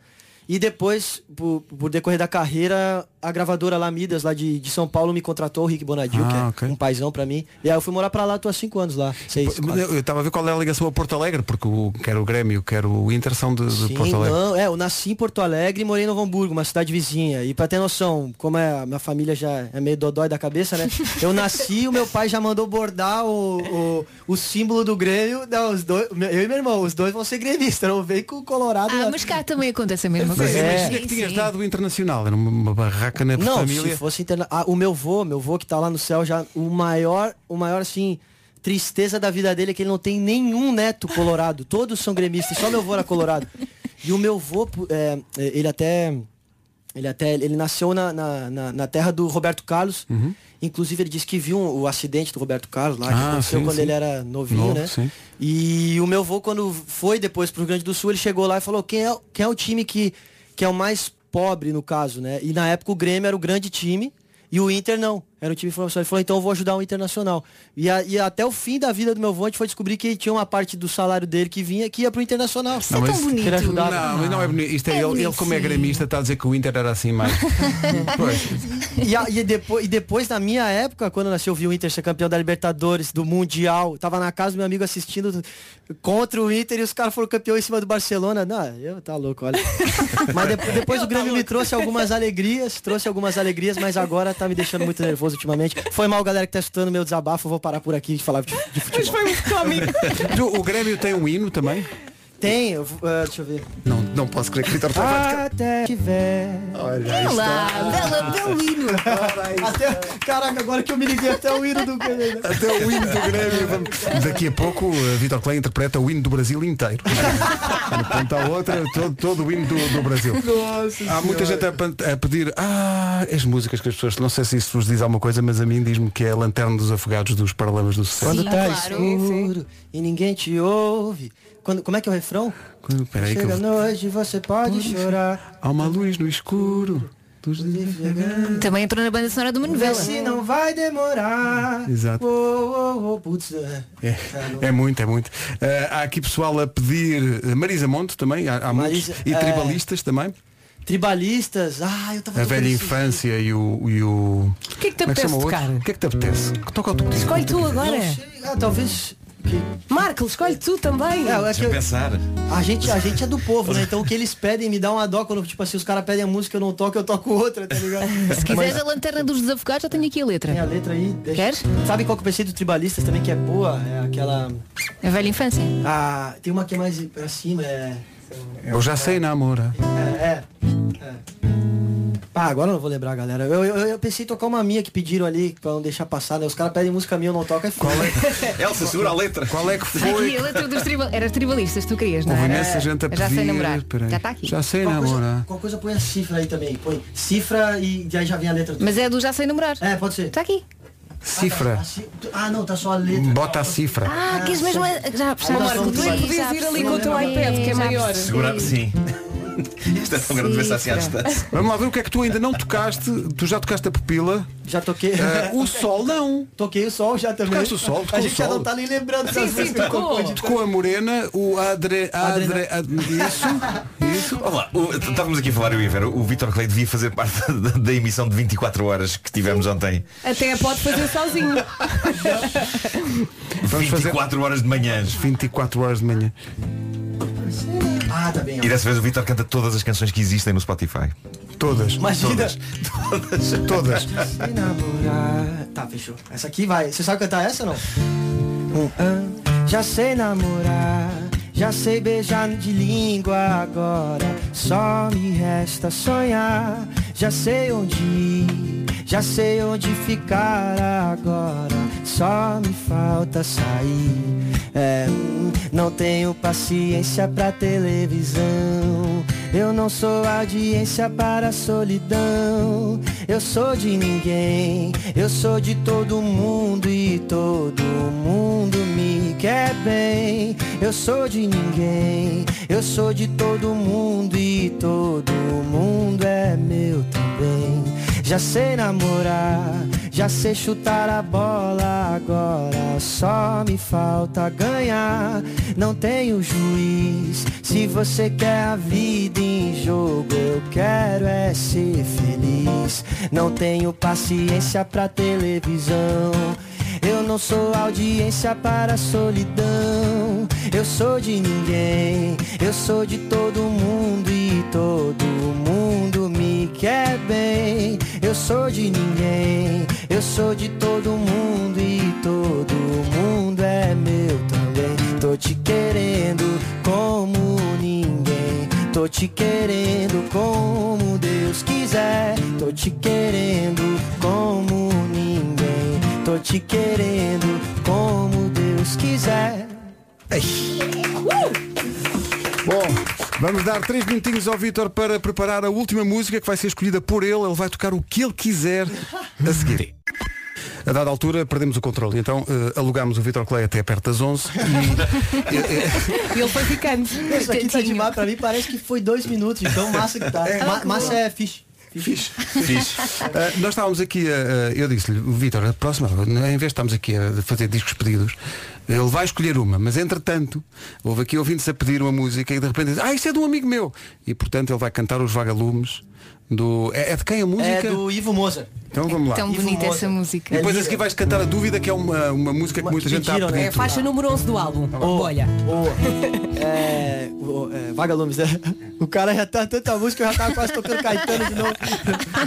e depois, por, por decorrer da carreira, a gravadora lá Midas, lá de, de São Paulo, me contratou, o Rick Bonadil,
Ah,
que é
ok.
um paizão pra mim. E aí eu fui morar pra lá, tô há cinco anos lá. Seis, quase.
Eu estava a ver qual é a ligação a Porto Alegre, porque o, quer o Grêmio, quer o Inter são de, de
Sim,
Porto Alegre.
não, é, eu nasci em Porto Alegre e morei em Novo Hamburgo, uma cidade vizinha. E pra ter noção, como é, a minha família já é meio dodói da cabeça, né? Eu nasci e o meu pai já mandou bordar o, o, o símbolo do Grêmio. Não, os dois, eu e meu irmão, os dois vão ser gremistas, não vem com o Colorado.
Ah,
né?
mas cá também acontece a mesma
Mas
coisa.
imagina é. que tinhas dado o Internacional, era uma, uma barraca na
é. Não,
família.
se fosse interna... ah, o meu vô, meu vô que tá lá no céu já, o maior, o maior assim, tristeza da vida dele é que ele não tem nenhum neto colorado. Todos são gremistas, só meu vô era colorado. E o meu vô, pu- é, é, ele até. Ele até. Ele nasceu na, na, na- na terra do Roberto Carlos. Inclusive ele disse que viu um- o acidente do Roberto Carlos lá, que
Uhum. Ah,
aconteceu
sim,
quando
sim.
ele era novinho,
Novo,
né?
sim.
E o meu avô, quando foi depois pro Rio Grande do Sul, ele chegou lá e falou quem é, quem é o time que, que é o mais pobre, no caso, né? E na época o Grêmio era o grande time e o Inter não. Era um time profissional. Ele falou, então eu vou ajudar o Internacional. E, a- e até o fim da vida do meu avô, a gente foi descobrir que tinha uma parte do salário dele que vinha que ia pro Internacional.
Não, mas-
Que ele
Não,
ajudava.
mas não é bonito. Isto é, ele,
É
ele, como é
bonitinho.
gremista, está a dizer que o Inter era assim mais.
E, a- e depois, e depois, na minha época, quando eu nasci, eu vi o Inter ser campeão da Libertadores, do Mundial. Tava na casa do meu amigo assistindo contra o Inter e os caras foram campeão em cima do Barcelona. Não, eu tá louco, olha. mas depo- depois
tá
o Grêmio me trouxe algumas alegrias, trouxe algumas alegrias, mas agora tá me deixando muito nervoso ultimamente. Foi mal, galera, que tá escutando meu desabafo, eu vou parar por aqui de falar de, de futebol.
Mas foi muito cómico.
Tu, o Grêmio tem um hino também?
Tem, eu vou- ah, deixa eu ver.
Não, não posso crer que Vitor Fá vai tocar.
Até tiver.
Olha aí
Ela,
está.
bela, belo hino.
É
Até, caraca, agora que eu me liguei até o hino do Grêmio. né?
Até o hino do Grêmio. vamos- Daqui a pouco, eh, Vitor Clay interpreta o hino do Brasil inteiro. De ponta a outra, todo, todo o hino do, do Brasil.
Nossa
Há muita
Senhora.
gente a, pan- a pedir ah, as músicas que as pessoas, não sei se isso vos diz alguma coisa, mas a mim diz-me que é a Lanterna dos Afogados dos Paralamas do Sucesso.
Quando tá escuro e ninguém te ouve. Quando, como é que é o refrão?
Quando- peraí que eu
Chega a
vou-
noite, você pode
Pode
chorar.
Há uma luz no escuro. Dos...
Também entrou na banda sonora do Manivela.
Se não vai demorar.
Exato.
Oh, oh, oh, putz, é.
É, é muito, é muito. Eh, há aqui pessoal a pedir eh, Marisa Monte também, há, há muitos.
Marisa,
E
eh,
tribalistas também.
Tribalistas. Ah, eu tava
A
tocando
É velha
esse-
infância e o. E o...
O que é que te
Como
apetece
chama o outro?
tocar?
O que é que te apetece? Que toca o
Escolhe tu agora. é.
Não sei, ah, talvez.
Marco, escolhe tu também.
É, eu acho que-
Pensar.
A gente, a gente é do povo, né? Então o que eles pedem me dá uma dó quando, tipo assim, os caras pedem a música, eu não toco, eu toco outra, tá ligado?
Se quiseres a lanterna dos desafogados, já tenho aqui a letra.
Tem a letra aí. deixa-
Queres?
Sabe qual que eu pensei do Tribalistas também que é boa? É aquela.
A velha infância.
Ah, tem uma que é mais pra cima, é.
Eu já sei namora.
É, é. é. Ah, agora eu não vou lembrar, galera. Eu, eu, eu pensei em tocar uma minha que pediram ali pra não deixar passar, né? Os caras pedem música minha, eu não toco, é foda.
Elsa, segura a letra.
Qual é que foi?
Aqui a letra dos tribal... Era tribalistas, tu querias, não
Houve
era?
imensa gente a
Já sei
pedir,
namorar.
peraí.
Já está aqui.
Já sei
Qual coisa-
namorar.
Qual coisa põe a cifra aí também. Põe cifra e, e aí já vem a letra.
Mas Tá- é do Já Sei Namorar.
É, pode ser.
Está
tá.
aqui.
Cifra.
Ah, não, tá só a letra.
Bota a cifra.
Ah, queres mesmo. a- Já percebi.
Marco, tu é que devias ir ali com o teu iPad, que é maior.
Segura, sim. Isto é tão grande ver assim à distância.
Vamos lá ver o que é que tu ainda não tocaste. Tu já tocaste a pupila.
Já toquei.
Eh, o sol não.
Toquei o sol já também.
Tocaste o sol,
A
tocou
gente
o
já
sol.
não tá nem lembrando dessas
sim,
músicas que
tocou.
tocou, de-
Tocou a morena, o adre. adre, adre isso. Isso.
Olá, o- estávamos aqui a falar, eu e a Vera, o Vitor Clay devia fazer parte da, da emissão de 24 horas que tivemos ontem.
Até pode fazer sozinho.
24 horas de manhãs.
24 horas de manhã.
Ah, tá bem.
E dessa vez o Vitor canta todas as canções que existem no Spotify.
Todas.
Imagina.
Todas.
Todas.
Se namorar. Tá, fechou.
Hum.
Essa aqui vai. Você sabe cantar essa ou não? Um, ah, já sei namorar.
Já sei beijar de língua agora. Só me resta sonhar. Já sei onde ir, já sei onde ficar agora. Só me falta sair. É, hum, não tenho paciência pra televisão. Eu não sou audiência para a solidão. Eu sou de ninguém, eu sou de todo mundo e todo mundo me quer bem. Eu sou de ninguém, eu sou de todo mundo e todo mundo é meu também. Já sei namorar, já sei chutar a bola agora, só me falta ganhar. Não tenho juiz, se você quer a vida em jogo, eu quero é ser feliz. Não tenho paciência pra televisão. Eu não sou audiência para a solidão. Eu sou de ninguém, eu sou de todo mundo e todo mundo me quer bem. Eu sou de ninguém, eu sou de todo mundo e todo mundo é meu também. Tô te querendo como ninguém. Tô te querendo como Deus quiser. Tô te querendo como ninguém. Tô te querendo como Deus quiser.
Bom, vamos dar três minutinhos ao Vítor para preparar a última música que vai ser escolhida por ele. Ele vai tocar o que ele quiser a seguir. A dada altura perdemos o controle, então eh, alugámos o Vítor Clay até perto das 11 e, eh,
Ele foi ficando.
Isso aqui tá demais pra mim, parece que foi dois minutos, então massa que tá.
É.
Ma- massa é fixe.
Fixe. Eh, nós estávamos aqui, a- a- eu disse-lhe, Vítor, a próxima, em vez de estarmos aqui a fazer discos pedidos, ele vai escolher uma, mas entretanto, houve aqui ouvintes a pedir uma música e de repente diz, ah, isso é de um amigo meu. E portanto ele vai cantar os vagalumes do. É, é de quem a música?
É do Ivo Moza.
Então vamos lá.
Tão bonita essa música.
E depois a seguir vais cantar a dúvida, que é uma, uma né? música que muita gente está a pedir.
É a faixa número 11 do álbum.
Oh,
Olha.
É, o, é, Vagalumes, né? O cara já tá tanta música, eu já tava quase tocando Caetano de novo.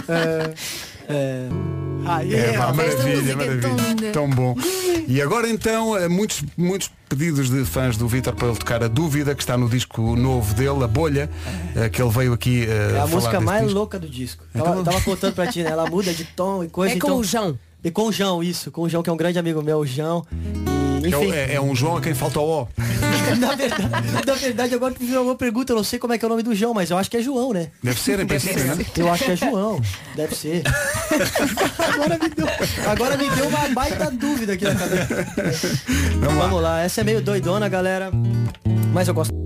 É, é, aí
É, pá,
maravilha,
maravilha, maravilha. Tão bom. E agora então, eh, muitos, muitos pedidos de fãs do Vitor para ele tocar a dúvida que está no disco novo dele, a bolha, eh, que ele veio aqui eh,
É a
falar Então
música
desse
mais
disco.
louca do disco. Tava, tava contando pra ti, né? Ela muda de tom e coisa.
É com
então...
o João.
E com o João, isso. Com o João, que é um grande amigo meu, o João. E,
É o-
enfim.
É, é um João é. a quem falta o O.
na, verdade, na verdade, agora que me fizeram uma pergunta, eu não sei como é que é o nome do João, mas eu acho que é João, né?
Deve ser, em princípio, né?
Eu acho que é João. Deve ser. agora, me deu, agora me deu uma baita dúvida aqui na cabeça.
Vamos lá.
Essa é meio doidona, galera. Mas eu gosto.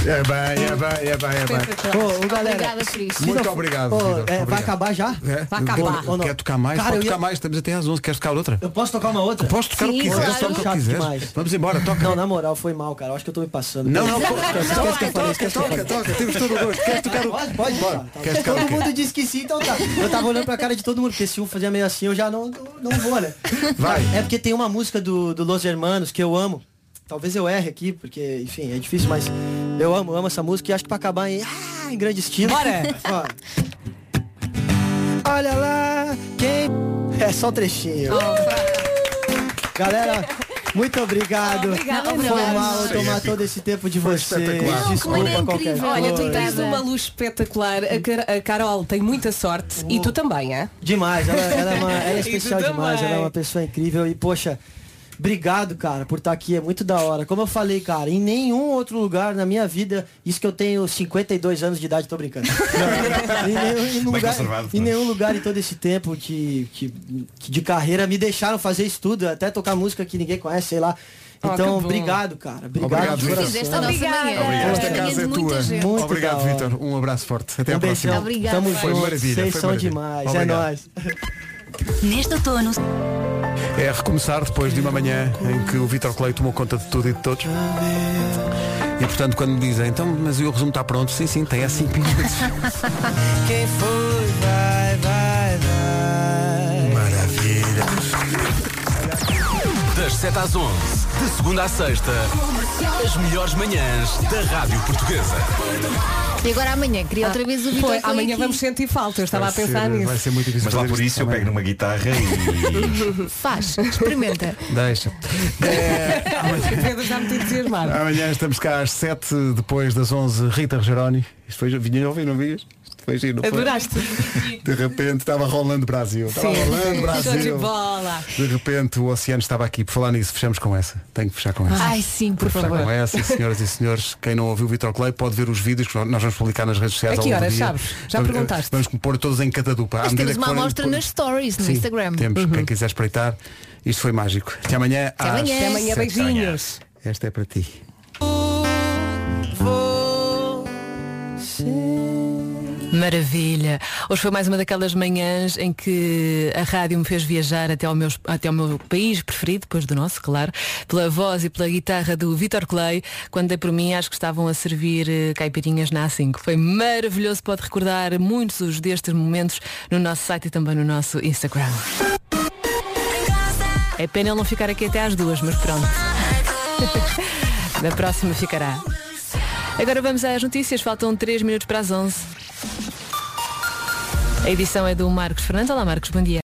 É bem, é bem, é bem, é bem.
Ô, ô, galera,
Obrigada,
se
Muito
não-
obrigado,
Ô,
Vitor,
é,
obrigado.
Vai acabar já?
É? Quer- Quer tocar mais?
Cara,
Pode
eu ia-
tocar mais, estamos até às 11. Queres tocar outra?
Eu posso tocar uma outra?
Posso tocar o que quiseres, toca o que quiseres. Vamos embora, toca.
Não, na moral, foi mal, cara. Eu acho que eu tô me passando.
Não, não,
Esquece
toca,
que eu falei, esquece que eu
toca,
falei.
toca, temos todo o gosto. Queres tocar o-
Pode, pode.
Bora.
tá, tá.
Queres tocar o
Todo
quê?
mundo disse que sim, então tá. Eu tava olhando pra cara de todo mundo, porque se um fazia meio assim, eu já não, não vou, né?
Vai.
É porque tem uma música do, do Los Hermanos que eu amo. Talvez eu erre aqui, porque, enfim, é difícil, mas eu amo, amo essa música e acho que pra acabar em, ah, em grande estilo.
Bora!
Ó. Olha lá, quem. É só um trechinho. Galera, muito obrigado.
Obrigada,
Foi
nós.
mal eu tomar todo esse tempo de vocês.
espetacular. Não,
Desculpa
como é
qualquer
incrível.
coisa.
Olha, tu tens uma luz espetacular. A, Car- a Carol tem muita sorte e tu também, é?
Demais, ela, ela é, uma- ela é
Isso
especial demais,
também.
ela é uma pessoa incrível e, poxa, obrigado, cara, por estar aqui, é muito da hora. Como eu falei, cara, em nenhum outro lugar na minha vida, isso que eu tenho 52 anos de idade, tô brincando. Não, em, nenhum, em
Tá
nenhum
Bem
lugar,
conservado,
em
não é?
nenhum lugar em todo esse tempo que, que, que de carreira me deixaram fazer estudo, até tocar música que ninguém conhece, sei lá.
Oh, que
Então,
bom.
obrigado, cara. Obrigado,
Obrigado,
de
Vitor.
coração.
Fizeste a nossa
Obrigada.
manhã.
Esta
Esta manhã
casa
de
é
muita
tua.
gente.
Muito
Obrigado,
da hora.
Vitor. Um abraço forte. Até à
Um
próxima.
beijão.
Obrigada.
Tamo
Foi
junto.
maravilha,
Vocês
foi
são
maravilha.
demais. É
Obrigado.
nóis.
Neste outono.
É recomeçar depois de uma manhã em que o Vitor Clay tomou conta de tudo e de todos. E portanto, quando me dizem, então, mas o resumo está pronto, sim, sim, tem há 5 minutos.
Quem foi, vai, vai, vai.
Maravilha.
Das 7 às 11,
De segunda à sexta, as melhores manhãs da Rádio Portuguesa.
E agora amanhã, queria outra vez o Vitor
Ah, Foi, amanhã
vamos
sentir falta, eu estava a pensar nisso.
Vai ser muito difícil.
Mas lá
fazer
por
isto
isso eu
também.
pego numa guitarra e.
Faz, experimenta.
Deixa.
Pedro já me tem entusiasmado.
Amanhã estamos cá às 7, depois das 11, Rita Geroni. Isto foi, vinha ouvir, não vias? Isto foi giro, não foi?
Adoraste.
De repente estava rolando Brasil. Estava rolando
Estou de
Brasil.
bola.
De repente o oceano estava aqui. Por falar nisso, fechamos com essa. Tenho que fechar com essa.
Ai sim, por
Fechar
favor.
com essa, senhoras e senhores. Quem não ouviu o Vitor Clay pode ver os vídeos que nós vamos publicar nas redes sociais
A que
ao longo
horas
do dia.
sabes? Já
Vamos-
perguntaste?
Vamos pôr todos em catadupa.
Mas temos uma amostra nas stories, no
Sim,
Instagram. Uhum.
Temos, quem quiser espreitar, isto foi mágico. Até amanhã.
Até amanhã.
às
Até amanhã,
sete.
beijinhos.
Esta é para ti.
Maravilha. Hoje foi mais uma daquelas manhãs em que a rádio me fez viajar até ao meu, até ao meu país preferido, depois do nosso, claro, pela voz e pela guitarra do Vitor Clay. Quando dei por mim, acho que estavam a servir eh, caipirinhas na A5. Foi maravilhoso, pode recordar muitos destes momentos no nosso site e também no nosso Instagram. É pena ele não ficar aqui até às duas, mas pronto. Na próxima ficará. Agora vamos às notícias, faltam 3 minutos para as 11. A edição é do Marcos Fernandes. Olá, Marcos, bom dia.